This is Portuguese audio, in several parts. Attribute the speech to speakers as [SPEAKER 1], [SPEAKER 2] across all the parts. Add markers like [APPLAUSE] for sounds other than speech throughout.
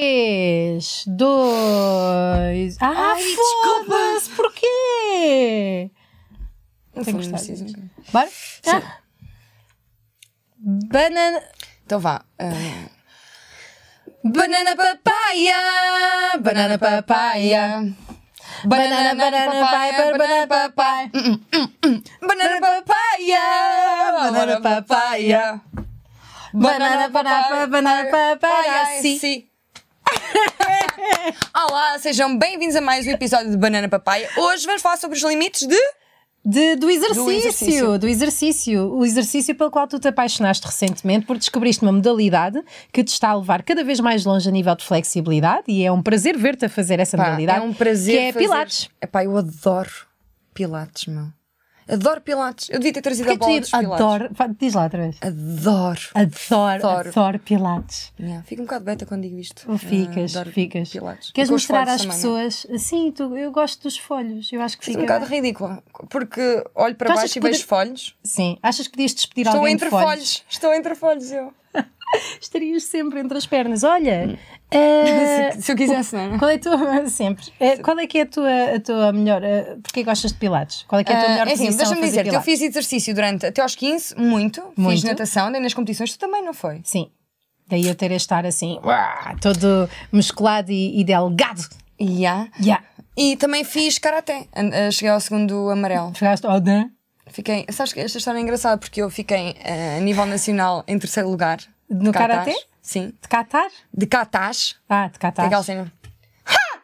[SPEAKER 1] 3, 2. Ah,
[SPEAKER 2] Ai,
[SPEAKER 1] desculpas! Porquê? Tem
[SPEAKER 2] Não
[SPEAKER 1] que
[SPEAKER 2] foi
[SPEAKER 1] gostar
[SPEAKER 2] preciso.
[SPEAKER 1] disto. Bora? Ah. Banana.
[SPEAKER 2] Então vá. ah,
[SPEAKER 1] Banana papaya! Banana papaya! Banana, banana papaya, banana papaya! Banana papaya! Ah, Banana papaya! Banana, banana, banana papaya! Sim.
[SPEAKER 2] sim. [LAUGHS] Olá, sejam bem-vindos a mais um episódio de Banana Papaya. Hoje vamos falar sobre os limites de.
[SPEAKER 1] De- do exercício, do
[SPEAKER 2] exercício.
[SPEAKER 1] exercício, o exercício pelo qual tu te apaixonaste recentemente, porque descobriste uma modalidade que te está a levar cada vez mais longe a nível de flexibilidade e é um prazer ver-te a fazer essa
[SPEAKER 2] Pá,
[SPEAKER 1] modalidade.
[SPEAKER 2] é um prazer.
[SPEAKER 1] Que é
[SPEAKER 2] fazer-
[SPEAKER 1] Pilates.
[SPEAKER 2] Epá, eu adoro Pilates, meu. Adoro Pilates. Eu devia ter trazido
[SPEAKER 1] Porque
[SPEAKER 2] a
[SPEAKER 1] tu
[SPEAKER 2] bola
[SPEAKER 1] ia-
[SPEAKER 2] dos Pilates.
[SPEAKER 1] adoro, fa- diz lá outra vez.
[SPEAKER 2] Adoro.
[SPEAKER 1] Adoro,
[SPEAKER 2] Adoro.
[SPEAKER 1] adoro, Pilates.
[SPEAKER 2] Yeah, fico um bocado beta quando digo isto.
[SPEAKER 1] Oh, Ficas,
[SPEAKER 2] Ah, adoro
[SPEAKER 1] ficas.
[SPEAKER 2] Pilates.
[SPEAKER 1] Queres
[SPEAKER 2] E com os
[SPEAKER 1] mostrar
[SPEAKER 2] folhos
[SPEAKER 1] às
[SPEAKER 2] também, não é?
[SPEAKER 1] pessoas? Sim, tu, eu gosto dos folhos. Eu acho que
[SPEAKER 2] Fico
[SPEAKER 1] fica.
[SPEAKER 2] um bocado
[SPEAKER 1] bem.
[SPEAKER 2] ridícula, porque olho para
[SPEAKER 1] Tu achas
[SPEAKER 2] baixo e
[SPEAKER 1] que
[SPEAKER 2] vejo folhos.
[SPEAKER 1] Sim, achas que podias despedir
[SPEAKER 2] Estou
[SPEAKER 1] alguém
[SPEAKER 2] entre
[SPEAKER 1] de folhos?
[SPEAKER 2] folhos. Estou entre folhos, eu.
[SPEAKER 1] Estarias sempre entre as pernas.
[SPEAKER 2] [LAUGHS]
[SPEAKER 1] Olha, eh,
[SPEAKER 2] Se- se eu quisesse, não é?
[SPEAKER 1] Qual é a tua. [LAUGHS] Sempre. Eh, qual é que é a tua, a tua melhor. eh, Porquê gostas de Pilates? Qual é que é a tua melhor
[SPEAKER 2] Ah, é assim,
[SPEAKER 1] posição a
[SPEAKER 2] deixa-me
[SPEAKER 1] fazer
[SPEAKER 2] dizer, eu
[SPEAKER 1] Pilates?
[SPEAKER 2] fiz exercício durante até aos 15, muito. Fiz
[SPEAKER 1] Muito.
[SPEAKER 2] natação, andei nas competições, tu também não foi?
[SPEAKER 1] Sim. Daí eu ter a estar assim, uá, todo musculado e, e delgado.
[SPEAKER 2] Yeah.
[SPEAKER 1] Yeah.
[SPEAKER 2] E também fiz karaté. An- ah, Cheguei ao segundo amarelo.
[SPEAKER 1] Chegaste, oh, não?
[SPEAKER 2] Fiquei, sabes que esta história é engraçada porque eu fiquei ah, a nível nacional em terceiro lugar. de
[SPEAKER 1] No
[SPEAKER 2] catás.
[SPEAKER 1] karaté?
[SPEAKER 2] Sim.
[SPEAKER 1] De Catar?
[SPEAKER 2] De catás.
[SPEAKER 1] Ah, de
[SPEAKER 2] Tem
[SPEAKER 1] Catar.
[SPEAKER 2] aquela cena. Ha!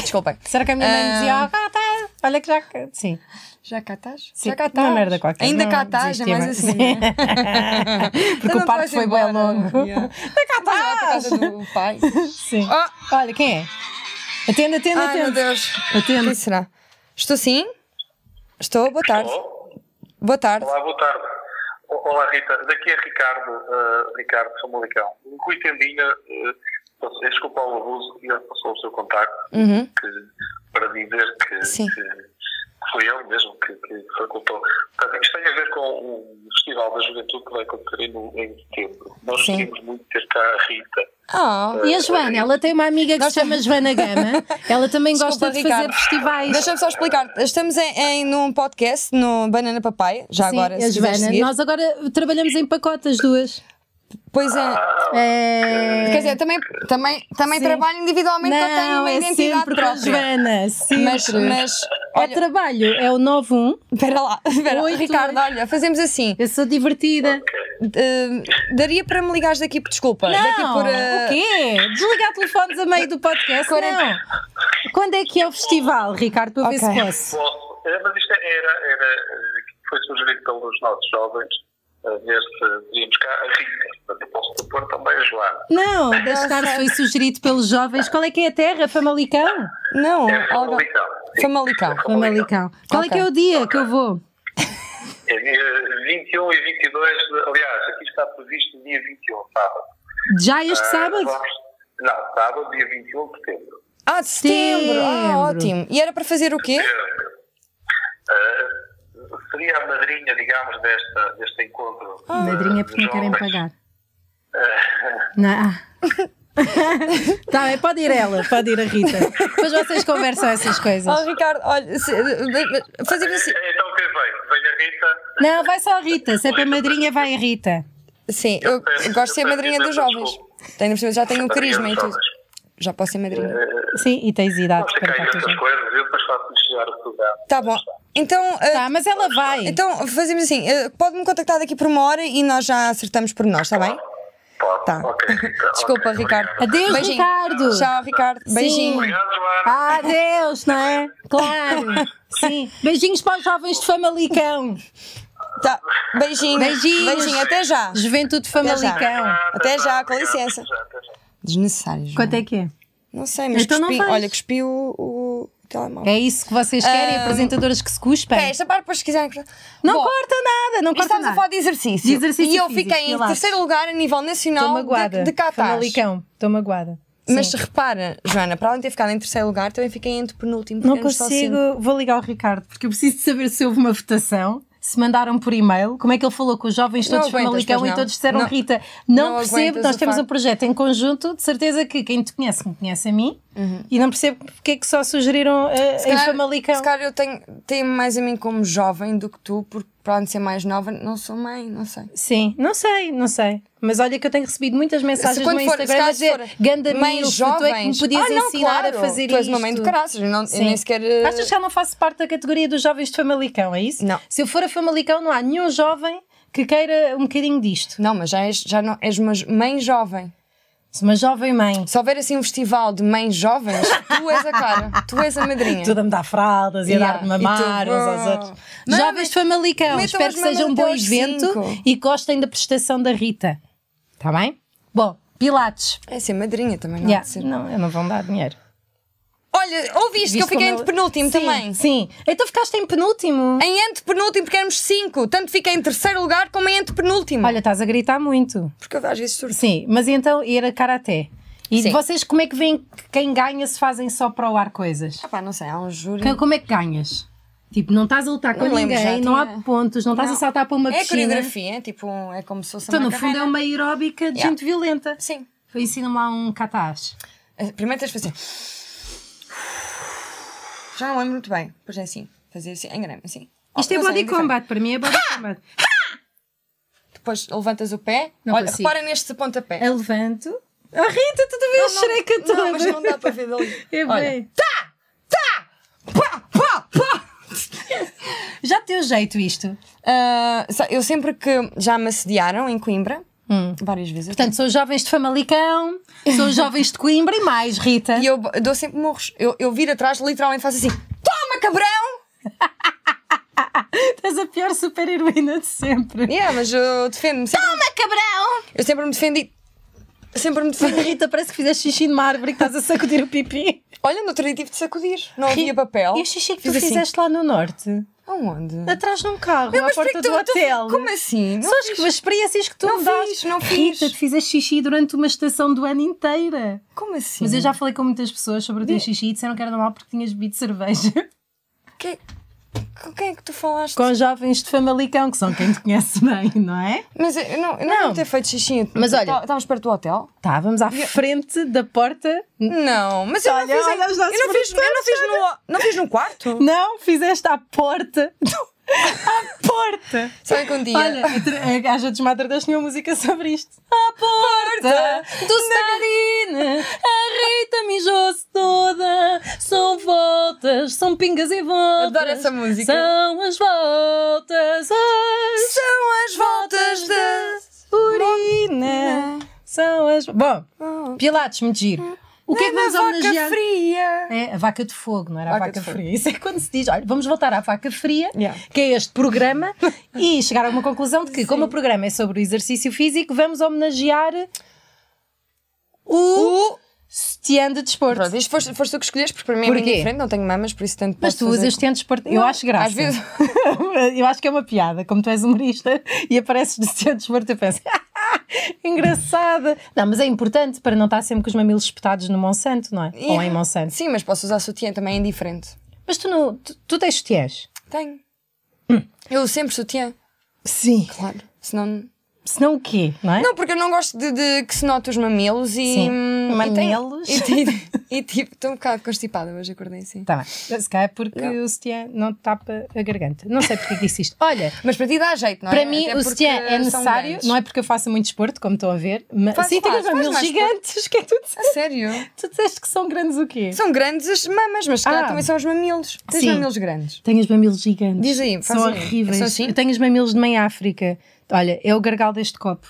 [SPEAKER 2] Desculpem.
[SPEAKER 1] Será que a minha mãe me dizia,
[SPEAKER 2] Ah.
[SPEAKER 1] oh, Catar? Olha que já. que-" Sim.
[SPEAKER 2] Já catás?
[SPEAKER 1] Sim,
[SPEAKER 2] Já catás.
[SPEAKER 1] uma merda qualquer.
[SPEAKER 2] Ainda
[SPEAKER 1] Não
[SPEAKER 2] catás, é
[SPEAKER 1] desisti,
[SPEAKER 2] mais
[SPEAKER 1] mas-
[SPEAKER 2] assim.
[SPEAKER 1] Sim.
[SPEAKER 2] né?
[SPEAKER 1] [LAUGHS] Porque
[SPEAKER 2] Então
[SPEAKER 1] o parto
[SPEAKER 2] te vais
[SPEAKER 1] foi bem [LAUGHS]
[SPEAKER 2] embora.
[SPEAKER 1] longo.
[SPEAKER 2] Yeah.
[SPEAKER 1] catás!
[SPEAKER 2] Por causa do pai.
[SPEAKER 1] Sim.
[SPEAKER 2] Ah!
[SPEAKER 1] Olha, quem é? Atende, atende,
[SPEAKER 2] Ai, meu
[SPEAKER 1] atende.
[SPEAKER 2] Deus.
[SPEAKER 1] Atende.
[SPEAKER 2] Quem será? Estou sim? Estou, boa tarde.
[SPEAKER 3] Alô?
[SPEAKER 2] Boa tarde.
[SPEAKER 3] Olá, boa tarde. O- Olá, Rita. Daqui é Ricardo, eh, Ricardo Samalicão. O Rui Tendinha, uh, desculpa o abuso, ele passou o seu contacto
[SPEAKER 2] Uhum.
[SPEAKER 3] que- para dizer que,
[SPEAKER 2] Sim.
[SPEAKER 3] que- que foi ele mesmo que, que facultou. Portanto, isto tem a ver com o Festival da Juventude que vai acontecer no, em setembro. Nós
[SPEAKER 2] Sim.
[SPEAKER 3] queremos muito ter cá a Rita.
[SPEAKER 2] Ah,
[SPEAKER 1] E a Joana, ela tem uma amiga que se chama Joana Gama. Ela também
[SPEAKER 2] Desculpa,
[SPEAKER 1] gosta de fazer
[SPEAKER 2] Ricardo.
[SPEAKER 1] festivais.
[SPEAKER 2] Deixa-me só explicar. Estamos em, em- num podcast no Banana Papai, já
[SPEAKER 1] Sim,
[SPEAKER 2] agora.
[SPEAKER 1] a
[SPEAKER 2] se quiseres
[SPEAKER 1] Joana,
[SPEAKER 2] seguir.
[SPEAKER 1] nós agora trabalhamos em pacote as duas.
[SPEAKER 2] Pois é.
[SPEAKER 3] Ah,
[SPEAKER 1] É...
[SPEAKER 2] Quer dizer, também, também, também
[SPEAKER 1] Sim.
[SPEAKER 2] trabalho individualmente, eu tenho
[SPEAKER 1] não,
[SPEAKER 2] uma
[SPEAKER 1] é
[SPEAKER 2] identidade
[SPEAKER 1] sempre com a
[SPEAKER 2] própria.
[SPEAKER 1] Joana, sempre.
[SPEAKER 2] Mas, mas
[SPEAKER 1] É
[SPEAKER 2] olha,
[SPEAKER 1] trabalho, é o 91.
[SPEAKER 2] espera lá, [LAUGHS] espera,
[SPEAKER 1] Oito,
[SPEAKER 2] Ricardo, olha, fazemos assim.
[SPEAKER 1] Eu sou divertida.
[SPEAKER 2] Eh, daria para me ligares daqui, por- desculpa, daqui
[SPEAKER 1] Não,
[SPEAKER 2] por eh,
[SPEAKER 1] o quê? Desligar telefones a meio do podcast? Não. Quando é que é o festival, Ricardo, para eu ver
[SPEAKER 2] Ok.
[SPEAKER 1] se posso?
[SPEAKER 3] Bom, é, mas isto era, era, eh, foi sugerido pelos nossos jovens, a ver se teríamos cá a Rita. Portanto, eu posso propor também a Joana.
[SPEAKER 1] Não, deixa estar,
[SPEAKER 2] sei.
[SPEAKER 1] foi sugerido pelos jovens. Qual é que é a terra? Famalicão?
[SPEAKER 2] Não,
[SPEAKER 3] É
[SPEAKER 2] algo...
[SPEAKER 3] Famalicão.
[SPEAKER 2] Famalicão.
[SPEAKER 1] Famalicão. Qual é que é o dia que eu vou?
[SPEAKER 3] É dia 21 e 22, de- aliás, aqui está previsto dia 21, sábado.
[SPEAKER 1] Já este
[SPEAKER 3] Ah,
[SPEAKER 1] sábado?
[SPEAKER 3] vamos- Não, sábado, dia 21 de setembro.
[SPEAKER 2] Ah, de setembro! Ah,
[SPEAKER 1] Setembro.
[SPEAKER 2] ótimo! E era para fazer o quê?
[SPEAKER 3] É. Ah, seria a madrinha, digamos, desta, deste encontro. Ah,
[SPEAKER 1] Madrinha, porque não querem pagar. Não. [LAUGHS] tá bem, pode ir ela, pode ir a Rita. Depois vocês conversam essas
[SPEAKER 2] Oh,
[SPEAKER 1] coisas.
[SPEAKER 2] Ricardo, olha, se- fazemos assim.
[SPEAKER 3] Então, quem vem? Vem a Rita.
[SPEAKER 1] Não, vai só a Rita. Se é para a madrinha, vai a Rita.
[SPEAKER 2] Sim, eu
[SPEAKER 3] peço-
[SPEAKER 2] gosto de ser
[SPEAKER 3] eu peço
[SPEAKER 2] madrinha dos
[SPEAKER 3] imensa
[SPEAKER 2] jovens.
[SPEAKER 3] desculpa.
[SPEAKER 2] Tenho, por cima, já tenho o carisma
[SPEAKER 3] Madrinha
[SPEAKER 2] e
[SPEAKER 3] dos
[SPEAKER 2] tudo.
[SPEAKER 3] jovens.
[SPEAKER 2] Já posso ser madrinha.
[SPEAKER 3] É.
[SPEAKER 1] Sim, e tens idade
[SPEAKER 3] Nós
[SPEAKER 1] para
[SPEAKER 3] ficamos
[SPEAKER 1] cá.
[SPEAKER 3] essas coisas, eu depois faço-lhe chegar a estudar.
[SPEAKER 2] Tá bom. Então, eh,
[SPEAKER 1] Tá, mas ela vai.
[SPEAKER 2] então fazemos assim. eh, Pode-me contactar daqui por uma hora e nós já acertamos por nós, está bem?
[SPEAKER 3] Pode?
[SPEAKER 2] Tá.
[SPEAKER 3] Ok,
[SPEAKER 1] [LAUGHS]
[SPEAKER 3] Rita,
[SPEAKER 2] Desculpa,
[SPEAKER 3] ok,
[SPEAKER 2] Ricardo.
[SPEAKER 3] obrigado.
[SPEAKER 1] Adeus,
[SPEAKER 2] Beijinho.
[SPEAKER 1] Ricardo.
[SPEAKER 2] Tchau, Ricardo.
[SPEAKER 1] Sim.
[SPEAKER 2] Beijinho.
[SPEAKER 3] Obrigado, Joana.
[SPEAKER 1] Ah, Deus, não é?
[SPEAKER 2] [LAUGHS]
[SPEAKER 1] Claro. Sim. Beijinhos para os jovens de Famalicão.
[SPEAKER 2] Tá. Beijinho.
[SPEAKER 1] Beijinhos.
[SPEAKER 2] Beijinho. Até já.
[SPEAKER 1] Juventude de
[SPEAKER 2] já.
[SPEAKER 1] Famalicão.
[SPEAKER 2] Até já, com
[SPEAKER 3] Obrigado,
[SPEAKER 2] licença.
[SPEAKER 3] até já, até já.
[SPEAKER 2] Desnecessários.
[SPEAKER 1] Quanto é que é?
[SPEAKER 2] Não sei, mas
[SPEAKER 1] Então não
[SPEAKER 2] cuspi.
[SPEAKER 1] vais.
[SPEAKER 2] Olha, cuspi o, o telemóvel.
[SPEAKER 1] É isso que vocês querem,
[SPEAKER 2] Ahm,
[SPEAKER 1] apresentadoras que se cuspem?
[SPEAKER 2] É, esta parte depois se quiserem.
[SPEAKER 1] Não
[SPEAKER 2] Bom,
[SPEAKER 1] corta nada, não
[SPEAKER 2] E
[SPEAKER 1] corta
[SPEAKER 2] estamos
[SPEAKER 1] nada.
[SPEAKER 2] a falar de exercício.
[SPEAKER 1] De exercício
[SPEAKER 2] e eu
[SPEAKER 1] físico,
[SPEAKER 2] fiquei em
[SPEAKER 1] relaxa.
[SPEAKER 2] terceiro lugar a nível
[SPEAKER 1] Estou
[SPEAKER 2] nacional
[SPEAKER 1] magoada.
[SPEAKER 2] de, de catás.
[SPEAKER 1] Famalicão, estou magoada.
[SPEAKER 2] Mas
[SPEAKER 1] Sim.
[SPEAKER 2] repara, Joana, para além de ter ficado em terceiro lugar, também fiquei entre penúltimo. porque
[SPEAKER 1] não
[SPEAKER 2] eu estou
[SPEAKER 1] consigo. Vou ligar ao Ricardo, porque eu preciso de saber se houve uma votação. se mandaram por e-mail, como é que ele falou com os jovens todos de
[SPEAKER 2] aguentas,
[SPEAKER 1] Famalicão
[SPEAKER 2] pois
[SPEAKER 1] e
[SPEAKER 2] não.
[SPEAKER 1] todos disseram,
[SPEAKER 2] Não.
[SPEAKER 1] Rita, não,
[SPEAKER 2] Não
[SPEAKER 1] percebo,
[SPEAKER 2] aguentas
[SPEAKER 1] nós
[SPEAKER 2] o
[SPEAKER 1] temos um
[SPEAKER 2] facto.
[SPEAKER 1] projeto em conjunto, de certeza que quem te conhece, me conhece a mim, e não percebo porque é que só sugeriram eh, em Famalicão.
[SPEAKER 2] Uhum. se calhar eu tenho, tenho mais a mim como jovem do que tu, porque para onde ser mais nova, não sou mãe, não sei.
[SPEAKER 1] Sim, não sei, não sei. Mas olha que eu tenho recebido muitas mensagens no Instagram a dizer ganda mãe, tu é que me podias
[SPEAKER 2] Ah, não,
[SPEAKER 1] ensinar
[SPEAKER 2] claro,
[SPEAKER 1] a fazer
[SPEAKER 2] tu és
[SPEAKER 1] isto.
[SPEAKER 2] uma mãe de caraças, eu, não, eu
[SPEAKER 1] Sim.
[SPEAKER 2] nem sequer... eh,
[SPEAKER 1] Achas que eu não faço parte da categoria dos jovens de Famalicão, é isso?
[SPEAKER 2] Não.
[SPEAKER 1] Se eu for a Famalicão, não há nenhum jovem que queira um bocadinho disto.
[SPEAKER 2] Não, mas já és, já não, és uma jo- mãe jovem.
[SPEAKER 1] Se uma jovem mãe.
[SPEAKER 2] Se houver assim um festival de mães jovens, tu és a cara, tu és a madrinha.
[SPEAKER 1] Tudo a me dar fraldas e a
[SPEAKER 2] Yeah.
[SPEAKER 1] dar de mamar
[SPEAKER 2] E tu,
[SPEAKER 1] uns aos
[SPEAKER 2] "Oh,
[SPEAKER 1] outros.
[SPEAKER 2] mãe,
[SPEAKER 1] Jovens de Famalicão,
[SPEAKER 2] metam
[SPEAKER 1] espero
[SPEAKER 2] as
[SPEAKER 1] que seja
[SPEAKER 2] mamas
[SPEAKER 1] um
[SPEAKER 2] até
[SPEAKER 1] bom
[SPEAKER 2] aos
[SPEAKER 1] evento
[SPEAKER 2] cinco.
[SPEAKER 1] e gostem da prestação da Rita. Está bem? Bom, Pilates.
[SPEAKER 2] É ser madrinha também, não
[SPEAKER 1] Yeah.
[SPEAKER 2] há de ser.
[SPEAKER 1] Não, eu não vão dar dinheiro.
[SPEAKER 2] Olha, ouviste que eu
[SPEAKER 1] Viste
[SPEAKER 2] fiquei em
[SPEAKER 1] como eu-
[SPEAKER 2] penúltimo
[SPEAKER 1] Sim,
[SPEAKER 2] também.
[SPEAKER 1] Sim. Então ficaste em penúltimo.
[SPEAKER 2] Em antepenúltimo, porque éramos cinco. Tanto fiquei em terceiro lugar como em antepenúltimo.
[SPEAKER 1] Olha, estás a gritar muito.
[SPEAKER 2] porque eu às vezes surto.
[SPEAKER 1] Sim, mas então era karaté. E
[SPEAKER 2] Sim.
[SPEAKER 1] vocês como é que veem que quem ganha se fazem só para o ar coisas?
[SPEAKER 2] Ah pá, não sei, há um júri.
[SPEAKER 1] Que- Como é que ganhas? Tipo, não estás a lutar com
[SPEAKER 2] Não me lembro,
[SPEAKER 1] ninguém,
[SPEAKER 2] já
[SPEAKER 1] não há
[SPEAKER 2] tinha-
[SPEAKER 1] pontos, não estás a
[SPEAKER 2] Não.
[SPEAKER 1] saltar para uma
[SPEAKER 2] é a
[SPEAKER 1] piscina.
[SPEAKER 2] coreografia, é tipo, um- é como se fosse
[SPEAKER 1] Então,
[SPEAKER 2] uma
[SPEAKER 1] no fundo, é
[SPEAKER 2] carreira.
[SPEAKER 1] uma aeróbica de
[SPEAKER 2] Yeah.
[SPEAKER 1] gente violenta.
[SPEAKER 2] Sim.
[SPEAKER 1] Ensina-me lá um catás.
[SPEAKER 2] Eh, Primeiro tens de fazer. Já não lembro muito bem. Pois é assim. Fazer assim, enganei-me assim.
[SPEAKER 1] Isto é
[SPEAKER 2] Não sei,
[SPEAKER 1] body
[SPEAKER 2] diferente. Ah!
[SPEAKER 1] combat, para mim é body combat.
[SPEAKER 2] Depois levantas o pé.
[SPEAKER 1] Não
[SPEAKER 2] Olha,
[SPEAKER 1] consigo.
[SPEAKER 2] repara neste pontapé.
[SPEAKER 1] Eu É levanto. Ah, Rita, tu também a xereca toda.
[SPEAKER 2] Não, mas não dá para ver dali.
[SPEAKER 1] [LAUGHS] É
[SPEAKER 2] Olha.
[SPEAKER 1] bem. Já te deu jeito isto?
[SPEAKER 2] Ah, sa- eu sempre que já me assediaram em Coimbra, várias vezes.
[SPEAKER 1] Hum. Portanto, sou jovens de Famalicão, sou jovens de Coimbra e mais, Rita.
[SPEAKER 2] E eu bo- dou sempre murros. Eu, eu viro atrás, literalmente faço assim: Toma, cabrão!
[SPEAKER 1] Tens a pior super-heroína de sempre.
[SPEAKER 2] Yeah, mas eu defendo-me. Sempre,
[SPEAKER 1] Toma, cabrão!
[SPEAKER 2] eu sempre me defendi. Sempre me
[SPEAKER 1] [LAUGHS]
[SPEAKER 2] defendi.
[SPEAKER 1] Rita, parece que fizeste xixi de uma árvore e que estás a sacudir o pipi.
[SPEAKER 2] Olha, no outro dia tive de sacudir. Não havia papel.
[SPEAKER 1] E o xixi que tu
[SPEAKER 2] Fiz assim.
[SPEAKER 1] fizeste lá no Norte?
[SPEAKER 2] Aonde?
[SPEAKER 1] Atrás num carro, à
[SPEAKER 2] mas
[SPEAKER 1] porta
[SPEAKER 2] porquê que
[SPEAKER 1] do
[SPEAKER 2] tu- tu-
[SPEAKER 1] hotel.
[SPEAKER 2] como assim? Não
[SPEAKER 1] São as as experiências que tu
[SPEAKER 2] Não
[SPEAKER 1] me dás.
[SPEAKER 2] fiz, não fiz.
[SPEAKER 1] Rita, tu fizeste xixi durante uma estação do ano inteira.
[SPEAKER 2] Como assim?
[SPEAKER 1] Mas eu já falei com muitas pessoas sobre o teu xixi e disseram que era normal porque tinhas bebido
[SPEAKER 2] [LAUGHS]
[SPEAKER 1] cerveja.
[SPEAKER 2] Que- Com quem é que tu falaste?
[SPEAKER 1] Com jovens de Famalicão, que são quem te conhece bem, não é?
[SPEAKER 2] Mas eu não, eu não,
[SPEAKER 1] Não.
[SPEAKER 2] devo ter feito xixi.
[SPEAKER 1] Mas olha-
[SPEAKER 2] Tá- Estávamos perto do hotel?
[SPEAKER 1] Estávamos Tá, à frente da porta.
[SPEAKER 2] Não, mas eu
[SPEAKER 1] Olha,
[SPEAKER 2] não fiz.
[SPEAKER 1] olha os nossos
[SPEAKER 2] eu não fiz, eu não fiz no, não fiz no quarto?
[SPEAKER 1] Não, fizeste à porta. [LAUGHS] à porta!
[SPEAKER 2] [LAUGHS] Sabe que um dia.
[SPEAKER 1] Olha, é a tra- a gaja dos Madrugas tinha uma música sobre isto. [LAUGHS] À porta do Stadine, a Rita mijou-se toda. São voltas, são pingas e voltas.
[SPEAKER 2] Adoro essa música.
[SPEAKER 1] São as voltas, as
[SPEAKER 2] São as voltas da.
[SPEAKER 1] urina. São as. Bom, Pilates, muito giro. O que é que vamos homenagear?
[SPEAKER 2] fria.
[SPEAKER 1] É a vaca de fogo, não era a
[SPEAKER 2] Vaca
[SPEAKER 1] vaca
[SPEAKER 2] de fogo.
[SPEAKER 1] fria. [LAUGHS] Isso é quando se diz, olha, vamos voltar à vaca fria,
[SPEAKER 2] Yeah.
[SPEAKER 1] que é este
[SPEAKER 2] [LAUGHS]
[SPEAKER 1] programa, e chegar a uma conclusão de que, como o programa é sobre o exercício físico, vamos homenagear o
[SPEAKER 2] O.
[SPEAKER 1] sutiã de desporto.
[SPEAKER 2] Pronto, isto foste, foste tu que escolheste, porque para mim é
[SPEAKER 1] Porquê?
[SPEAKER 2] bem diferente, não tenho mamas, por isso tanto
[SPEAKER 1] Mas
[SPEAKER 2] posso
[SPEAKER 1] tu
[SPEAKER 2] fazer.
[SPEAKER 1] usas sutiã de desporto. Eu
[SPEAKER 2] Não,
[SPEAKER 1] acho graça.
[SPEAKER 2] às vezes.
[SPEAKER 1] [LAUGHS] eu acho que é uma piada. Como tu és humorista e apareces de sutiã de desporto, eu penso. [LAUGHS] Engraçada. Não, mas é importante para não estar sempre com os mamilos espetados no Monsanto, não é? Ou em Monsanto.
[SPEAKER 2] Sim, mas posso usar sutiã também, é indiferente.
[SPEAKER 1] Mas tu, não, tu, tu tens sutiãs?
[SPEAKER 2] Tenho.
[SPEAKER 1] Hum.
[SPEAKER 2] Eu sempre sutiã,
[SPEAKER 1] Sim.
[SPEAKER 2] claro. Senão.
[SPEAKER 1] Senão o quê, não é?
[SPEAKER 2] Não, porque eu não gosto de, de que se note os mamilos e.
[SPEAKER 1] Sim.
[SPEAKER 2] hum,
[SPEAKER 1] Mamilos.
[SPEAKER 2] E, tem- [LAUGHS] e, ti- e tipo, estou um bocado constipada hoje, acordei assim.
[SPEAKER 1] Tá bem. Se calhar é porque
[SPEAKER 2] Não.
[SPEAKER 1] o sutiã não te tapa a garganta. Não sei porque é que disse isto. Olha,
[SPEAKER 2] Mas para ti dá jeito, não é?
[SPEAKER 1] para mim
[SPEAKER 2] Até
[SPEAKER 1] o
[SPEAKER 2] porque
[SPEAKER 1] sutiã é
[SPEAKER 2] são
[SPEAKER 1] necessário,
[SPEAKER 2] grandes.
[SPEAKER 1] não é porque eu faço muito desporto, como estão a ver, mas
[SPEAKER 2] Faz-
[SPEAKER 1] sim, tenho
[SPEAKER 2] faz,
[SPEAKER 1] os
[SPEAKER 2] faz
[SPEAKER 1] mamilos
[SPEAKER 2] mais desporto.
[SPEAKER 1] gigantes. Que é tu, disseste,
[SPEAKER 2] A sério?
[SPEAKER 1] tu disseste que são grandes o quê?
[SPEAKER 2] São grandes as mamas, mas se calhar
[SPEAKER 1] Ah.
[SPEAKER 2] também são os mamilos. Tens
[SPEAKER 1] Sim.
[SPEAKER 2] mamilos grandes.
[SPEAKER 1] Tenho os mamilos gigantes.
[SPEAKER 2] Diz aí, faz
[SPEAKER 1] São
[SPEAKER 2] aí.
[SPEAKER 1] horríveis.
[SPEAKER 2] São assim?
[SPEAKER 1] Eu tenho os mamilos de meia África. Olha, é o gargal deste copo.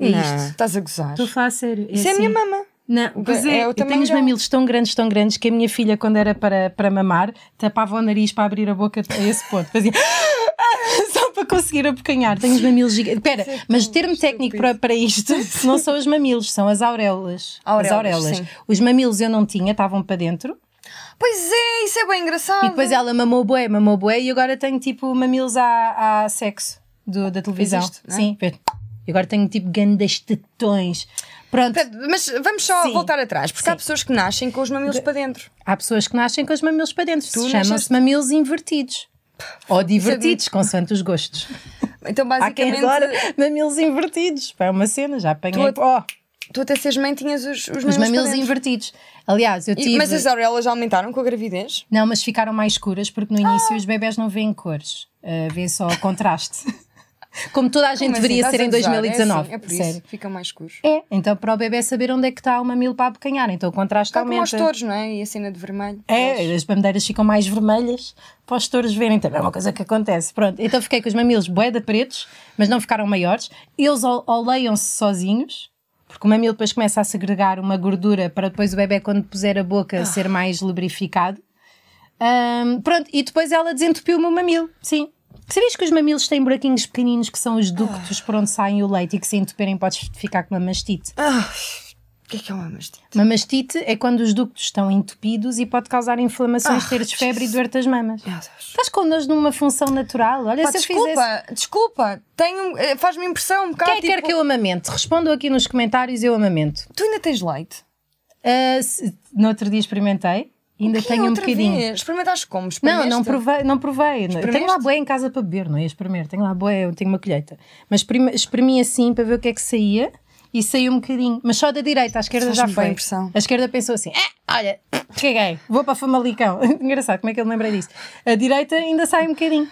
[SPEAKER 1] É
[SPEAKER 2] Não,
[SPEAKER 1] isto.
[SPEAKER 2] Estás a gozar.
[SPEAKER 1] Estou a falar a sério.
[SPEAKER 2] Isso é a
[SPEAKER 1] assim.
[SPEAKER 2] minha mama.
[SPEAKER 1] Não, pois
[SPEAKER 2] É
[SPEAKER 1] é,
[SPEAKER 2] o
[SPEAKER 1] eu
[SPEAKER 2] tamanho
[SPEAKER 1] tenho os
[SPEAKER 2] dela.
[SPEAKER 1] mamilos tão grandes, tão grandes, que a minha filha, quando era para, para mamar, tapava o nariz para abrir a boca a esse ponto. Fazia "Ah", [LAUGHS] só para conseguir abocanhar. Tenho os mamilos gigantes. Espera,
[SPEAKER 2] é
[SPEAKER 1] mas o termo técnico para, para isto [LAUGHS] não são os mamilos, são as auréolas.
[SPEAKER 2] Auréolas,
[SPEAKER 1] as auréolas.
[SPEAKER 2] sim.
[SPEAKER 1] Os mamilos eu não tinha, estavam para dentro.
[SPEAKER 2] Pois é, isso é bem engraçado.
[SPEAKER 1] E depois ela mamou bué, mamou bué, e agora tenho tipo mamilos a, a sexo do- da televisão.
[SPEAKER 2] Existe, não é?
[SPEAKER 1] Sim. E agora tenho tipo grandes tetões. Pronto.
[SPEAKER 2] Espera, Mas vamos só
[SPEAKER 1] Sim.
[SPEAKER 2] voltar atrás, porque há
[SPEAKER 1] Sim.
[SPEAKER 2] pessoas que nascem com os mamilos para dentro.
[SPEAKER 1] Há pessoas que nascem com os mamilos para dentro,
[SPEAKER 2] Tu
[SPEAKER 1] chamam-se
[SPEAKER 2] nasceste-
[SPEAKER 1] mamilos invertidos. Ou divertidos, consoante os gostos.
[SPEAKER 2] Então,
[SPEAKER 1] Há quem
[SPEAKER 2] basicamente,
[SPEAKER 1] adora mamilos invertidos. É uma cena, já apanhei.
[SPEAKER 2] Tu-
[SPEAKER 1] Oh,
[SPEAKER 2] tu até seis mãe tinhas os,
[SPEAKER 1] os
[SPEAKER 2] os mamilos
[SPEAKER 1] mamilos
[SPEAKER 2] para dentro.
[SPEAKER 1] invertidos. Aliás, eu tive.
[SPEAKER 2] E- Mas as aureolas já aumentaram com a gravidez?
[SPEAKER 1] Não, mas ficaram mais escuras porque no
[SPEAKER 2] Ah.
[SPEAKER 1] início os bebés não veem cores, uh, vêem só contraste. [LAUGHS] Como toda a gente
[SPEAKER 2] Como assim?
[SPEAKER 1] deveria
[SPEAKER 2] Estás
[SPEAKER 1] ser
[SPEAKER 2] a
[SPEAKER 1] em
[SPEAKER 2] gozar?
[SPEAKER 1] 2019.
[SPEAKER 2] É, assim, é por
[SPEAKER 1] sério.
[SPEAKER 2] isso, ficam mais escuros.
[SPEAKER 1] É, então para o bebê saber onde é que está o mamilo para abocanhar, então o contraste
[SPEAKER 2] Está como aos
[SPEAKER 1] aumenta.
[SPEAKER 2] touros, não é? E a cena de vermelho.
[SPEAKER 1] É,
[SPEAKER 2] Eles-
[SPEAKER 1] as bandeiras ficam mais vermelhas para os touros verem. Também é uma coisa que acontece. Pronto, então fiquei com os mamilos boeda pretos, mas não ficaram maiores. Eles ol- oleiam-se sozinhos, porque o mamilo depois começa a segregar uma gordura para depois o bebê, quando puser a boca, ser mais lubrificado. Ahm, pronto, e depois ela desentupiu-me o mamilo, sim. Sabias que os mamilos têm buraquinhos pequeninos que são os ductos por onde saem o leite e que se entuperem podes ficar com uma mastite?
[SPEAKER 2] Ah, o que é que é uma mastite?
[SPEAKER 1] Uma mastite é quando os ductos estão entupidos e pode causar inflamações,
[SPEAKER 2] Ah,
[SPEAKER 1] teres febre e doer das mamas.
[SPEAKER 2] Meu Deus.
[SPEAKER 1] Estás com nós numa função natural? Olha,
[SPEAKER 2] Pá,
[SPEAKER 1] se eu
[SPEAKER 2] desculpa,
[SPEAKER 1] fizesse...
[SPEAKER 2] desculpa. Tenho, eh, faz-me impressão um bocado.
[SPEAKER 1] Quem quer
[SPEAKER 2] tipo,
[SPEAKER 1] que eu amamente? Respondam aqui nos comentários, eu amamento.
[SPEAKER 2] Tu ainda tens leite?
[SPEAKER 1] Ah, se- No outro dia experimentei, ainda
[SPEAKER 2] Que é
[SPEAKER 1] tenho um
[SPEAKER 2] outra
[SPEAKER 1] bocadinho.
[SPEAKER 2] Vez? Experimentaste como?
[SPEAKER 1] Não, não
[SPEAKER 2] Experimentaste?
[SPEAKER 1] provei, não provei. Tenho lá
[SPEAKER 2] Experimentaste?
[SPEAKER 1] boé em casa para beber, não é? Espremer, tenho lá boé, eu tenho uma colheita. Mas prime- espremi assim para ver o que é que saía e saiu um bocadinho. Mas só da direita, à esquerda já
[SPEAKER 2] Faz-me
[SPEAKER 1] foi.
[SPEAKER 2] boa impressão.
[SPEAKER 1] A esquerda pensou assim: "Ah, olha, caguei, vou para Famalicão. [LAUGHS] Engraçado, como é que eu me lembrei disso? A direita ainda sai um bocadinho.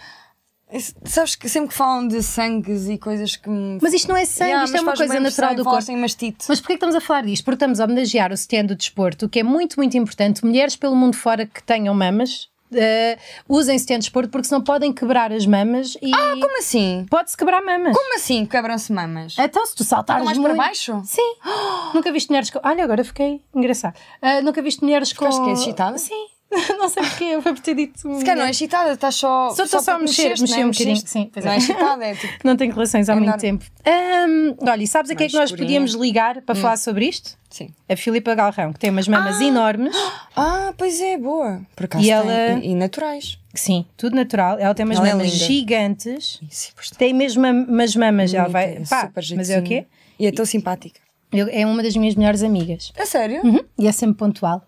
[SPEAKER 2] Isso- Sabes que sempre que falam de sangues e coisas que me.
[SPEAKER 1] Mas isto não é sangue,
[SPEAKER 2] Yeah,
[SPEAKER 1] isto é
[SPEAKER 2] mas
[SPEAKER 1] uma
[SPEAKER 2] faz-me
[SPEAKER 1] coisa
[SPEAKER 2] bem impressão
[SPEAKER 1] natural
[SPEAKER 2] e
[SPEAKER 1] do corpo.
[SPEAKER 2] falas em mastite.
[SPEAKER 1] Mas porquê é que estamos a falar disto? Porque estamos a homenagear o stand do desporto, que é muito, muito importante. Mulheres pelo mundo fora que tenham mamas, eh, usem stand de desporto, porque senão podem quebrar as mamas e.
[SPEAKER 2] Como assim?
[SPEAKER 1] Pode-se quebrar mamas.
[SPEAKER 2] Como assim quebram-se mamas?
[SPEAKER 1] Então, se tu saltares
[SPEAKER 2] Estão mais
[SPEAKER 1] muito...
[SPEAKER 2] para baixo?
[SPEAKER 1] Sim. [GASPS] nunca viste mulheres com... Olha, agora fiquei engraçado. Ah, nunca viste mulheres com...
[SPEAKER 2] Ficaste que é excitada?
[SPEAKER 1] Sim. [LAUGHS] não sei porquê, foi por ter dito...
[SPEAKER 2] Se calhar não é excitada, estás só.
[SPEAKER 1] Só estou só a
[SPEAKER 2] porque
[SPEAKER 1] mexer,
[SPEAKER 2] mexeste, não é?
[SPEAKER 1] mexer um bocadinho,
[SPEAKER 2] Mexeste.
[SPEAKER 1] sim, pois é.
[SPEAKER 2] Não é excitada, é tipo.
[SPEAKER 1] Não tenho relações há
[SPEAKER 2] É
[SPEAKER 1] muito
[SPEAKER 2] enorme.
[SPEAKER 1] tempo. Ahm, olha, e sabes a que é
[SPEAKER 2] Mais
[SPEAKER 1] que nós
[SPEAKER 2] escurinha. Hum.
[SPEAKER 1] podíamos ligar para falar sobre isto?
[SPEAKER 2] Sim.
[SPEAKER 1] A Filipa Galrão, que tem umas mamas
[SPEAKER 2] [GASPS]
[SPEAKER 1] enormes.
[SPEAKER 2] Ah, pois é, boa. Por acaso
[SPEAKER 1] E
[SPEAKER 2] tem.
[SPEAKER 1] ela-
[SPEAKER 2] E, e naturais.
[SPEAKER 1] Sim, tudo natural. Ela tem umas
[SPEAKER 2] Ela é
[SPEAKER 1] mamas
[SPEAKER 2] linda.
[SPEAKER 1] gigantes.
[SPEAKER 2] Sim, pois está.
[SPEAKER 1] Tem mesmo mam- umas mamas. Ela
[SPEAKER 2] Bonita,
[SPEAKER 1] vai...
[SPEAKER 2] é
[SPEAKER 1] Pá,
[SPEAKER 2] super
[SPEAKER 1] mas é o quê?
[SPEAKER 2] jeitinho. E é tão simpática.
[SPEAKER 1] Eu- é uma das minhas melhores amigas.
[SPEAKER 2] É sério?
[SPEAKER 1] Uhum, E é sempre pontual. Ah!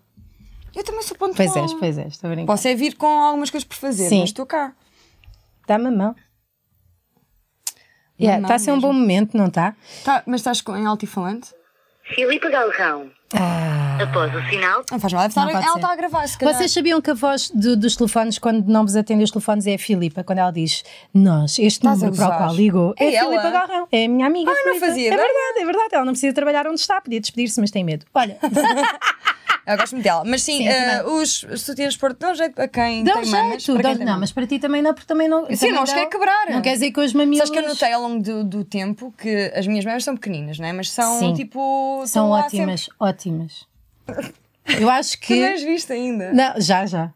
[SPEAKER 2] Eu também sou pontual.
[SPEAKER 1] Pois és, pois és, estou a brincar.
[SPEAKER 2] Posso é vir com algumas coisas por fazer,
[SPEAKER 1] Sim.
[SPEAKER 2] mas estou cá.
[SPEAKER 1] Dá-me a mão. Está
[SPEAKER 2] mão
[SPEAKER 1] a ser um bom momento, não está?
[SPEAKER 2] Tá, mas estás com- em altifalante?
[SPEAKER 4] Filipe Galrão. Após o sinal,
[SPEAKER 2] Não faz mal, deve estar-
[SPEAKER 1] Não pode
[SPEAKER 2] ela
[SPEAKER 1] ser.
[SPEAKER 2] está a gravar, se calhar.
[SPEAKER 1] Vocês sabiam que a voz do- dos telefones, quando não vos atendem os telefones, é a Filipa, quando ela diz nós, este
[SPEAKER 2] Estás a
[SPEAKER 1] número para o
[SPEAKER 2] gozar.
[SPEAKER 1] qual ligou é,
[SPEAKER 2] É
[SPEAKER 1] a
[SPEAKER 2] ela?
[SPEAKER 1] Filipa Galrão, é a minha amiga.
[SPEAKER 2] Ah, não
[SPEAKER 1] Filipa.
[SPEAKER 2] fazia
[SPEAKER 1] É
[SPEAKER 2] ideia.
[SPEAKER 1] verdade, é verdade. Ela não precisa trabalhar onde está, podia despedir-se, mas tem medo.
[SPEAKER 2] [LAUGHS]
[SPEAKER 1] Olha,
[SPEAKER 2] Eu gosto muito dela. Mas sim,
[SPEAKER 1] Sim,
[SPEAKER 2] eh, os sutiãs de Porto dão jeito a quem
[SPEAKER 1] dá um
[SPEAKER 2] tem mamas.
[SPEAKER 1] jeito.
[SPEAKER 2] para
[SPEAKER 1] dá-
[SPEAKER 2] quem tem
[SPEAKER 1] não,
[SPEAKER 2] mamas.
[SPEAKER 1] mas para ti também não, porque também não.
[SPEAKER 2] Sim,
[SPEAKER 1] também
[SPEAKER 2] não os
[SPEAKER 1] dá- um-
[SPEAKER 2] quer quebrar.
[SPEAKER 1] Não quer dizer que os mamilos.
[SPEAKER 2] Sabes que eu notei ao longo do, do tempo que as minhas mamas são pequeninas, não é? Mas são
[SPEAKER 1] Sim.
[SPEAKER 2] tipo. estão
[SPEAKER 1] São
[SPEAKER 2] lá
[SPEAKER 1] ótimas,
[SPEAKER 2] [LAUGHS]
[SPEAKER 1] ótimas. Eu acho
[SPEAKER 2] sempre- Tu não
[SPEAKER 1] que.
[SPEAKER 2] és vista ainda.
[SPEAKER 1] Não, já, já.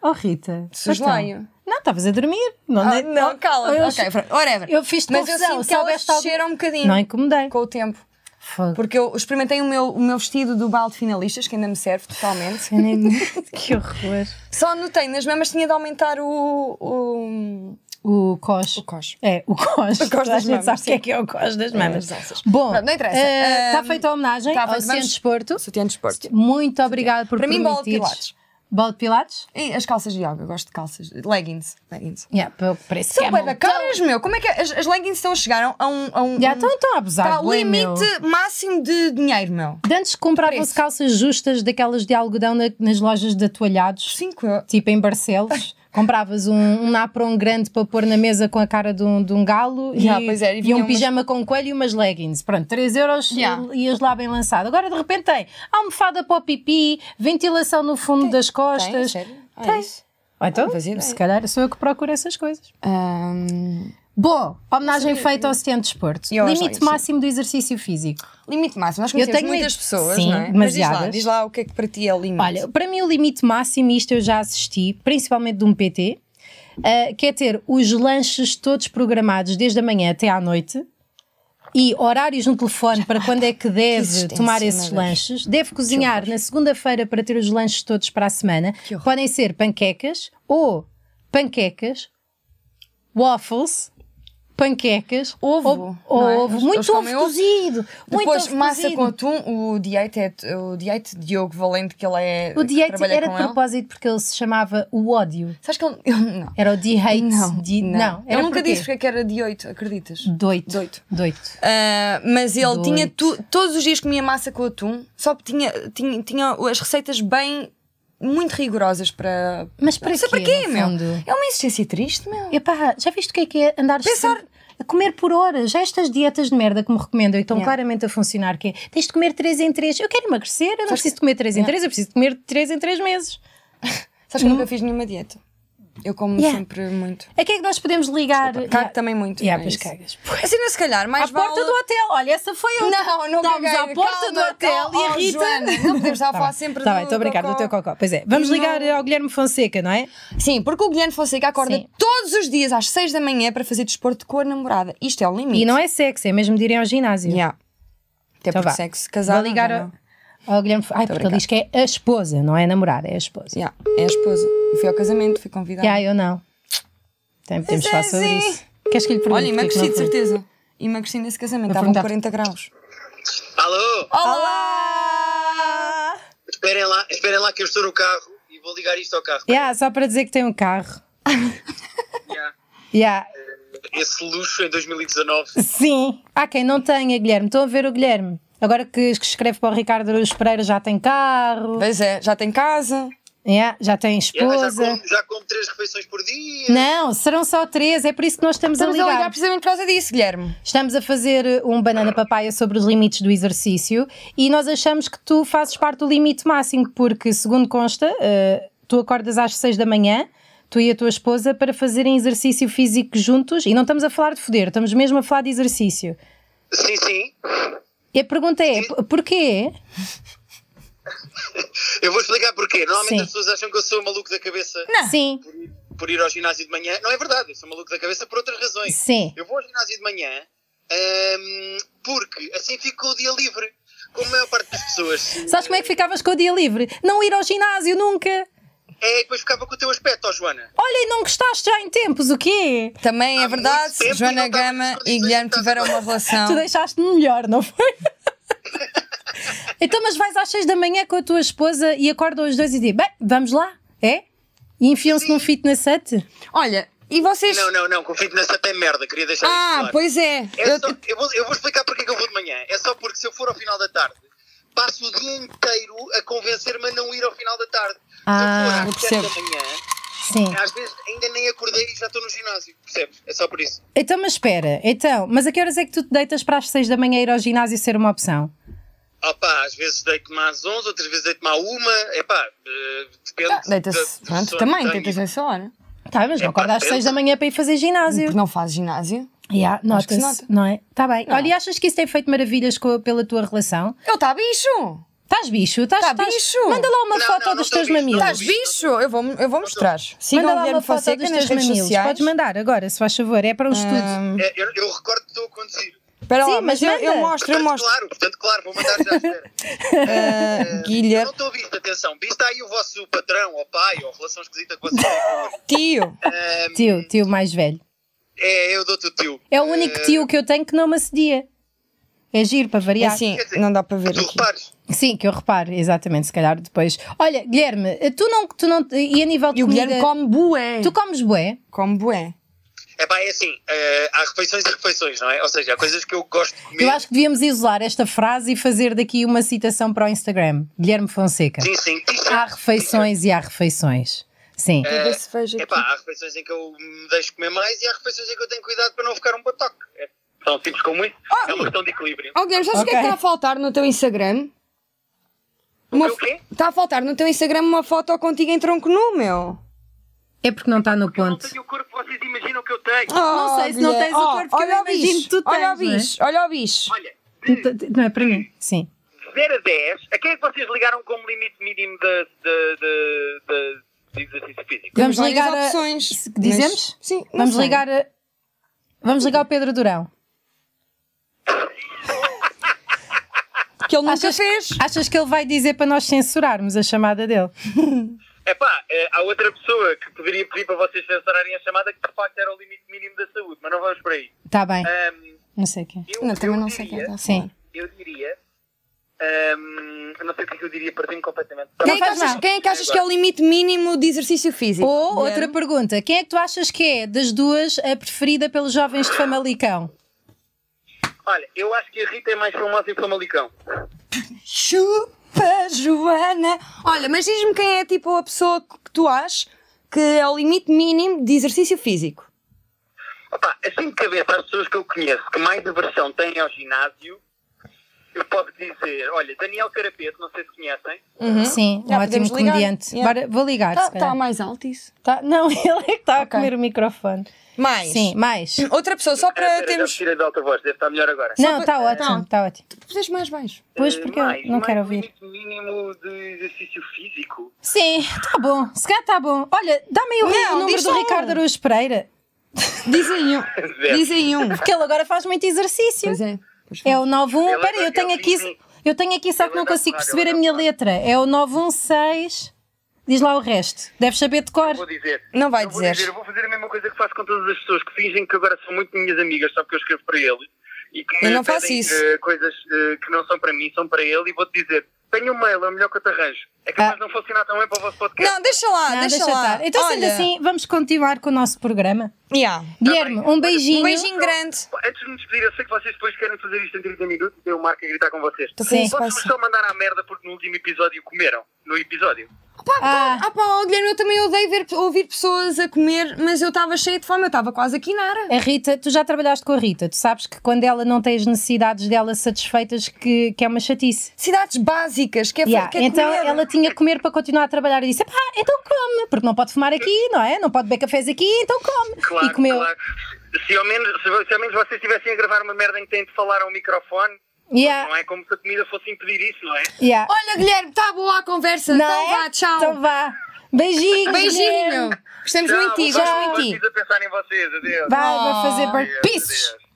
[SPEAKER 1] Oh, Rita.
[SPEAKER 2] Soslaio.
[SPEAKER 1] então. Não, estavas a dormir. Não,
[SPEAKER 2] Ah,
[SPEAKER 1] nem-
[SPEAKER 2] não, cala.
[SPEAKER 1] Oh, eu-
[SPEAKER 2] ok, pronto, whatever.
[SPEAKER 1] Eu fiz-te
[SPEAKER 2] Mas eu
[SPEAKER 1] confusão,
[SPEAKER 2] sinto que elas
[SPEAKER 1] soubeste algo-
[SPEAKER 2] desceram um bocadinho
[SPEAKER 1] Não é? incomodei.
[SPEAKER 2] com o tempo.
[SPEAKER 1] Fogo.
[SPEAKER 2] Porque eu experimentei o meu, o meu vestido do balde finalistas, que ainda me serve totalmente.
[SPEAKER 1] Eu nem- [LAUGHS] que horror.
[SPEAKER 2] Só notei nas mamas tinha de aumentar o. o,
[SPEAKER 1] O cos.
[SPEAKER 2] o cos.
[SPEAKER 1] É, o cos.
[SPEAKER 2] O cos
[SPEAKER 1] Toda a
[SPEAKER 2] das
[SPEAKER 1] gente sabe
[SPEAKER 2] mamas,
[SPEAKER 1] o que é
[SPEAKER 2] sim.
[SPEAKER 1] que é o cos das mamas.
[SPEAKER 2] as alças.
[SPEAKER 1] Bom,
[SPEAKER 2] Pronto, não interessa.
[SPEAKER 1] eh, está
[SPEAKER 2] Ahm,
[SPEAKER 1] feita a homenagem
[SPEAKER 2] está
[SPEAKER 1] ao
[SPEAKER 2] feito,
[SPEAKER 1] Centro
[SPEAKER 2] vamos-
[SPEAKER 1] de Desporto.
[SPEAKER 2] Sutiã de esporte.
[SPEAKER 1] Muito obrigada por
[SPEAKER 2] Para mim, bola de
[SPEAKER 1] permitires-
[SPEAKER 2] pilates.
[SPEAKER 1] Bola de pilates?
[SPEAKER 2] E as calças de yoga, eu gosto de calças. Leggings. leggings.
[SPEAKER 1] Yeah, pa- parece que
[SPEAKER 2] São
[SPEAKER 1] é
[SPEAKER 2] bem
[SPEAKER 1] mal.
[SPEAKER 2] bacanas, meu. Como é que é? as, as leggings estão chegaram a um. A um
[SPEAKER 1] Já estão, estão a então, abusar.
[SPEAKER 2] Está o
[SPEAKER 1] bué, meu.
[SPEAKER 2] limite máximo de dinheiro, meu.
[SPEAKER 1] De antes compravam-se
[SPEAKER 2] Preço.
[SPEAKER 1] calças justas daquelas de algodão na- nas lojas de atoalhados,
[SPEAKER 2] 5 euros.
[SPEAKER 1] tipo em
[SPEAKER 2] [LAUGHS]
[SPEAKER 1] Barcelos. Compravas um, um napron grande para pôr na mesa com a cara de um, de um galo
[SPEAKER 2] Yeah,
[SPEAKER 1] e,
[SPEAKER 2] pois era, e
[SPEAKER 1] e
[SPEAKER 2] vinha
[SPEAKER 1] um
[SPEAKER 2] umas-
[SPEAKER 1] pijama com coelho e umas leggings. Pronto, 3 euros
[SPEAKER 2] Yeah.
[SPEAKER 1] e ias lá bem lançado. Agora de repente tem almofada para o pipi, ventilação no fundo das costas.
[SPEAKER 2] Sério? Ah,
[SPEAKER 1] Tem.
[SPEAKER 2] isso.
[SPEAKER 1] Ou
[SPEAKER 2] Ah,
[SPEAKER 1] então,
[SPEAKER 2] não fazia ideia.
[SPEAKER 1] se calhar sou eu que procuro essas coisas.
[SPEAKER 2] Ahm,
[SPEAKER 1] Bom, homenagem feita ao Oceano de Desporto.
[SPEAKER 2] E aos
[SPEAKER 1] Limite
[SPEAKER 2] leggings, sim.
[SPEAKER 1] máximo do exercício físico.
[SPEAKER 2] limite máximo. Nós
[SPEAKER 1] Eu tenho
[SPEAKER 2] conhecemos muitas
[SPEAKER 1] medo.
[SPEAKER 2] pessoas,
[SPEAKER 1] Sim,
[SPEAKER 2] não é? Mas diz lá,
[SPEAKER 1] demasiadas.
[SPEAKER 2] diz lá o que é que para ti é o limite.
[SPEAKER 1] Olha, para mim o limite máximo, e isto eu já assisti, principalmente de um PT, ah, que é ter os lanches todos programados desde a manhã até à noite e horários no telefone para quando é
[SPEAKER 2] [LAUGHS]
[SPEAKER 1] que deve
[SPEAKER 2] existência,
[SPEAKER 1] tomar
[SPEAKER 2] meu
[SPEAKER 1] esses
[SPEAKER 2] Deus.
[SPEAKER 1] lanches. Deve cozinhar na segunda-feira para ter os lanches todos para a semana.
[SPEAKER 2] Que horror.
[SPEAKER 1] Podem ser panquecas ou panquecas, waffles, panquecas,
[SPEAKER 2] Ovo,
[SPEAKER 1] ovo,
[SPEAKER 2] não é?
[SPEAKER 1] ovo,
[SPEAKER 2] Eles- eles
[SPEAKER 1] muito ovo
[SPEAKER 2] comem ovo.
[SPEAKER 1] cozido. muito
[SPEAKER 2] Depois,
[SPEAKER 1] ovo
[SPEAKER 2] massa
[SPEAKER 1] cozido.
[SPEAKER 2] com atum, o diete, é, o diete Diogo Valente, que ele é.
[SPEAKER 1] O
[SPEAKER 2] que
[SPEAKER 1] diete
[SPEAKER 2] trabalha
[SPEAKER 1] era
[SPEAKER 2] com
[SPEAKER 1] de
[SPEAKER 2] ele.
[SPEAKER 1] propósito porque ele se chamava o ódio.
[SPEAKER 2] Sabes que ele. ele- Não.
[SPEAKER 1] Era o de hate.
[SPEAKER 2] Não,
[SPEAKER 1] É de-
[SPEAKER 2] não.
[SPEAKER 1] era
[SPEAKER 2] Ele nunca
[SPEAKER 1] porquê? Hum.
[SPEAKER 2] disse porque é que era de 8, acreditas?
[SPEAKER 1] Doito.
[SPEAKER 2] Doito.
[SPEAKER 1] Doito.
[SPEAKER 2] Ah, mas ele
[SPEAKER 1] Doito.
[SPEAKER 2] tinha tu- todos os dias comia massa com atum, só que tinha, tinha, tinha as receitas bem muito rigorosas para.
[SPEAKER 1] Mas para
[SPEAKER 2] Não sei
[SPEAKER 1] quê,
[SPEAKER 2] para quê,
[SPEAKER 1] no
[SPEAKER 2] meu?
[SPEAKER 1] fundo?
[SPEAKER 2] É uma existência triste, meu.
[SPEAKER 1] Epá, já viste o que é que é andar
[SPEAKER 2] Pensar-
[SPEAKER 1] sempre a comer por horas? Já estas dietas de merda que me recomendam e estão
[SPEAKER 2] Yeah.
[SPEAKER 1] claramente a funcionar, que é tens de comer 3 em 3. Eu quero emagrecer, eu não
[SPEAKER 2] Sabes-
[SPEAKER 1] preciso de comer 3 em
[SPEAKER 2] Yeah.
[SPEAKER 1] 3, eu preciso de comer 3 em 3 meses.
[SPEAKER 2] Sabes que eu nunca fiz nenhuma dieta. Eu como
[SPEAKER 1] Hum. Yeah.
[SPEAKER 2] sempre muito.
[SPEAKER 1] A que é que nós podemos ligar?
[SPEAKER 2] Cago
[SPEAKER 1] Yeah.
[SPEAKER 2] também muito.
[SPEAKER 1] Yeah,
[SPEAKER 2] é
[SPEAKER 1] pois
[SPEAKER 2] isso.
[SPEAKER 1] cagas.
[SPEAKER 2] Assim, não, se calhar, mais
[SPEAKER 1] À porta
[SPEAKER 2] vale-
[SPEAKER 1] do hotel, olha, essa foi a
[SPEAKER 2] Não, não
[SPEAKER 1] Estávamos
[SPEAKER 2] caguei.
[SPEAKER 1] à porta
[SPEAKER 2] Calma,
[SPEAKER 1] do hotel e a
[SPEAKER 2] calma. Oh,
[SPEAKER 1] Rita.
[SPEAKER 2] Joana, não podemos estar a
[SPEAKER 1] Tá
[SPEAKER 2] falar
[SPEAKER 1] bem.
[SPEAKER 2] sempre
[SPEAKER 1] Tá
[SPEAKER 2] do
[SPEAKER 1] bem, estou a brincar do
[SPEAKER 2] cocó.
[SPEAKER 1] teu cocó. Pois é, vamos
[SPEAKER 2] Não.
[SPEAKER 1] ligar ao Guilherme Fonseca, não é?
[SPEAKER 2] Sim, porque o Guilherme Fonseca acorda
[SPEAKER 1] Sim.
[SPEAKER 2] todos os dias às 6 da manhã para fazer desporto com a namorada. Isto é o limite.
[SPEAKER 1] E não é sexo, é mesmo de irem ao ginásio.
[SPEAKER 2] Yeah. Até
[SPEAKER 1] Então
[SPEAKER 2] porque
[SPEAKER 1] vá.
[SPEAKER 2] sexo
[SPEAKER 1] Vou
[SPEAKER 2] casado.
[SPEAKER 1] ligar
[SPEAKER 2] não,
[SPEAKER 1] ao,
[SPEAKER 2] não.
[SPEAKER 1] ao Guilherme Fonseca. Ai,
[SPEAKER 2] Tô
[SPEAKER 1] porque
[SPEAKER 2] a
[SPEAKER 1] ele diz que é a esposa, não é a namorada, é a esposa.
[SPEAKER 2] Yeah, É a esposa. Eu fui ao casamento, fui convidada.
[SPEAKER 1] Ah, eu não. Também podemos
[SPEAKER 2] Mas é
[SPEAKER 1] falar sobre
[SPEAKER 2] assim.
[SPEAKER 1] isso. Queres que lhe pergunte?
[SPEAKER 2] Olha,
[SPEAKER 1] porque é que
[SPEAKER 2] emagreci
[SPEAKER 1] não
[SPEAKER 2] de
[SPEAKER 1] foi?
[SPEAKER 2] certeza. Emagreci nesse casamento, estavam
[SPEAKER 1] perguntar-
[SPEAKER 2] 40 graus.
[SPEAKER 5] Alô?
[SPEAKER 2] Olá!
[SPEAKER 5] Esperem lá, esperem lá que eu estou no carro e vou ligar isto ao carro.
[SPEAKER 1] Yeah, só para dizer que tem um carro.
[SPEAKER 5] Yeah.
[SPEAKER 1] Yeah.
[SPEAKER 5] Esse luxo em 2019.
[SPEAKER 1] Sim. Há quem não tenha, Guilherme. Estão a ver o Guilherme. Agora que que escreve para o Ricardo Araújo Pereira já tem carro,
[SPEAKER 2] Pois é, já tem casa.
[SPEAKER 1] yeah, já tem
[SPEAKER 5] Yeah, já,
[SPEAKER 1] esposa.
[SPEAKER 5] como, já como três refeições por dia.
[SPEAKER 1] é. Não, serão só três, é por isso que nós estamos,
[SPEAKER 2] Estamos
[SPEAKER 1] a ligar.
[SPEAKER 2] precisamente por causa disso, Guilherme.
[SPEAKER 1] Estamos a fazer um banana papaya sobre os limites do exercício e nós achamos que tu fazes parte do limite máximo, porque, segundo consta, eh, tu acordas às seis da manhã, tu e a tua esposa, para fazerem exercício físico juntos e não estamos a falar de foder, estamos mesmo a falar de exercício.
[SPEAKER 5] Sim, sim.
[SPEAKER 1] E a pergunta é: p- porquê?
[SPEAKER 5] Eu vou explicar porquê. Normalmente
[SPEAKER 1] Sim.
[SPEAKER 5] as pessoas acham que eu sou um maluco da cabeça
[SPEAKER 1] Sim,
[SPEAKER 5] por ir ao ginásio de manhã. Não é verdade, eu sou maluco da cabeça por outras razões.
[SPEAKER 1] sim.
[SPEAKER 5] Eu vou ao ginásio de manhã ahm, porque assim fico com o dia livre. Como a maior parte das pessoas.
[SPEAKER 1] Sabes como é que ficavas com o dia livre? Não ir ao ginásio nunca!
[SPEAKER 5] É, e depois ficava com o teu aspecto, ó Joana.
[SPEAKER 1] Olha, e não gostaste já em tempos, o quê?
[SPEAKER 2] Também é
[SPEAKER 5] Há muito
[SPEAKER 2] verdade,
[SPEAKER 5] tempo e não
[SPEAKER 2] Joana
[SPEAKER 5] estava nas
[SPEAKER 2] Gama e
[SPEAKER 5] condições
[SPEAKER 2] Guilherme
[SPEAKER 5] que estava.
[SPEAKER 2] tiveram uma relação.
[SPEAKER 1] Tu deixaste-me melhor, não [LAUGHS] foi? então, mas vais às seis da manhã com a tua esposa e acordam os dois e dizem: Bem, vamos lá, é? E enfiam-se num fitness set?
[SPEAKER 2] Olha, e vocês.
[SPEAKER 5] Não, não, não, com o fitness até merda, queria deixar isso
[SPEAKER 2] ah,
[SPEAKER 5] claro.
[SPEAKER 2] pois é.
[SPEAKER 5] É
[SPEAKER 2] Eu-
[SPEAKER 5] só- eu, vou, eu vou explicar porque é que eu vou de manhã. É só porque se eu for ao final da tarde, passo o dia inteiro a convencer-me a não ir ao final da tarde.
[SPEAKER 1] Ah,
[SPEAKER 5] se eu for às
[SPEAKER 2] eu
[SPEAKER 5] sete da manhã,
[SPEAKER 1] Sim.
[SPEAKER 5] às vezes ainda nem acordei e já estou no ginásio, percebes? É só por isso.
[SPEAKER 1] Então, mas espera, então, mas a que horas é que tu te deitas para às seis da manhã ir ao ginásio ser uma opção?
[SPEAKER 5] Opa, às vezes deito-me às 11, outras vezes deito-me à 1, epá, eh, depende. da-
[SPEAKER 2] Ah, Deita-se.
[SPEAKER 5] do
[SPEAKER 2] Pronto,
[SPEAKER 5] sono
[SPEAKER 2] também,
[SPEAKER 5] que tenho.
[SPEAKER 2] deitas essa hora.
[SPEAKER 1] Tá, mas não
[SPEAKER 5] É
[SPEAKER 1] acordas às
[SPEAKER 5] pá,
[SPEAKER 1] seis da manhã para ir fazer ginásio.
[SPEAKER 2] Porque não faz ginásio.
[SPEAKER 1] Yeah,
[SPEAKER 2] Acho que se
[SPEAKER 1] Nota-se,
[SPEAKER 2] nota.
[SPEAKER 1] não é? Tá bem. Olha, e achas que isso tem feito maravilhas co- pela tua relação?
[SPEAKER 2] Ele está tá bicho!
[SPEAKER 1] Estás bicho? Estás
[SPEAKER 2] Tá
[SPEAKER 1] estás-
[SPEAKER 2] bicho.
[SPEAKER 1] Manda lá uma
[SPEAKER 5] Não,
[SPEAKER 1] foto
[SPEAKER 5] não, não
[SPEAKER 1] dos
[SPEAKER 5] tô
[SPEAKER 1] teus
[SPEAKER 5] bicho,
[SPEAKER 1] mamilos.
[SPEAKER 5] não tô
[SPEAKER 2] Estás bicho! Eu vou, eu vou mostrar. Sigam
[SPEAKER 1] Manda
[SPEAKER 2] o
[SPEAKER 1] lá uma
[SPEAKER 2] Guilherme
[SPEAKER 1] foto
[SPEAKER 2] Fonseca
[SPEAKER 1] dos
[SPEAKER 2] nas
[SPEAKER 1] teus
[SPEAKER 2] redes
[SPEAKER 1] mamilos.
[SPEAKER 2] sociais.
[SPEAKER 1] Podes mandar agora, se faz favor. É para um estudo.
[SPEAKER 5] É, eu, eu recordo que estou a conduzir.
[SPEAKER 2] Espera lá,
[SPEAKER 1] Sim,
[SPEAKER 2] mas
[SPEAKER 1] mas
[SPEAKER 2] eu,
[SPEAKER 1] manda.
[SPEAKER 2] eu mostro, eu
[SPEAKER 5] Portanto,
[SPEAKER 2] mostro.
[SPEAKER 5] claro, portanto, claro, vou mandar já
[SPEAKER 2] [LAUGHS]
[SPEAKER 5] à espera.
[SPEAKER 2] Ah,
[SPEAKER 5] Eu não
[SPEAKER 2] Guilherme,
[SPEAKER 5] estou a visto, atenção. Visto aí o vosso patrão, ou pai, ou relação esquisita
[SPEAKER 2] [LAUGHS]
[SPEAKER 5] que vocês têm com hoje.
[SPEAKER 1] [LAUGHS]
[SPEAKER 2] tio.
[SPEAKER 1] Tio, tio mais velho.
[SPEAKER 5] É, eu dou-te o tio.
[SPEAKER 1] É o
[SPEAKER 2] eh,
[SPEAKER 1] único tio que eu tenho que não me assedia. É giro para
[SPEAKER 2] É
[SPEAKER 1] variar.
[SPEAKER 2] assim, não dá para ver
[SPEAKER 5] Tu
[SPEAKER 2] aqui.
[SPEAKER 5] repares.
[SPEAKER 1] Sim, que eu reparo, exatamente, se calhar depois. Olha, Guilherme, eh, tu não. Tu não e a nível de
[SPEAKER 2] E o
[SPEAKER 1] comida.
[SPEAKER 2] Guilherme come bué.
[SPEAKER 1] Tu comes bué?
[SPEAKER 2] Come bué.
[SPEAKER 5] É pá, é assim, eh, há refeições e refeições, não é? Ou seja, há coisas que eu gosto de comer.
[SPEAKER 1] Eu acho que devíamos isolar esta frase e fazer daqui uma citação para o Instagram. Guilherme Fonseca.
[SPEAKER 5] Sim, sim. é
[SPEAKER 1] Há refeições e há refeições. Sim.
[SPEAKER 2] Para ver se vejo
[SPEAKER 5] É
[SPEAKER 2] aqui.
[SPEAKER 5] pá, há refeições em que eu me deixo comer mais e há refeições em que eu tenho cuidado para não ficar um batoque. É, são simples como isso. É uma questão de equilíbrio.
[SPEAKER 2] Oh, Guilherme, sabes o que é que
[SPEAKER 1] Ok.
[SPEAKER 2] está a faltar no teu Instagram? Uma
[SPEAKER 5] meu
[SPEAKER 2] fo-
[SPEAKER 5] quê?
[SPEAKER 2] Está a faltar no teu Instagram uma foto contigo em tronco nu, meu.
[SPEAKER 1] É porque não está no
[SPEAKER 5] Eu não
[SPEAKER 1] ponto. Oh.
[SPEAKER 5] tenho o corpo que vocês imaginam que eu tenho.
[SPEAKER 1] Não sei se não
[SPEAKER 2] Guilherme.
[SPEAKER 1] tens o corpo que eu
[SPEAKER 2] olha o
[SPEAKER 1] imagino
[SPEAKER 2] bicho,
[SPEAKER 1] que tu
[SPEAKER 2] Olha o
[SPEAKER 1] tens, não é?
[SPEAKER 2] bicho, olha o bicho.
[SPEAKER 5] Olha,
[SPEAKER 1] Não é para mim? Sim.
[SPEAKER 5] 0 a 10, a quem é que vocês ligaram como limite mínimo de, de, de- de- de exercício físico?
[SPEAKER 1] Vamos
[SPEAKER 2] Temos
[SPEAKER 1] ligar
[SPEAKER 2] várias
[SPEAKER 1] a-
[SPEAKER 2] opções.
[SPEAKER 1] se- dizemos?
[SPEAKER 2] Mas- Sim, não
[SPEAKER 1] Vamos
[SPEAKER 2] sei.
[SPEAKER 1] ligar a- Vamos ligar ao Pedro Durão.
[SPEAKER 2] Que ele nunca
[SPEAKER 1] Achas-
[SPEAKER 2] fez.
[SPEAKER 1] Achas que ele vai dizer para nós censurarmos a chamada dele?
[SPEAKER 5] Epá, eh, há outra pessoa que poderia pedir para vocês censurarem a chamada que de facto era o limite mínimo da saúde, mas não vamos por aí.
[SPEAKER 1] Está Tá bem,
[SPEAKER 5] Ahm,
[SPEAKER 1] não sei o quê.
[SPEAKER 5] eu,
[SPEAKER 2] Não, também
[SPEAKER 5] eu
[SPEAKER 2] não sei quem é. está
[SPEAKER 5] diria-
[SPEAKER 2] a
[SPEAKER 1] Sim.
[SPEAKER 5] Eu diria. ahm, eu não sei o que é que eu diria, perdi-me completamente.
[SPEAKER 2] Quem é, que
[SPEAKER 1] faz
[SPEAKER 2] achas,
[SPEAKER 1] mal.
[SPEAKER 2] quem é que achas que é o limite mínimo de exercício físico?
[SPEAKER 1] Ou
[SPEAKER 2] Guilherme?
[SPEAKER 1] outra pergunta: quem é que tu achas que é das duas a preferida pelos jovens de Famalicão?
[SPEAKER 5] Olha, eu acho que a Rita é mais famosa em Famalicão.
[SPEAKER 2] Chupa, Joana! Olha, mas diz-me quem é tipo a pessoa que tu achas que é o limite mínimo de exercício físico.
[SPEAKER 5] Opa, assim de cabeça, as pessoas que eu conheço que mais aversão têm ao ginásio, eu posso dizer, olha, Daniel Carapeto, não sei se conhecem,
[SPEAKER 2] Uhum.
[SPEAKER 1] Sim, um
[SPEAKER 2] Já
[SPEAKER 1] ótimo
[SPEAKER 2] podemos ligar.
[SPEAKER 1] comediante.
[SPEAKER 2] Yeah.
[SPEAKER 1] Bora, vou ligar. se calhar.
[SPEAKER 2] mais alto isso.
[SPEAKER 1] Tá- não, [LAUGHS] ele é que está a
[SPEAKER 2] Ok.
[SPEAKER 1] comer o microfone.
[SPEAKER 2] Mais.
[SPEAKER 1] Sim, mais.
[SPEAKER 2] Outra pessoa, só
[SPEAKER 5] [LAUGHS] Espera,
[SPEAKER 2] para
[SPEAKER 5] espera, já
[SPEAKER 2] termos.
[SPEAKER 5] tira de alta voz, deve estar melhor agora.
[SPEAKER 1] Não, está
[SPEAKER 2] pa-
[SPEAKER 1] ótimo, está ótimo.
[SPEAKER 2] Podes mais baixo.
[SPEAKER 1] Pois
[SPEAKER 5] Eh,
[SPEAKER 1] porque eu não
[SPEAKER 2] um
[SPEAKER 1] quero ouvir.
[SPEAKER 5] limite mínimo de exercício físico.
[SPEAKER 1] Sim, está bom. Se calhar está bom. Olha, dá-me aí o,
[SPEAKER 2] Não,
[SPEAKER 1] o número
[SPEAKER 2] diz
[SPEAKER 1] do
[SPEAKER 2] só um.
[SPEAKER 1] Ricardo Araújo Pereira,
[SPEAKER 2] Dizem um. Dizem um.
[SPEAKER 1] porque ele agora faz muito exercício.
[SPEAKER 2] Pois é. Pois
[SPEAKER 1] É o 91.
[SPEAKER 5] Ele
[SPEAKER 1] Espera,
[SPEAKER 5] é
[SPEAKER 1] eu tenho aqui.
[SPEAKER 5] daquele
[SPEAKER 1] Eu tenho aqui, só
[SPEAKER 5] Ele
[SPEAKER 1] que não
[SPEAKER 5] é da
[SPEAKER 1] consigo
[SPEAKER 5] Ferrari,
[SPEAKER 1] perceber
[SPEAKER 5] ele
[SPEAKER 1] a
[SPEAKER 5] é da
[SPEAKER 1] minha
[SPEAKER 5] Ferrari.
[SPEAKER 1] letra. É o 916. Diz lá o resto. Deves saber de cor.
[SPEAKER 5] Vou dizer.
[SPEAKER 2] Não vai
[SPEAKER 5] Eu vou
[SPEAKER 2] dizer.
[SPEAKER 5] dizer. eu Vou fazer a mesma coisa que faço com todas as pessoas que fingem que agora são muito minhas amigas, só porque eu escrevo para eles. E que me
[SPEAKER 2] Eu não
[SPEAKER 5] pedem,
[SPEAKER 2] faço isso.
[SPEAKER 5] eh, coisas eh, que não são para mim, são para ele. E vou-te dizer: tenho um mail, é o melhor que eu te arranjo. É capaz de não funcionar tão bem para o vosso podcast.
[SPEAKER 2] Ah. Não, deixa lá,
[SPEAKER 1] Não,
[SPEAKER 2] Ah, deixa, lá.
[SPEAKER 1] estar. Então, sendo
[SPEAKER 2] Olha.
[SPEAKER 1] assim, vamos continuar com o nosso programa.
[SPEAKER 5] Tá
[SPEAKER 2] Yeah.
[SPEAKER 1] Guilherme, um beijinho.
[SPEAKER 2] Um beijinho grande.
[SPEAKER 5] Antes de me despedir, eu sei que vocês depois querem fazer isto em 30 minutos. Eu marco a gritar com vocês.
[SPEAKER 2] Tô com
[SPEAKER 1] Sim.
[SPEAKER 2] isso,
[SPEAKER 5] Posso
[SPEAKER 2] passa.
[SPEAKER 5] só mandar à merda porque no último episódio comeram? No episódio?
[SPEAKER 1] Ah,
[SPEAKER 2] Ah pá, oh, Guilherme, eu também odeio ver- ouvir pessoas a comer, mas eu estava cheia de fome, eu estava quase aqui na
[SPEAKER 1] a Rita, tu já trabalhaste com a Rita. Tu sabes que quando ela não tem as necessidades dela satisfeitas, que, que é uma chatice.
[SPEAKER 2] Cidades básicas, que é, fa-
[SPEAKER 1] Yeah,
[SPEAKER 2] que é
[SPEAKER 1] Então
[SPEAKER 2] comer.
[SPEAKER 1] ela tinha que comer para continuar a trabalhar e disse: pá, então come, porque não pode fumar aqui, não é? Não pode beber cafés aqui, então come.
[SPEAKER 5] Claro,
[SPEAKER 1] e comeu.
[SPEAKER 5] claro. Se, ao menos, se, se ao menos vocês estivessem a gravar uma merda em que têm de falar ao microfone,
[SPEAKER 1] Yeah,
[SPEAKER 2] Ah.
[SPEAKER 5] não é como se a comida fosse impedir isso, não é?
[SPEAKER 1] yeah.
[SPEAKER 2] Olha, Guilherme, está boa a
[SPEAKER 1] tá-
[SPEAKER 2] conversa.
[SPEAKER 1] Não
[SPEAKER 2] então
[SPEAKER 1] é?
[SPEAKER 2] vá, tchau.
[SPEAKER 1] Então vá. Beijinho.
[SPEAKER 2] Beijinho,
[SPEAKER 1] Guilherme.
[SPEAKER 2] meu. Gostamos muito de ti,
[SPEAKER 5] vocês-
[SPEAKER 2] gosto muito de ti.
[SPEAKER 5] vocês a pensar em vocês, adeus.
[SPEAKER 1] Vai, vai fazer
[SPEAKER 2] Oh.
[SPEAKER 1] bird
[SPEAKER 5] Adeus,
[SPEAKER 1] pieces.
[SPEAKER 5] adeus.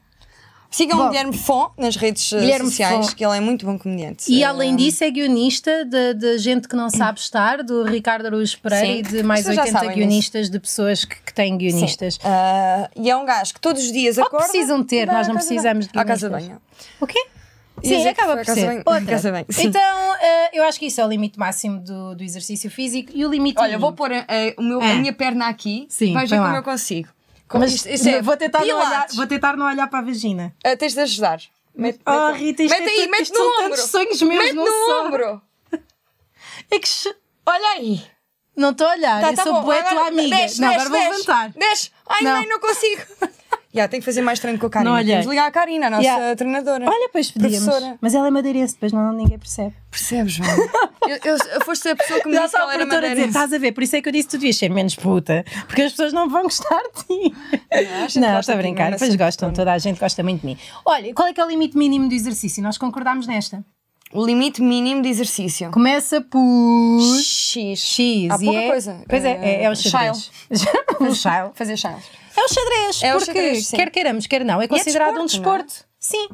[SPEAKER 2] Sigam
[SPEAKER 1] Bom.
[SPEAKER 2] o Guilherme Fon nas redes eh,
[SPEAKER 1] Guilherme
[SPEAKER 2] sociais,
[SPEAKER 1] Fon.
[SPEAKER 2] que ele é muito bom comediante.
[SPEAKER 1] E
[SPEAKER 2] Eh,
[SPEAKER 1] além disso, é guionista de, de gente que não sabe estar, do Ricardo Araújo Pereira
[SPEAKER 2] Sim.
[SPEAKER 1] e de mais
[SPEAKER 2] Vocês já
[SPEAKER 1] 80
[SPEAKER 2] sabem
[SPEAKER 1] guionistas, de pessoas que, que têm guionistas.
[SPEAKER 2] ah, e é um gajo que todos os dias
[SPEAKER 1] Ou
[SPEAKER 2] acorda.
[SPEAKER 1] precisam ter,
[SPEAKER 2] vai
[SPEAKER 1] nós
[SPEAKER 2] à
[SPEAKER 1] não
[SPEAKER 2] casa de
[SPEAKER 1] precisamos
[SPEAKER 2] banho.
[SPEAKER 1] de
[SPEAKER 2] À casa de
[SPEAKER 1] guionistas.
[SPEAKER 2] banho.
[SPEAKER 1] O quê?
[SPEAKER 2] Ia
[SPEAKER 1] Sim,
[SPEAKER 2] dizer
[SPEAKER 1] acaba por
[SPEAKER 2] que foi a
[SPEAKER 1] ser.
[SPEAKER 2] casa bem-
[SPEAKER 1] Outra.
[SPEAKER 2] casa bem, sim.
[SPEAKER 1] Então, eh, eu acho que isso é o limite máximo do, do exercício físico e o limite.
[SPEAKER 2] Olha,
[SPEAKER 1] mínimo.
[SPEAKER 2] vou pôr a, a- o meu- a
[SPEAKER 1] É.
[SPEAKER 2] minha perna aqui.
[SPEAKER 1] Sim,
[SPEAKER 2] vais ver
[SPEAKER 1] vai
[SPEAKER 2] como
[SPEAKER 1] lá.
[SPEAKER 2] eu consigo. Com
[SPEAKER 1] Mas
[SPEAKER 2] isto- isto é
[SPEAKER 1] vou, tentar não olhar,
[SPEAKER 2] pilates.
[SPEAKER 1] vou tentar não olhar para a vagina.
[SPEAKER 2] Ah, tens de ajudar. Mete,
[SPEAKER 1] Oh,
[SPEAKER 2] mete-
[SPEAKER 1] Rita, isto é
[SPEAKER 2] mete aí,
[SPEAKER 1] tanto-
[SPEAKER 2] mete
[SPEAKER 1] isto
[SPEAKER 2] no
[SPEAKER 1] são
[SPEAKER 2] ombro.
[SPEAKER 1] tantos sonhos meus
[SPEAKER 2] mete
[SPEAKER 1] não
[SPEAKER 2] no
[SPEAKER 1] são.
[SPEAKER 2] ombro.
[SPEAKER 1] É que. ch-
[SPEAKER 2] Olha aí.
[SPEAKER 1] Não estou a olhar,
[SPEAKER 2] Tá,
[SPEAKER 1] eu sou bué tua amiga.
[SPEAKER 2] Desce,
[SPEAKER 1] não,
[SPEAKER 2] desce,
[SPEAKER 1] agora vou
[SPEAKER 2] desce,
[SPEAKER 1] levantar.
[SPEAKER 2] Desce. Ai,
[SPEAKER 1] Não.
[SPEAKER 2] não. mãe,
[SPEAKER 1] [LAUGHS]
[SPEAKER 2] não consigo. Já, tenho que fazer mais treino com a Karina.
[SPEAKER 1] Não olhei.
[SPEAKER 2] Temos de ligar a Karina, a nossa
[SPEAKER 1] Yeah.
[SPEAKER 2] treinadora.
[SPEAKER 1] Olha, pois pedíamos.
[SPEAKER 2] Professora.
[SPEAKER 1] Mas ela é madeirense, depois não, ninguém percebe.
[SPEAKER 2] Percebes,
[SPEAKER 1] [LAUGHS]
[SPEAKER 2] João? eu, eu, eu foste a pessoa que me
[SPEAKER 1] Já
[SPEAKER 2] disse
[SPEAKER 1] está
[SPEAKER 2] que
[SPEAKER 1] a
[SPEAKER 2] ela era
[SPEAKER 1] produtora a dizer,
[SPEAKER 2] madeirense.
[SPEAKER 1] estás a ver, por isso é que eu disse que tu devias ser menos puta, porque as pessoas não vão gostar de ti.
[SPEAKER 2] a gente
[SPEAKER 1] Não,
[SPEAKER 2] gosta
[SPEAKER 1] estou a
[SPEAKER 2] de ti,
[SPEAKER 1] brincar,
[SPEAKER 2] mesmo
[SPEAKER 1] depois
[SPEAKER 2] assim,
[SPEAKER 1] gostam,
[SPEAKER 2] pronto.
[SPEAKER 1] toda a gente gosta muito de mim. Olha, qual é que é o limite mínimo do exercício? Nós concordámos nesta.
[SPEAKER 2] O limite mínimo de exercício.
[SPEAKER 1] Começa por.
[SPEAKER 2] X.
[SPEAKER 1] X.
[SPEAKER 2] Há
[SPEAKER 1] e
[SPEAKER 2] pouca
[SPEAKER 1] é...
[SPEAKER 2] coisa. Eh,
[SPEAKER 1] Pois é, é, é o
[SPEAKER 2] Shile.
[SPEAKER 1] xadrez. [LAUGHS] o shile.
[SPEAKER 2] Fazer chales.
[SPEAKER 1] É o xadrez,
[SPEAKER 2] É o
[SPEAKER 1] porque
[SPEAKER 2] xadrez, sim.
[SPEAKER 1] quer queiramos, quer não, é considerado
[SPEAKER 2] desporto, não
[SPEAKER 1] um
[SPEAKER 2] é?
[SPEAKER 1] desporto. Sim.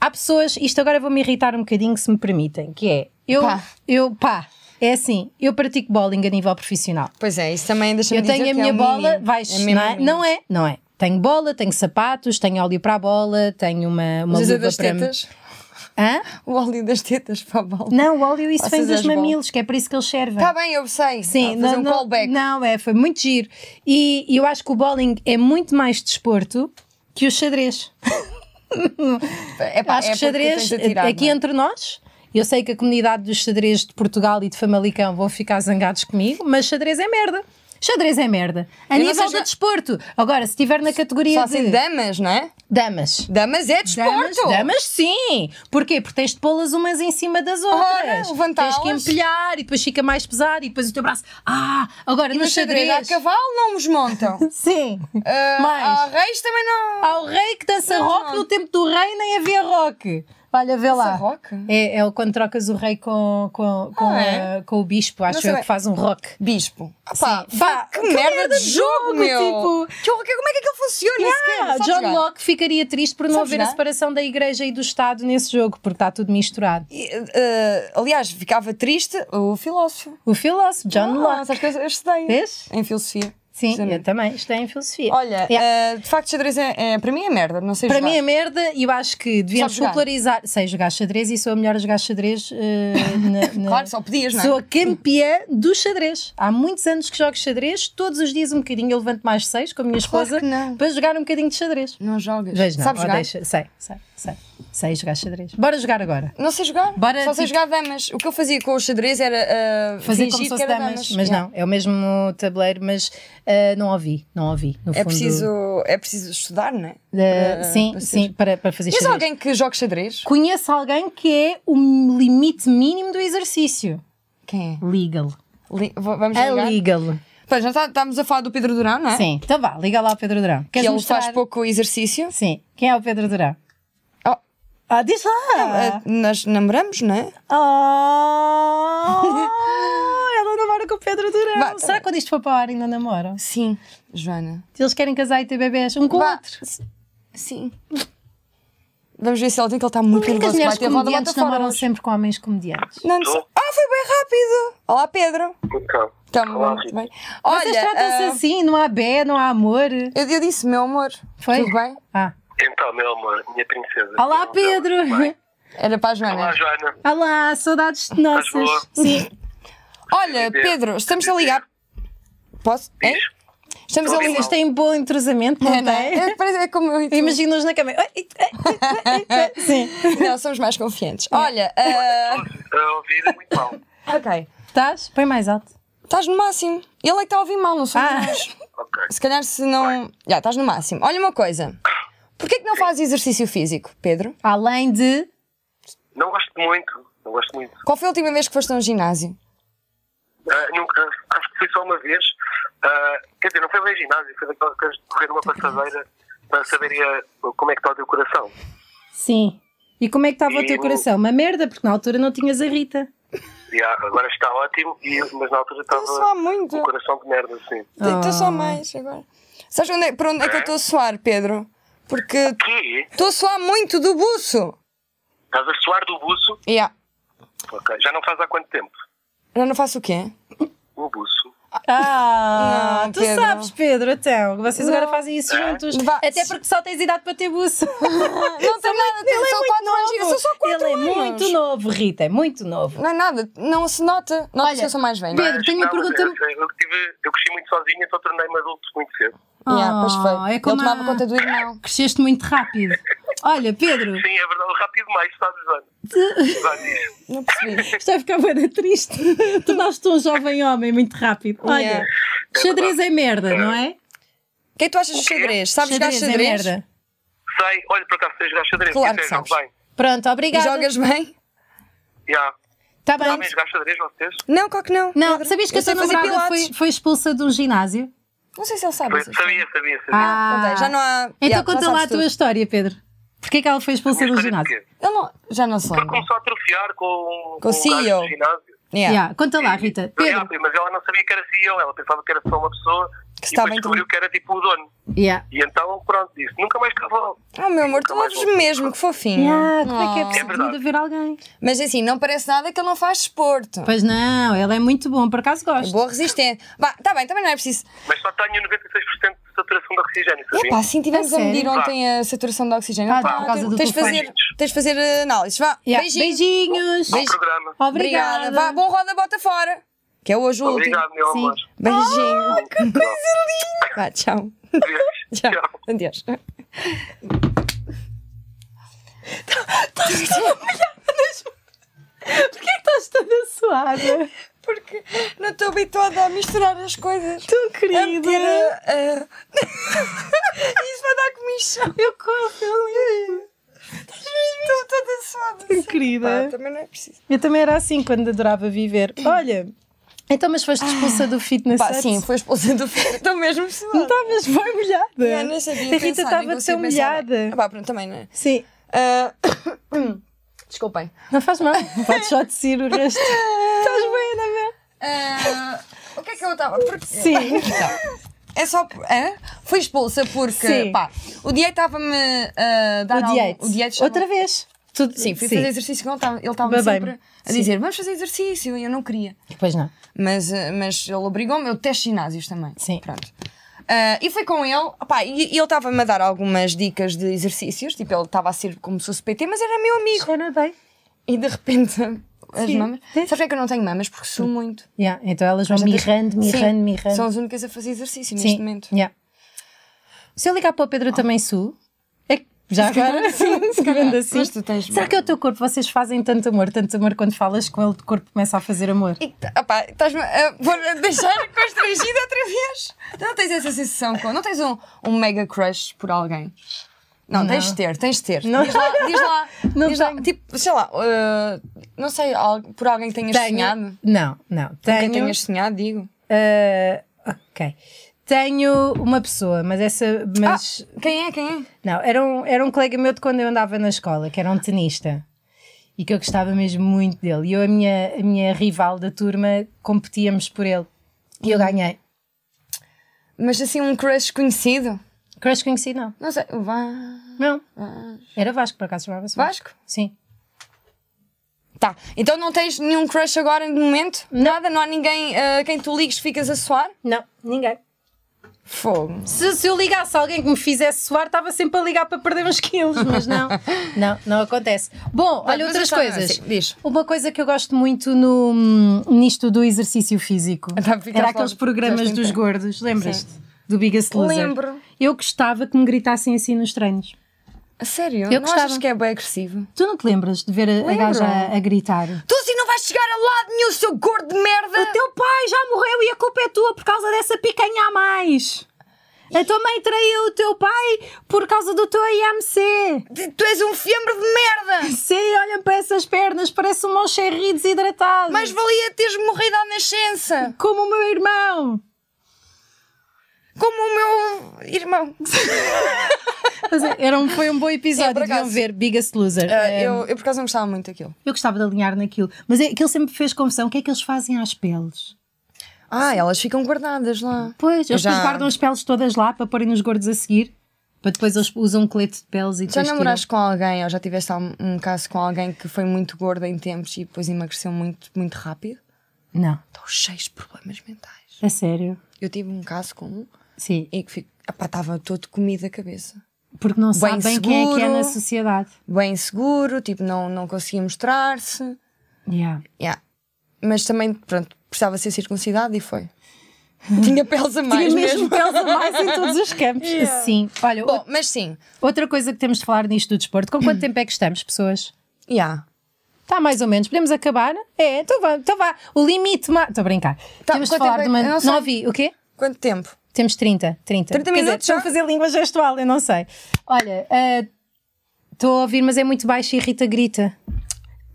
[SPEAKER 1] Há pessoas, isto agora vou-me irritar um bocadinho, se me permitem, que é. Eu,
[SPEAKER 2] Pá.
[SPEAKER 1] eu, pá, é assim, eu pratico bowling a nível profissional.
[SPEAKER 2] Pois é, isso também deixa-me
[SPEAKER 1] Eu
[SPEAKER 2] dizer
[SPEAKER 1] tenho a
[SPEAKER 2] que é
[SPEAKER 1] minha
[SPEAKER 2] o
[SPEAKER 1] bola,
[SPEAKER 2] mínimo.
[SPEAKER 1] vais,
[SPEAKER 2] mesmo um
[SPEAKER 1] não, um é?
[SPEAKER 2] mínimo.
[SPEAKER 1] não é? Não é? Tenho bola, tenho sapatos, tenho óleo para a bola, tenho uma, uma
[SPEAKER 2] Mas é
[SPEAKER 1] luva
[SPEAKER 2] das
[SPEAKER 1] para...
[SPEAKER 2] tetas.
[SPEAKER 1] Hã?
[SPEAKER 2] O óleo das tetas para a bola.
[SPEAKER 1] Não, o óleo isso
[SPEAKER 2] Vocês
[SPEAKER 1] vem dos
[SPEAKER 2] és bom.
[SPEAKER 1] mamilos, que é para isso que eles servem.
[SPEAKER 2] Está Tá bem, eu sei.
[SPEAKER 1] Sim,
[SPEAKER 2] Ah, fazer
[SPEAKER 1] não,
[SPEAKER 2] um
[SPEAKER 1] não-
[SPEAKER 2] callback.
[SPEAKER 1] Não, é, foi muito giro. E eu acho que o bowling é muito mais desporto que o xadrez.
[SPEAKER 2] É pá,
[SPEAKER 1] acho
[SPEAKER 2] é
[SPEAKER 1] que o xadrez,
[SPEAKER 2] porque tens de atirar,
[SPEAKER 1] aqui
[SPEAKER 2] não é?
[SPEAKER 1] entre nós, eu sei que a comunidade dos xadrez de Portugal e de Famalicão vão ficar zangados comigo, mas xadrez é merda. Xadrez é merda. A
[SPEAKER 2] Eu não
[SPEAKER 1] nível
[SPEAKER 2] sei
[SPEAKER 1] de
[SPEAKER 2] se-
[SPEAKER 1] desporto. Agora, se estiver na
[SPEAKER 2] Só
[SPEAKER 1] categoria
[SPEAKER 2] assim,
[SPEAKER 1] é de
[SPEAKER 2] damas, não é?
[SPEAKER 1] damas.
[SPEAKER 2] Damas é desporto!
[SPEAKER 1] Damas, damas, sim! Porquê? Porque tens de pô-las umas em cima das
[SPEAKER 2] Ora,
[SPEAKER 1] outras.
[SPEAKER 2] levantá-las.
[SPEAKER 1] tens que empilhar e depois fica mais pesado e depois o teu braço. Ah! Agora
[SPEAKER 2] E
[SPEAKER 1] no
[SPEAKER 2] no xadrez a
[SPEAKER 1] xadrez.
[SPEAKER 2] cavalo não os montam.
[SPEAKER 1] [LAUGHS] Sim!
[SPEAKER 2] Ah,
[SPEAKER 1] Mais.
[SPEAKER 2] Há reis também não.
[SPEAKER 1] Há o rei que dança
[SPEAKER 2] Não,
[SPEAKER 1] rock,
[SPEAKER 2] não.
[SPEAKER 1] no tempo do rei nem havia rock. Olha, vê
[SPEAKER 2] Essa
[SPEAKER 1] lá.
[SPEAKER 2] rock?
[SPEAKER 1] É, é quando trocas o rei com, com, com,
[SPEAKER 2] Ah, é?
[SPEAKER 1] a- com o bispo, acho
[SPEAKER 2] sei
[SPEAKER 1] eu
[SPEAKER 2] bem.
[SPEAKER 1] que faz um rock.
[SPEAKER 2] Bispo. Ah, pá,
[SPEAKER 1] Sim.
[SPEAKER 2] pá, que, merda, de jogo, meu!
[SPEAKER 1] tipo-
[SPEAKER 2] Que horror, que- como é que aquilo funciona?
[SPEAKER 1] Ah,
[SPEAKER 2] sequer? Sabes
[SPEAKER 1] John
[SPEAKER 2] jogar?
[SPEAKER 1] Locke ficaria triste por não
[SPEAKER 2] Sabes
[SPEAKER 1] haver a
[SPEAKER 2] jogar?
[SPEAKER 1] separação da igreja e do Estado nesse jogo, porque está tudo misturado.
[SPEAKER 2] E, eh, aliás, ficava triste o filósofo.
[SPEAKER 1] O filósofo, John
[SPEAKER 2] Ah,
[SPEAKER 1] Locke.
[SPEAKER 2] sabes que eu, eu estudei
[SPEAKER 1] Vês?
[SPEAKER 2] em filosofia.
[SPEAKER 1] Sim, eu
[SPEAKER 2] precisamente.
[SPEAKER 1] também. Isto é em filosofia.
[SPEAKER 2] Olha,
[SPEAKER 1] Yeah.
[SPEAKER 2] eh, de facto, xadrez é, é- para mim é merda, não sei
[SPEAKER 1] Para
[SPEAKER 2] jogar.
[SPEAKER 1] mim é merda e eu acho que devíamos
[SPEAKER 2] Sabes jogar?
[SPEAKER 1] popularizar. Sei jogar xadrez e sou a melhor a jogar xadrez. eh, na- na-
[SPEAKER 2] [LAUGHS] Claro, só podias, não é?
[SPEAKER 1] Sou a campeã do xadrez. Há muitos anos que jogo xadrez, todos os dias um bocadinho. Eu levanto mais seis com a minha
[SPEAKER 2] Claro
[SPEAKER 1] esposa
[SPEAKER 2] que não.
[SPEAKER 1] para jogar um bocadinho de xadrez.
[SPEAKER 2] Não jogas.
[SPEAKER 1] Vejo, não,
[SPEAKER 2] Sabes
[SPEAKER 1] ou
[SPEAKER 2] jogar?
[SPEAKER 1] deixa- sei, sei, sei. Sei jogar xadrez. Bora jogar agora.
[SPEAKER 2] Não sei jogar.
[SPEAKER 1] Bora,
[SPEAKER 2] só sei
[SPEAKER 1] tipo-
[SPEAKER 2] jogar damas. O que eu fazia com o xadrez era ah,
[SPEAKER 1] Fazer como
[SPEAKER 2] fingir
[SPEAKER 1] se
[SPEAKER 2] que
[SPEAKER 1] fosse
[SPEAKER 2] era
[SPEAKER 1] damas,
[SPEAKER 2] damas.
[SPEAKER 1] mas
[SPEAKER 2] Yeah.
[SPEAKER 1] não, é o mesmo tabuleiro, mas ah, não ouvi, não ouvi. No
[SPEAKER 2] É
[SPEAKER 1] fundo,
[SPEAKER 2] preciso, é preciso estudar, não é?
[SPEAKER 1] ah, sim,
[SPEAKER 2] para ser-
[SPEAKER 1] sim, para, para fazer
[SPEAKER 2] Conheces
[SPEAKER 1] xadrez.
[SPEAKER 2] alguém que joga xadrez?
[SPEAKER 1] Conheço alguém que é o limite mínimo do exercício.
[SPEAKER 2] Quem é?
[SPEAKER 1] Legal.
[SPEAKER 2] Li- v- Vamos
[SPEAKER 1] É
[SPEAKER 2] ligar?
[SPEAKER 1] legal.
[SPEAKER 2] Pois, já está- estamos a falar do Pedro Durão, não é?
[SPEAKER 1] Sim, então vá, liga lá ao Pedro Durão.
[SPEAKER 2] Que
[SPEAKER 1] Queres
[SPEAKER 2] ele
[SPEAKER 1] mostrar?
[SPEAKER 2] faz pouco exercício.
[SPEAKER 1] Sim, quem é o Pedro Durão?
[SPEAKER 2] Oh.
[SPEAKER 1] Ah, diz lá!
[SPEAKER 2] Ah, Nós namoramos, não é?
[SPEAKER 1] Oh, ela namora com o Pedro Durão.
[SPEAKER 2] Vá,
[SPEAKER 1] Será que quando isto for para o ar ainda namoram?
[SPEAKER 2] Sim. Joana.
[SPEAKER 1] Eles querem casar e ter bebés, um com o
[SPEAKER 2] Vá.
[SPEAKER 1] outro.
[SPEAKER 2] Sim. Vamos ver se ele tem que ele está muito
[SPEAKER 1] Porquê que as mulheres
[SPEAKER 2] nervoso. Vai ter roda bota
[SPEAKER 1] comediantes
[SPEAKER 2] fora.
[SPEAKER 1] namoram
[SPEAKER 2] hoje.
[SPEAKER 1] sempre com homens comediantes?
[SPEAKER 2] Não, não sei. Ah, foi bem rápido. Olá, Pedro.
[SPEAKER 3] Então,
[SPEAKER 2] Estamos
[SPEAKER 3] Olá,
[SPEAKER 2] muito
[SPEAKER 3] Rita.
[SPEAKER 2] bem.
[SPEAKER 1] Vocês tratam-se
[SPEAKER 2] Olha, ah,
[SPEAKER 1] assim, não há bé, não há amor.
[SPEAKER 2] eu, eu disse, meu amor,
[SPEAKER 1] Foi?
[SPEAKER 2] tudo bem?
[SPEAKER 1] Ah.
[SPEAKER 3] então, meu amor, minha princesa. Então,
[SPEAKER 1] Olá,
[SPEAKER 3] Tudo bem?
[SPEAKER 1] Pedro! [LAUGHS]
[SPEAKER 3] Bem.
[SPEAKER 2] Era para a Joana.
[SPEAKER 3] Olá, Joana.
[SPEAKER 1] Olá, saudades de
[SPEAKER 3] boa?
[SPEAKER 1] nossas. Sim,
[SPEAKER 2] Olha, Pedro, estamos a ligar. Posso? Hein?
[SPEAKER 3] Diz.
[SPEAKER 2] Estamos a
[SPEAKER 3] Estou
[SPEAKER 2] ligar.
[SPEAKER 1] vocês têm bom entrosamento, não
[SPEAKER 2] É, não é?
[SPEAKER 1] têm?
[SPEAKER 2] É, parece- é como eu e tu. [LAUGHS]
[SPEAKER 1] Imagino-os na cama. Sim.
[SPEAKER 2] Não, somos mais confiantes. Olha, ah,
[SPEAKER 3] A ouvir é muito mal. [LAUGHS]
[SPEAKER 2] ok.
[SPEAKER 1] Estás? Põe mais alto.
[SPEAKER 2] Estás no máximo. Ele é que está a ouvir mal, não somos
[SPEAKER 1] Ah.
[SPEAKER 2] nós.
[SPEAKER 3] Ok.
[SPEAKER 2] Se calhar se não. Já, estás no máximo. Olha uma coisa. Porquê que não fazes exercício físico, Pedro?
[SPEAKER 1] Além de.
[SPEAKER 3] Não gosto muito. Não gosto muito.
[SPEAKER 2] Qual foi a última vez que foste a um ginásio?
[SPEAKER 3] Ah, nunca. Acho que fui só uma vez. Ah, quer dizer, não foi bem ginásio. Foi daquelas coisas de correr numa passadeira para saber ah, como é que está o teu coração.
[SPEAKER 1] Sim. E como é que estava o teu
[SPEAKER 3] Eu-
[SPEAKER 1] coração? Uma merda, porque na altura não tinhas a Rita.
[SPEAKER 3] E, ah, agora está ótimo, e, mas na altura estava
[SPEAKER 2] Estou só muito.
[SPEAKER 3] com o coração de merda, assim.
[SPEAKER 2] Estou
[SPEAKER 1] Ah.
[SPEAKER 2] só mais agora. Sabes onde é, para onde é que eu estou a suar, Pedro? Porque
[SPEAKER 3] Que?
[SPEAKER 2] estou a suar muito do buço.
[SPEAKER 3] Estás a suar do buço?
[SPEAKER 2] Yeah.
[SPEAKER 3] Ok. Já não faz há quanto tempo?
[SPEAKER 2] Eu não faço o quê?
[SPEAKER 3] O buço.
[SPEAKER 1] Ah,
[SPEAKER 2] Não,
[SPEAKER 1] tu
[SPEAKER 2] Pedro.
[SPEAKER 1] sabes, Pedro, então. Vocês agora
[SPEAKER 2] Não.
[SPEAKER 1] fazem isso juntos.
[SPEAKER 2] Vá.
[SPEAKER 1] Até porque só tens idade para ter [LAUGHS] buço. Ah,
[SPEAKER 2] Não tem nada, tem
[SPEAKER 1] é
[SPEAKER 2] só
[SPEAKER 1] muito
[SPEAKER 2] quatro anos. Eu sou só quatro
[SPEAKER 1] Ele
[SPEAKER 2] anos.
[SPEAKER 1] é muito novo, Rita, é muito novo.
[SPEAKER 2] Não é nada, não se nota. Nota
[SPEAKER 1] Olha,
[SPEAKER 2] que eu sou mais velha.
[SPEAKER 1] Pedro, tenho uma
[SPEAKER 3] não, mas
[SPEAKER 1] pergunta-
[SPEAKER 3] Eu, eu, tive, eu cresci muito sozinha, então tornei-me adulto muito cedo.
[SPEAKER 2] Yeah, pois foi.
[SPEAKER 1] é como
[SPEAKER 2] Ele tomava
[SPEAKER 1] a-
[SPEAKER 2] conta do irmão.
[SPEAKER 1] Cresceste muito rápido. Olha, Pedro,
[SPEAKER 3] Sim, é verdade, rápido demais, sabes, Ana? Vá, diz.
[SPEAKER 2] Não percebi.
[SPEAKER 1] isto vai ficar bem triste.
[SPEAKER 2] [LAUGHS]
[SPEAKER 1] Tornaste-te um jovem homem muito rápido. Olha,
[SPEAKER 2] Yeah.
[SPEAKER 1] xadrez é merda, não é?
[SPEAKER 2] O que é que tu achas do xadrez? Sabes jogar
[SPEAKER 1] Xadrez é
[SPEAKER 2] xadrez?
[SPEAKER 1] merda.
[SPEAKER 3] Sei, olha, por acaso, tens gajo xadrez. é
[SPEAKER 2] Claro que
[SPEAKER 3] vocês jogam
[SPEAKER 2] sabes.
[SPEAKER 3] Bem,
[SPEAKER 1] Pronto,
[SPEAKER 2] e
[SPEAKER 1] obrigada.
[SPEAKER 2] jogas bem?
[SPEAKER 3] já.
[SPEAKER 1] Tá bem.
[SPEAKER 3] Sabem jogar xadrez vocês?
[SPEAKER 2] Não, claro que não.
[SPEAKER 1] Não,
[SPEAKER 2] Pedro.
[SPEAKER 1] sabias que
[SPEAKER 2] Eu
[SPEAKER 1] a tua
[SPEAKER 2] sei fazer
[SPEAKER 1] namorada
[SPEAKER 2] pilates.
[SPEAKER 1] foi, foi expulsa de um ginásio?
[SPEAKER 2] Não sei se ele sabe.
[SPEAKER 3] Foi-
[SPEAKER 2] essas
[SPEAKER 3] Sabia,
[SPEAKER 2] coisas.
[SPEAKER 3] sabia, sabia.
[SPEAKER 1] Ah,
[SPEAKER 2] Contei, Já não há.
[SPEAKER 1] Então
[SPEAKER 2] Yeah,
[SPEAKER 1] conta
[SPEAKER 2] não
[SPEAKER 1] lá
[SPEAKER 2] sabes
[SPEAKER 1] a tua
[SPEAKER 2] tudo.
[SPEAKER 1] história, Pedro. Porquê que ela foi expulsa
[SPEAKER 3] Minha
[SPEAKER 1] de um
[SPEAKER 3] história de
[SPEAKER 1] ginásio?
[SPEAKER 3] quê?
[SPEAKER 2] Ele não... Já não se
[SPEAKER 3] Porque
[SPEAKER 2] lembra.
[SPEAKER 3] começou a atrofiar com,
[SPEAKER 2] Com o
[SPEAKER 3] o gajo
[SPEAKER 2] CEO.
[SPEAKER 3] do ginásio.
[SPEAKER 2] Yeah.
[SPEAKER 1] Yeah, Conta lá, Rita.
[SPEAKER 3] Ah,
[SPEAKER 1] Pedro.
[SPEAKER 3] mas ela não sabia que era CEO, ela pensava que era só uma pessoa
[SPEAKER 2] Que
[SPEAKER 3] e
[SPEAKER 2] estava
[SPEAKER 3] depois
[SPEAKER 2] em
[SPEAKER 3] descobriu que era tipo o dono.
[SPEAKER 1] Yeah.
[SPEAKER 3] E então, pronto, disse, nunca mais cavalo.
[SPEAKER 2] Oh, meu amor, tu
[SPEAKER 3] Nunca mais
[SPEAKER 2] ouves mesmo, que fofinho.
[SPEAKER 1] Yeah, como é que é
[SPEAKER 2] Oh.
[SPEAKER 1] possível
[SPEAKER 3] verdade.
[SPEAKER 1] de haver alguém?
[SPEAKER 2] Mas assim, não parece nada que ele não faz desporto.
[SPEAKER 1] Pois não, ela é muito bom, por acaso
[SPEAKER 2] É
[SPEAKER 1] gosto.
[SPEAKER 2] Boa resistência. Vá, tá bem, também não é preciso.
[SPEAKER 3] Mas só tenho 96% de saturação de oxigênio, sabia?
[SPEAKER 2] Epá, assim tivemos
[SPEAKER 1] A
[SPEAKER 2] a, medir
[SPEAKER 1] sério?
[SPEAKER 2] ontem a saturação de oxigênio.
[SPEAKER 1] Ah,
[SPEAKER 2] Pá,
[SPEAKER 1] por causa do
[SPEAKER 2] tens de
[SPEAKER 1] telefone.
[SPEAKER 2] fazer, tens de fazer eh, análises. Vá,
[SPEAKER 1] Yeah,
[SPEAKER 2] beijinho.
[SPEAKER 1] Beijinhos.
[SPEAKER 3] Bom programa.
[SPEAKER 1] Obrigada.
[SPEAKER 2] Vá, bom roda, bota fora. Que é hoje o último.
[SPEAKER 3] Obrigado, meu
[SPEAKER 1] Sim.
[SPEAKER 3] amor.
[SPEAKER 2] Beijinho. Vá, tchau. [LAUGHS]
[SPEAKER 3] Adeus.
[SPEAKER 2] Tchau.
[SPEAKER 3] Tchau.
[SPEAKER 2] Adeus.
[SPEAKER 1] Porquê é que estás toda suada? [LAUGHS]
[SPEAKER 2] Porque não estou habituada a misturar as coisas.
[SPEAKER 1] Tão
[SPEAKER 2] A
[SPEAKER 1] querida.
[SPEAKER 2] meter a- a- [LAUGHS] Isso vai dar comichão.
[SPEAKER 1] Eu confio.
[SPEAKER 2] Estou toda suada.
[SPEAKER 1] Tão
[SPEAKER 2] assim. Pá,
[SPEAKER 1] querida.
[SPEAKER 2] também não é preciso.
[SPEAKER 1] Eu também era assim quando adorava viver. Olha, então, mas foste expulsa do fitness.
[SPEAKER 2] Pá,
[SPEAKER 1] set?
[SPEAKER 2] sim, foi expulsa do filho. Estou mesmo
[SPEAKER 1] Não
[SPEAKER 2] suada.
[SPEAKER 1] estavas bem molhada.
[SPEAKER 2] Eu não sabia
[SPEAKER 1] A Rita
[SPEAKER 2] pensar,
[SPEAKER 1] estava
[SPEAKER 2] nem consigo
[SPEAKER 1] tão
[SPEAKER 2] pensar bem.
[SPEAKER 1] molhada.
[SPEAKER 2] Ah, [COUGHS] pá, pronto, também não é?
[SPEAKER 1] Sim.
[SPEAKER 2] Ah, Desculpem.
[SPEAKER 1] Não faz mal, podes só tossir o
[SPEAKER 2] [LAUGHS]
[SPEAKER 1] resto. Estás bem, não é?
[SPEAKER 2] Ah, o que é que eu estava? Porque...
[SPEAKER 1] Sim.
[SPEAKER 2] É só. por- É? Fui expulsa porque.
[SPEAKER 1] Sim.
[SPEAKER 2] Pá, o dieta estava-me a dar.
[SPEAKER 1] O
[SPEAKER 2] algum-
[SPEAKER 1] diete.
[SPEAKER 2] O diete
[SPEAKER 1] Outra vez. Tudo,
[SPEAKER 2] Sim, fui fazer exercício com ele, tava- ele estava
[SPEAKER 1] Babei-me.
[SPEAKER 2] sempre a
[SPEAKER 1] Sim.
[SPEAKER 2] dizer: vamos fazer exercício, e eu não queria.
[SPEAKER 1] Pois não.
[SPEAKER 2] Mas, eh, mas ele obrigou-me, eu testo ginásios também.
[SPEAKER 1] Sim.
[SPEAKER 2] Pronto. Ah, e foi com ele, opá, e, e ele estava-me a dar algumas dicas de exercícios, tipo, ele estava a ser como se fosse PT, mas era meu amigo.
[SPEAKER 1] Cheira bem.
[SPEAKER 2] E de repente, [LAUGHS] as
[SPEAKER 1] Sim.
[SPEAKER 2] mamas. Sabes porquê que eu não tenho mamas? Porque suo muito.
[SPEAKER 1] Yeah, então elas vão mirrando,
[SPEAKER 2] Sim.
[SPEAKER 1] mirrando, mirrando.
[SPEAKER 2] São as únicas a fazer exercício neste
[SPEAKER 1] Sim.
[SPEAKER 2] momento.
[SPEAKER 1] yeah. Se eu ligar para o Pedro eu também sul, é que já [LAUGHS] agora,
[SPEAKER 2] Sim, se calhar.
[SPEAKER 1] vendo assim.
[SPEAKER 2] Mas tu tens
[SPEAKER 1] Será que é o teu corpo? Vocês fazem tanto amor, tanto amor quando falas com ele, o corpo começa a fazer amor.
[SPEAKER 2] E, tá- opá, estás-me a vou deixar [LAUGHS] constrangida outra vez. Tu não tens essa sensação, com, não tens um, um mega crush por alguém. Não, tens de ter, tens de ter. Diz lá, diz lá,
[SPEAKER 1] Não
[SPEAKER 2] diz lá.
[SPEAKER 1] tenho.
[SPEAKER 2] Tipo, sei lá, eh, não sei, al- por alguém que tenhas sonhado.
[SPEAKER 1] Não, não.
[SPEAKER 2] Quem
[SPEAKER 1] Tenho.
[SPEAKER 2] tenhas sonhado, digo.
[SPEAKER 1] ah, ok. Tenho uma pessoa, mas essa. Mas.
[SPEAKER 2] Quem é, quem é?
[SPEAKER 1] Não, era um, era um colega meu de quando eu andava na escola, que era um tenista. E que eu gostava mesmo muito dele. E eu, a minha, a minha rival da turma, competíamos por ele. E
[SPEAKER 2] Uhum.
[SPEAKER 1] eu ganhei.
[SPEAKER 2] Mas assim, um crush conhecido?
[SPEAKER 1] Crush conhecido, não.
[SPEAKER 2] Não sei, o Vá...
[SPEAKER 1] Não. Era Vasco, por acaso chamava-se
[SPEAKER 2] Vasco?
[SPEAKER 1] Sim.
[SPEAKER 2] Tá, então não tens nenhum crush agora de momento? Nada? Não há ninguém a quem tu ligues ficas a suar?
[SPEAKER 1] Não, ninguém.
[SPEAKER 2] Fogo.
[SPEAKER 1] Se, se eu ligasse a alguém que me fizesse suar, estava sempre a ligar para perder uns quilos, mas não. [LAUGHS] não, não acontece. Bom, olha
[SPEAKER 2] mas
[SPEAKER 1] outras
[SPEAKER 2] então,
[SPEAKER 1] coisas.
[SPEAKER 2] sim, diz.
[SPEAKER 1] Uma coisa que eu gosto muito no, nisto do exercício físico
[SPEAKER 2] Tá, fica
[SPEAKER 1] era
[SPEAKER 2] a falar
[SPEAKER 1] aqueles
[SPEAKER 2] do-
[SPEAKER 1] programas
[SPEAKER 2] deste
[SPEAKER 1] dos
[SPEAKER 2] inteiro.
[SPEAKER 1] gordos, lembras-te? Do Biggest Loser.
[SPEAKER 2] Lembro.
[SPEAKER 1] Eu gostava que me gritassem assim nos treinos.
[SPEAKER 2] A sério?
[SPEAKER 1] Eu
[SPEAKER 2] não
[SPEAKER 1] gostava.
[SPEAKER 2] achas que é bem agressivo?
[SPEAKER 1] Tu não te lembras de ver a, a
[SPEAKER 2] Lembro.
[SPEAKER 1] gaja a, a gritar?
[SPEAKER 2] Tu assim não vais chegar a lado nenhum, seu gordo de merda!
[SPEAKER 1] O teu pai já morreu e a culpa é tua por causa dessa picanha a mais. A tua mãe traiu o teu pai por causa do teu IMC.
[SPEAKER 2] Tu- Tu és um fiambre de merda!
[SPEAKER 1] Sim, olha para essas pernas, parece um moncherry desidratado.
[SPEAKER 2] Mais valia teres morrido à nascença!
[SPEAKER 1] como o meu irmão.
[SPEAKER 2] Como o meu irmão.
[SPEAKER 1] Mas é, era um, foi um bom episódio,
[SPEAKER 2] [LAUGHS] É, por
[SPEAKER 1] deviam
[SPEAKER 2] acaso.
[SPEAKER 1] ver Biggest Loser.
[SPEAKER 2] Ah,
[SPEAKER 1] É,
[SPEAKER 2] eu, eu por acaso não gostava muito daquilo.
[SPEAKER 1] eu gostava de alinhar naquilo, mas é, aquilo sempre fez confusão. O que é que eles fazem às peles?
[SPEAKER 2] Ah, elas ficam guardadas lá.
[SPEAKER 1] Pois, eles
[SPEAKER 2] já-
[SPEAKER 1] depois guardam as peles todas lá para porem nos gordos a seguir, para depois eles usam um colete de peles e
[SPEAKER 2] Já
[SPEAKER 1] depois
[SPEAKER 2] namoraste com alguém ou já tiveste um, um caso com alguém que foi muito gorda em tempos e depois emagreceu muito, muito rápido?
[SPEAKER 1] tiram. Não,
[SPEAKER 2] Estão cheios de problemas mentais.
[SPEAKER 1] é sério.
[SPEAKER 2] Eu tive um caso com um
[SPEAKER 1] Sim,
[SPEAKER 2] e que fico- Epá, estava todo comido a cabeça.
[SPEAKER 1] porque não sabem quem é que é
[SPEAKER 2] seguro.
[SPEAKER 1] na sociedade.
[SPEAKER 2] Bem seguro, tipo, não, não conseguia mostrar-se.
[SPEAKER 1] Yeah.
[SPEAKER 2] Yeah. Mas também, pronto, precisava ser circuncidado e foi. [LAUGHS] Tinha peles a mais
[SPEAKER 1] Tinha
[SPEAKER 2] mesmo.
[SPEAKER 1] mesmo peles a mais em todos os campos. Sim, olha,
[SPEAKER 2] [LAUGHS] Bom, mas sim.
[SPEAKER 1] Outra coisa que temos de falar nisto do desporto, com quanto tempo é que estamos, pessoas?
[SPEAKER 2] Yeah.
[SPEAKER 1] Está mais ou menos, podemos acabar? É, então vá, então vá. O limite. ma- Estou a brincar.
[SPEAKER 2] Tá,
[SPEAKER 1] temos de
[SPEAKER 2] quanto
[SPEAKER 1] falar
[SPEAKER 2] tempo é
[SPEAKER 1] de uma.
[SPEAKER 2] que-
[SPEAKER 1] Não,
[SPEAKER 2] eu não sei.
[SPEAKER 1] ouvi, o quê?
[SPEAKER 2] Quanto tempo?
[SPEAKER 1] Temos 30, 30.
[SPEAKER 2] 30
[SPEAKER 1] Quer dizer,
[SPEAKER 2] minutos
[SPEAKER 1] estou
[SPEAKER 2] já?
[SPEAKER 1] a fazer língua gestual, eu não sei. Olha, ah, estou a ouvir, mas é muito baixo e a Rita grita.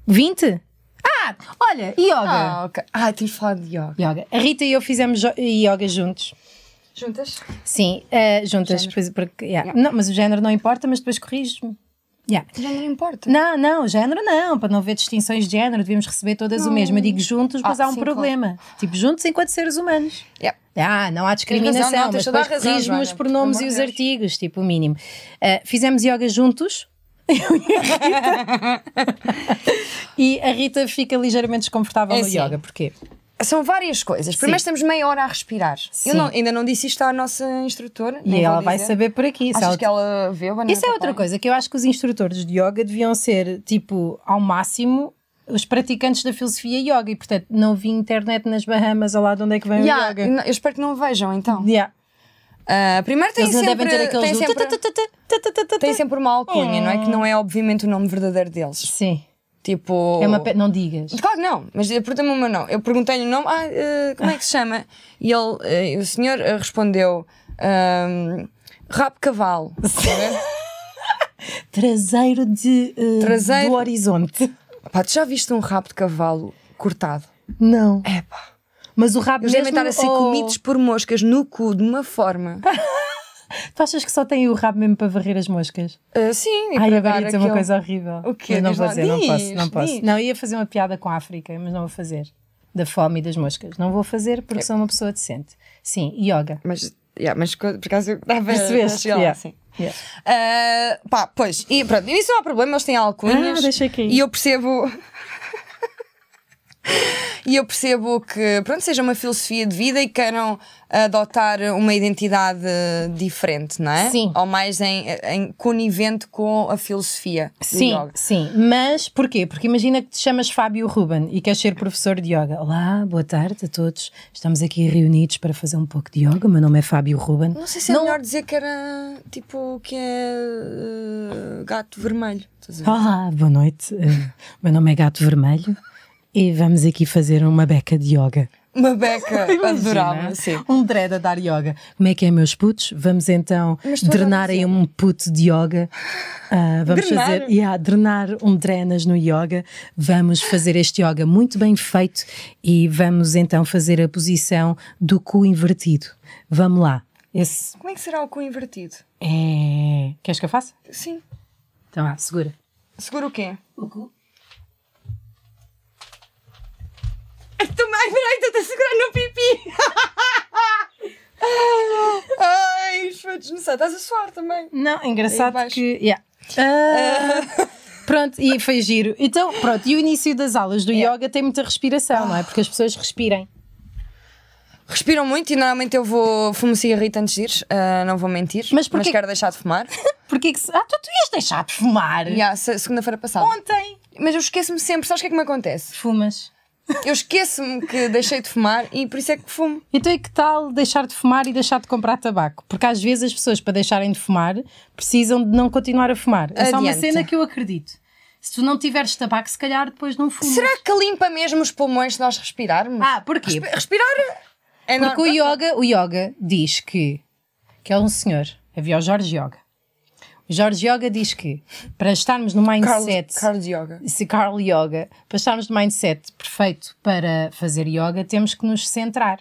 [SPEAKER 1] 20? Ah, olha, yoga.
[SPEAKER 2] Ah, ok. Ah, tens falado de yoga.
[SPEAKER 1] Yoga. A Rita e eu fizemos jo- yoga juntos.
[SPEAKER 2] Juntas?
[SPEAKER 1] Sim, ah, juntas. pois, Porque, yeah. Não, mas o género não importa, mas depois corriges-me. Yeah.
[SPEAKER 2] Já não importa.
[SPEAKER 1] Não, não, género não, para não haver distinções de género, devíamos receber todas o mesmo. Eu digo juntos, mas
[SPEAKER 2] Ah,
[SPEAKER 1] há um
[SPEAKER 2] sim,
[SPEAKER 1] problema. Tipo, juntos enquanto seres humanos.
[SPEAKER 2] Yeah.
[SPEAKER 1] Ah, não há discriminação,
[SPEAKER 2] Tem razão, não, tens
[SPEAKER 1] mas
[SPEAKER 2] toda a
[SPEAKER 1] depois
[SPEAKER 2] razão,
[SPEAKER 1] corrijo-me os
[SPEAKER 2] Joana,
[SPEAKER 1] pronomes
[SPEAKER 2] por
[SPEAKER 1] e
[SPEAKER 2] amor
[SPEAKER 1] os
[SPEAKER 2] de Deus.
[SPEAKER 1] artigos, tipo, o mínimo. Ah, fizemos yoga juntos. [LAUGHS] eu e a Rita.
[SPEAKER 2] [LAUGHS]
[SPEAKER 1] e a Rita fica ligeiramente desconfortável
[SPEAKER 2] É
[SPEAKER 1] no
[SPEAKER 2] assim.
[SPEAKER 1] yoga, porquê?
[SPEAKER 2] São várias coisas. Primeiro estamos meia hora a respirar. Eu
[SPEAKER 1] Sim.
[SPEAKER 2] não- ainda não disse isto à nossa instrutora.
[SPEAKER 1] E
[SPEAKER 2] nem
[SPEAKER 1] ela
[SPEAKER 2] vou
[SPEAKER 1] vai
[SPEAKER 2] dizer.
[SPEAKER 1] saber por aqui. se
[SPEAKER 2] Achas
[SPEAKER 1] ela-
[SPEAKER 2] que ela vê a banana
[SPEAKER 1] Isso é
[SPEAKER 2] da
[SPEAKER 1] outra
[SPEAKER 2] Paula?
[SPEAKER 1] coisa que eu acho que os instrutores de yoga deviam ser, tipo, ao máximo, os praticantes da filosofia yoga. E, portanto, não vi internet nas Bahamas, ou lá de onde é que vem
[SPEAKER 2] Yeah,
[SPEAKER 1] o yoga.
[SPEAKER 2] não, Eu espero que não vejam, então.
[SPEAKER 1] Yeah.
[SPEAKER 2] Ah, primeiro tem
[SPEAKER 1] Eles não
[SPEAKER 2] sempre...
[SPEAKER 1] devem ter aqueles.
[SPEAKER 2] tem
[SPEAKER 1] do
[SPEAKER 2] sempre-
[SPEAKER 1] tu, tu, tu, tu, tu, tu, tu, tu.
[SPEAKER 2] tem sempre uma alcunha, não é? Que não é, obviamente, o nome verdadeiro deles.
[SPEAKER 1] Sim.
[SPEAKER 2] Tipo...
[SPEAKER 1] É uma pe... Não digas.
[SPEAKER 2] [LAUGHS] Claro que não, mas eu perguntei-me o meu nome. Eu perguntei-lhe o nome, ah, eh, como é que se chama? E ele, eh, o senhor eh, respondeu: ahm, Rabo Cavalo.
[SPEAKER 1] Traseiro de. eh,
[SPEAKER 2] Traseiro.
[SPEAKER 1] Do horizonte.
[SPEAKER 2] Pá, tu já viste um rabo de cavalo cortado?
[SPEAKER 1] Não.
[SPEAKER 2] É pá.
[SPEAKER 1] Mas o rabo
[SPEAKER 2] Eles devem
[SPEAKER 1] mesmo,
[SPEAKER 2] estar a ser
[SPEAKER 1] ou- [LAUGHS]
[SPEAKER 2] comidos por moscas no cu de uma forma.
[SPEAKER 1] Tu achas que só tem o rabo mesmo para varrer as moscas?
[SPEAKER 2] Ah, sim, e
[SPEAKER 1] Ai,
[SPEAKER 2] para
[SPEAKER 1] agora
[SPEAKER 2] dar
[SPEAKER 1] ia dizer uma
[SPEAKER 2] aquele-
[SPEAKER 1] coisa horrível.
[SPEAKER 2] O quê?
[SPEAKER 1] Mas não
[SPEAKER 2] Diz
[SPEAKER 1] vou
[SPEAKER 2] lá,
[SPEAKER 1] dizer, não
[SPEAKER 2] diz,
[SPEAKER 1] posso, não posso.
[SPEAKER 2] diz.
[SPEAKER 1] Não, ia fazer uma piada com a África, mas não vou fazer. Da fome e das moscas. Não vou fazer porque sou uma pessoa decente. Sim, yoga.
[SPEAKER 2] Mas, yeah, mas co- por acaso eu estava
[SPEAKER 1] Percebeste?
[SPEAKER 2] a chegar lá,
[SPEAKER 1] Yeah.
[SPEAKER 2] sim.
[SPEAKER 1] Yeah.
[SPEAKER 2] Ah, pá, pois, e pronto, isso não há problema, eles têm alcunhas.
[SPEAKER 1] Ah, deixa aqui.
[SPEAKER 2] E eu percebo. [LAUGHS] e eu percebo que, pronto, seja uma filosofia de vida e queiram adotar uma identidade diferente, não é?
[SPEAKER 1] Sim.
[SPEAKER 2] Ou mais em, em conivente com a filosofia. do
[SPEAKER 1] Sim,
[SPEAKER 2] yoga.
[SPEAKER 1] sim. Mas porquê? Porque imagina que te chamas Fábio Ruben e queres ser professor de yoga. Olá, boa tarde a todos. Estamos aqui reunidos para fazer um pouco de yoga. O meu nome é Fábio Ruben.
[SPEAKER 2] Não sei se é melhor dizer que era tipo que é eh, gato vermelho. Estás a ver?
[SPEAKER 1] Olá, boa noite. Eh, Meu nome é Gato Vermelho e vamos aqui fazer uma beca de yoga.
[SPEAKER 2] Uma
[SPEAKER 1] [LAUGHS]
[SPEAKER 2] beca
[SPEAKER 1] Imagina,
[SPEAKER 2] adorável, sim.
[SPEAKER 1] Um dread a dar yoga. Como é que é, meus putos? Vamos então
[SPEAKER 2] Mas tu assim.
[SPEAKER 1] drenar aí um puto de yoga. Ah, vamos
[SPEAKER 2] Drenar?
[SPEAKER 1] fazer. Yeah, drenar um drenas no yoga. Vamos fazer este yoga muito bem feito e vamos então fazer a posição do cu invertido. Vamos lá. Esse
[SPEAKER 2] Como é que será o cu invertido?
[SPEAKER 1] é. Queres que eu faça?
[SPEAKER 2] Sim.
[SPEAKER 1] Então, ah, segura.
[SPEAKER 2] Segura o quê?
[SPEAKER 1] O cu.
[SPEAKER 2] Ai, peraí, estou a segurar no tá pipi! [LAUGHS] Ai, foi desnecessário. Estás a suar também.
[SPEAKER 1] Não, é engraçado
[SPEAKER 2] Aí embaixo.
[SPEAKER 1] que. yeah.
[SPEAKER 2] [LAUGHS]
[SPEAKER 1] Ah, Pronto, e foi giro. Então, pronto, e o início das aulas do
[SPEAKER 2] É.
[SPEAKER 1] yoga tem muita respiração, não é? Porque as pessoas respirem.
[SPEAKER 2] Respiram muito e normalmente eu vou fumo cigarrito antes de ir, ah, não vou mentir.
[SPEAKER 1] Mas porquê-
[SPEAKER 2] quero deixar
[SPEAKER 1] [LAUGHS]
[SPEAKER 2] de fumar.
[SPEAKER 1] Porquê que se... Ah, tu, tu ias deixar de fumar?
[SPEAKER 2] e há se- segunda-feira passada.
[SPEAKER 1] Ontem.
[SPEAKER 2] Mas eu esqueço-me sempre, sabes o que é que me acontece?
[SPEAKER 1] Fumas.
[SPEAKER 2] Eu esqueço-me que deixei de fumar e por isso é que fumo.
[SPEAKER 1] Então e que tal deixar de fumar e deixar de comprar tabaco? Porque às vezes as pessoas, para deixarem de fumar, precisam de não continuar a fumar. É só uma
[SPEAKER 2] Adiante.
[SPEAKER 1] cena que eu acredito. Se tu não tiveres tabaco, se calhar depois não fumas.
[SPEAKER 2] Será que limpa mesmo os pulmões se nós respirarmos?
[SPEAKER 1] Ah, porquê?
[SPEAKER 2] Respirar é
[SPEAKER 1] Porque o
[SPEAKER 2] normal.
[SPEAKER 1] yoga, o yoga diz que, que é um senhor, havia o Jorge Yoga. O Jorge Yoga diz que para estarmos no
[SPEAKER 2] Carlos,
[SPEAKER 1] mindset,
[SPEAKER 2] Carlos Yoga.
[SPEAKER 1] esse Carl Yoga, para estarmos no mindset perfeito para fazer yoga, temos que nos centrar.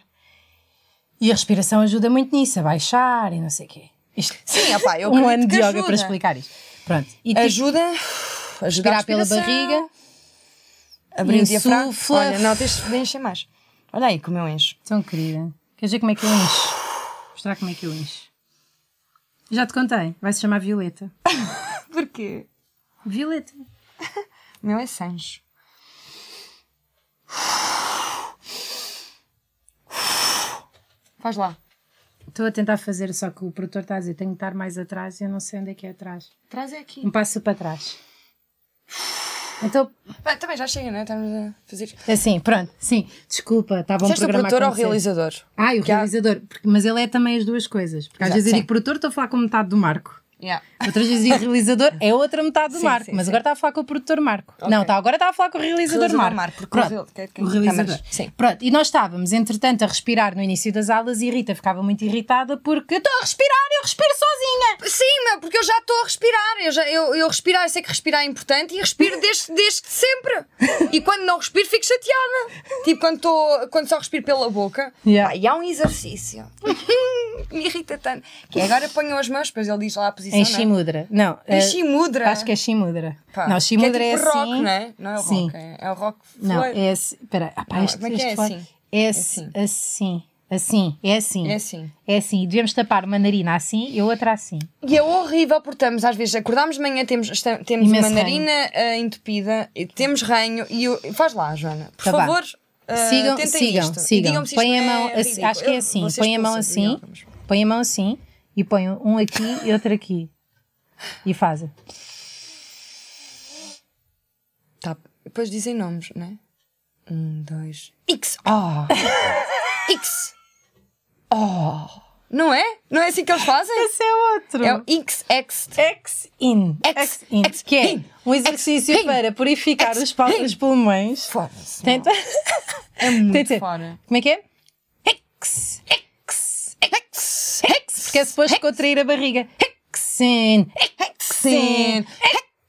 [SPEAKER 1] E a respiração ajuda muito nisso, a baixar e não sei o quê. Isto,
[SPEAKER 2] [LAUGHS] Sim, opá,
[SPEAKER 1] [LAUGHS]
[SPEAKER 2] eu
[SPEAKER 1] um
[SPEAKER 2] acredito
[SPEAKER 1] ano de
[SPEAKER 2] que
[SPEAKER 1] yoga
[SPEAKER 2] ajuda.
[SPEAKER 1] para explicar isto. Pronto. E tipo,
[SPEAKER 2] Ajuda. Ajuda a
[SPEAKER 1] respirar pela
[SPEAKER 2] respiração.
[SPEAKER 1] barriga.
[SPEAKER 2] Abrir o diafragma.
[SPEAKER 1] Insufla.
[SPEAKER 2] Olha, não, tens de encher mais. Olha aí como eu encho.
[SPEAKER 1] Tão querida. Quer dizer como é que eu encho? Mostrar como é que eu encho. Já te contei, vai se chamar Violeta.
[SPEAKER 2] Porquê?
[SPEAKER 1] Violeta.
[SPEAKER 2] O meu é Sancho. Faz lá.
[SPEAKER 1] Estou a tentar fazer, só que o produtor está a dizer tenho que estar mais atrás e eu não sei onde é que é atrás.
[SPEAKER 2] Traz é aqui.
[SPEAKER 1] Um passo para trás. Então,
[SPEAKER 2] Bem, também já chega, não é? Estamos a fazer.
[SPEAKER 1] assim, pronto, sim, desculpa, estava um
[SPEAKER 2] Disseste o
[SPEAKER 1] programa
[SPEAKER 2] produtor
[SPEAKER 1] a
[SPEAKER 2] ou o
[SPEAKER 1] acontecer.
[SPEAKER 2] realizador?
[SPEAKER 1] Ah, e o
[SPEAKER 2] Que há-
[SPEAKER 1] realizador, porque- mas ele é também as duas coisas. Porque às
[SPEAKER 2] Exato,
[SPEAKER 1] vezes eu
[SPEAKER 2] sim.
[SPEAKER 1] digo produtor, estou a falar com metade do Marco.
[SPEAKER 2] Yeah.
[SPEAKER 1] Outras vezes digo realizador, é outra metade do
[SPEAKER 2] Sim,
[SPEAKER 1] Marco.
[SPEAKER 2] sim,
[SPEAKER 1] mas
[SPEAKER 2] sim.
[SPEAKER 1] agora está a falar com o produtor Marco. Não, tá, agora está a falar com o realizador,
[SPEAKER 2] Realizador
[SPEAKER 1] Marco.
[SPEAKER 2] Marco, porque o real-
[SPEAKER 1] Pronto,
[SPEAKER 2] que- que-
[SPEAKER 1] o realizador.
[SPEAKER 2] câmaras, sim.
[SPEAKER 1] Pronto, e nós estávamos, entretanto, a respirar no início das aulas e a Rita ficava muito irritada porque "Eu estou a respirar, eu respiro sozinha.
[SPEAKER 2] Sim, meu, porque eu já estou a respirar. Eu, já, eu, eu respirar, eu sei que respirar é importante e respiro desde, desde sempre. E quando não respiro, fico chateada. Tipo, quando, tô, quando só respiro pela boca.
[SPEAKER 1] Yeah.
[SPEAKER 2] Pá, e há um exercício [LAUGHS] que me irrita tanto. Que é agora ponham as mãos, depois ele diz lá a posição.
[SPEAKER 1] Em
[SPEAKER 2] não é?
[SPEAKER 1] Shimudra. Não,
[SPEAKER 2] Em
[SPEAKER 1] eh,
[SPEAKER 2] Shimudra?
[SPEAKER 1] Acho que é Shimudra.
[SPEAKER 2] Pá,
[SPEAKER 1] Não, Shimudra
[SPEAKER 2] que
[SPEAKER 1] é,
[SPEAKER 2] é tipo
[SPEAKER 1] assim.
[SPEAKER 2] rock, não é? Não é o
[SPEAKER 1] Sim.
[SPEAKER 2] rock, é, é o rock.
[SPEAKER 1] Não,
[SPEAKER 2] flow.
[SPEAKER 1] é assim. Espera, ah, pá,
[SPEAKER 2] Não,
[SPEAKER 1] este,
[SPEAKER 2] como é que
[SPEAKER 1] este
[SPEAKER 2] é
[SPEAKER 1] foi-
[SPEAKER 2] assim?
[SPEAKER 1] É
[SPEAKER 2] assim.
[SPEAKER 1] assim. assim. Assim, é assim.
[SPEAKER 2] É assim.
[SPEAKER 1] É assim. Devemos tapar uma narina assim e a outra assim.
[SPEAKER 2] E é horrível porque estamos, às vezes, acordamos de manhã, temos, esta- temos
[SPEAKER 1] Imenso
[SPEAKER 2] uma narina eh, entupida, e temos ranho e eu- faz lá, Joana. Por
[SPEAKER 1] Tá vá.
[SPEAKER 2] favor, eh,
[SPEAKER 1] sigam,
[SPEAKER 2] tentem
[SPEAKER 1] sigam,
[SPEAKER 2] isto. E
[SPEAKER 1] sigam.
[SPEAKER 2] digam-me se
[SPEAKER 1] Põe a
[SPEAKER 2] isto
[SPEAKER 1] mão,
[SPEAKER 2] é
[SPEAKER 1] assim, acho que é
[SPEAKER 2] ridículo.
[SPEAKER 1] assim.
[SPEAKER 2] Eu- vocês
[SPEAKER 1] Põe a mão
[SPEAKER 2] expulsam de
[SPEAKER 1] assim,
[SPEAKER 2] yoga, mas-
[SPEAKER 1] põe a mão assim e põe um aqui e outro aqui. E fazem.
[SPEAKER 2] Tá. Depois dizem nomes, não é? Um, dois. X! Oh!
[SPEAKER 1] [LAUGHS]
[SPEAKER 2] X! Oh! Não é? Não é assim que eles fazem?
[SPEAKER 1] Esse é outro.
[SPEAKER 2] É o X, X.
[SPEAKER 1] Ex-in.
[SPEAKER 2] Ex-
[SPEAKER 1] Ex-in.
[SPEAKER 2] ex-
[SPEAKER 1] que é
[SPEAKER 2] in.
[SPEAKER 1] um exercício
[SPEAKER 2] Ex- in.
[SPEAKER 1] para purificar
[SPEAKER 2] Ex-
[SPEAKER 1] os, pal-
[SPEAKER 2] in.
[SPEAKER 1] os pulmões.
[SPEAKER 2] Foda-se.
[SPEAKER 1] [LAUGHS] Tenta...
[SPEAKER 2] É muito
[SPEAKER 1] Tenta-
[SPEAKER 2] fora.
[SPEAKER 1] Como é que é?
[SPEAKER 2] X! X! X! X!
[SPEAKER 1] Porque é suposto contrair a barriga. Ex-in.
[SPEAKER 2] Sim!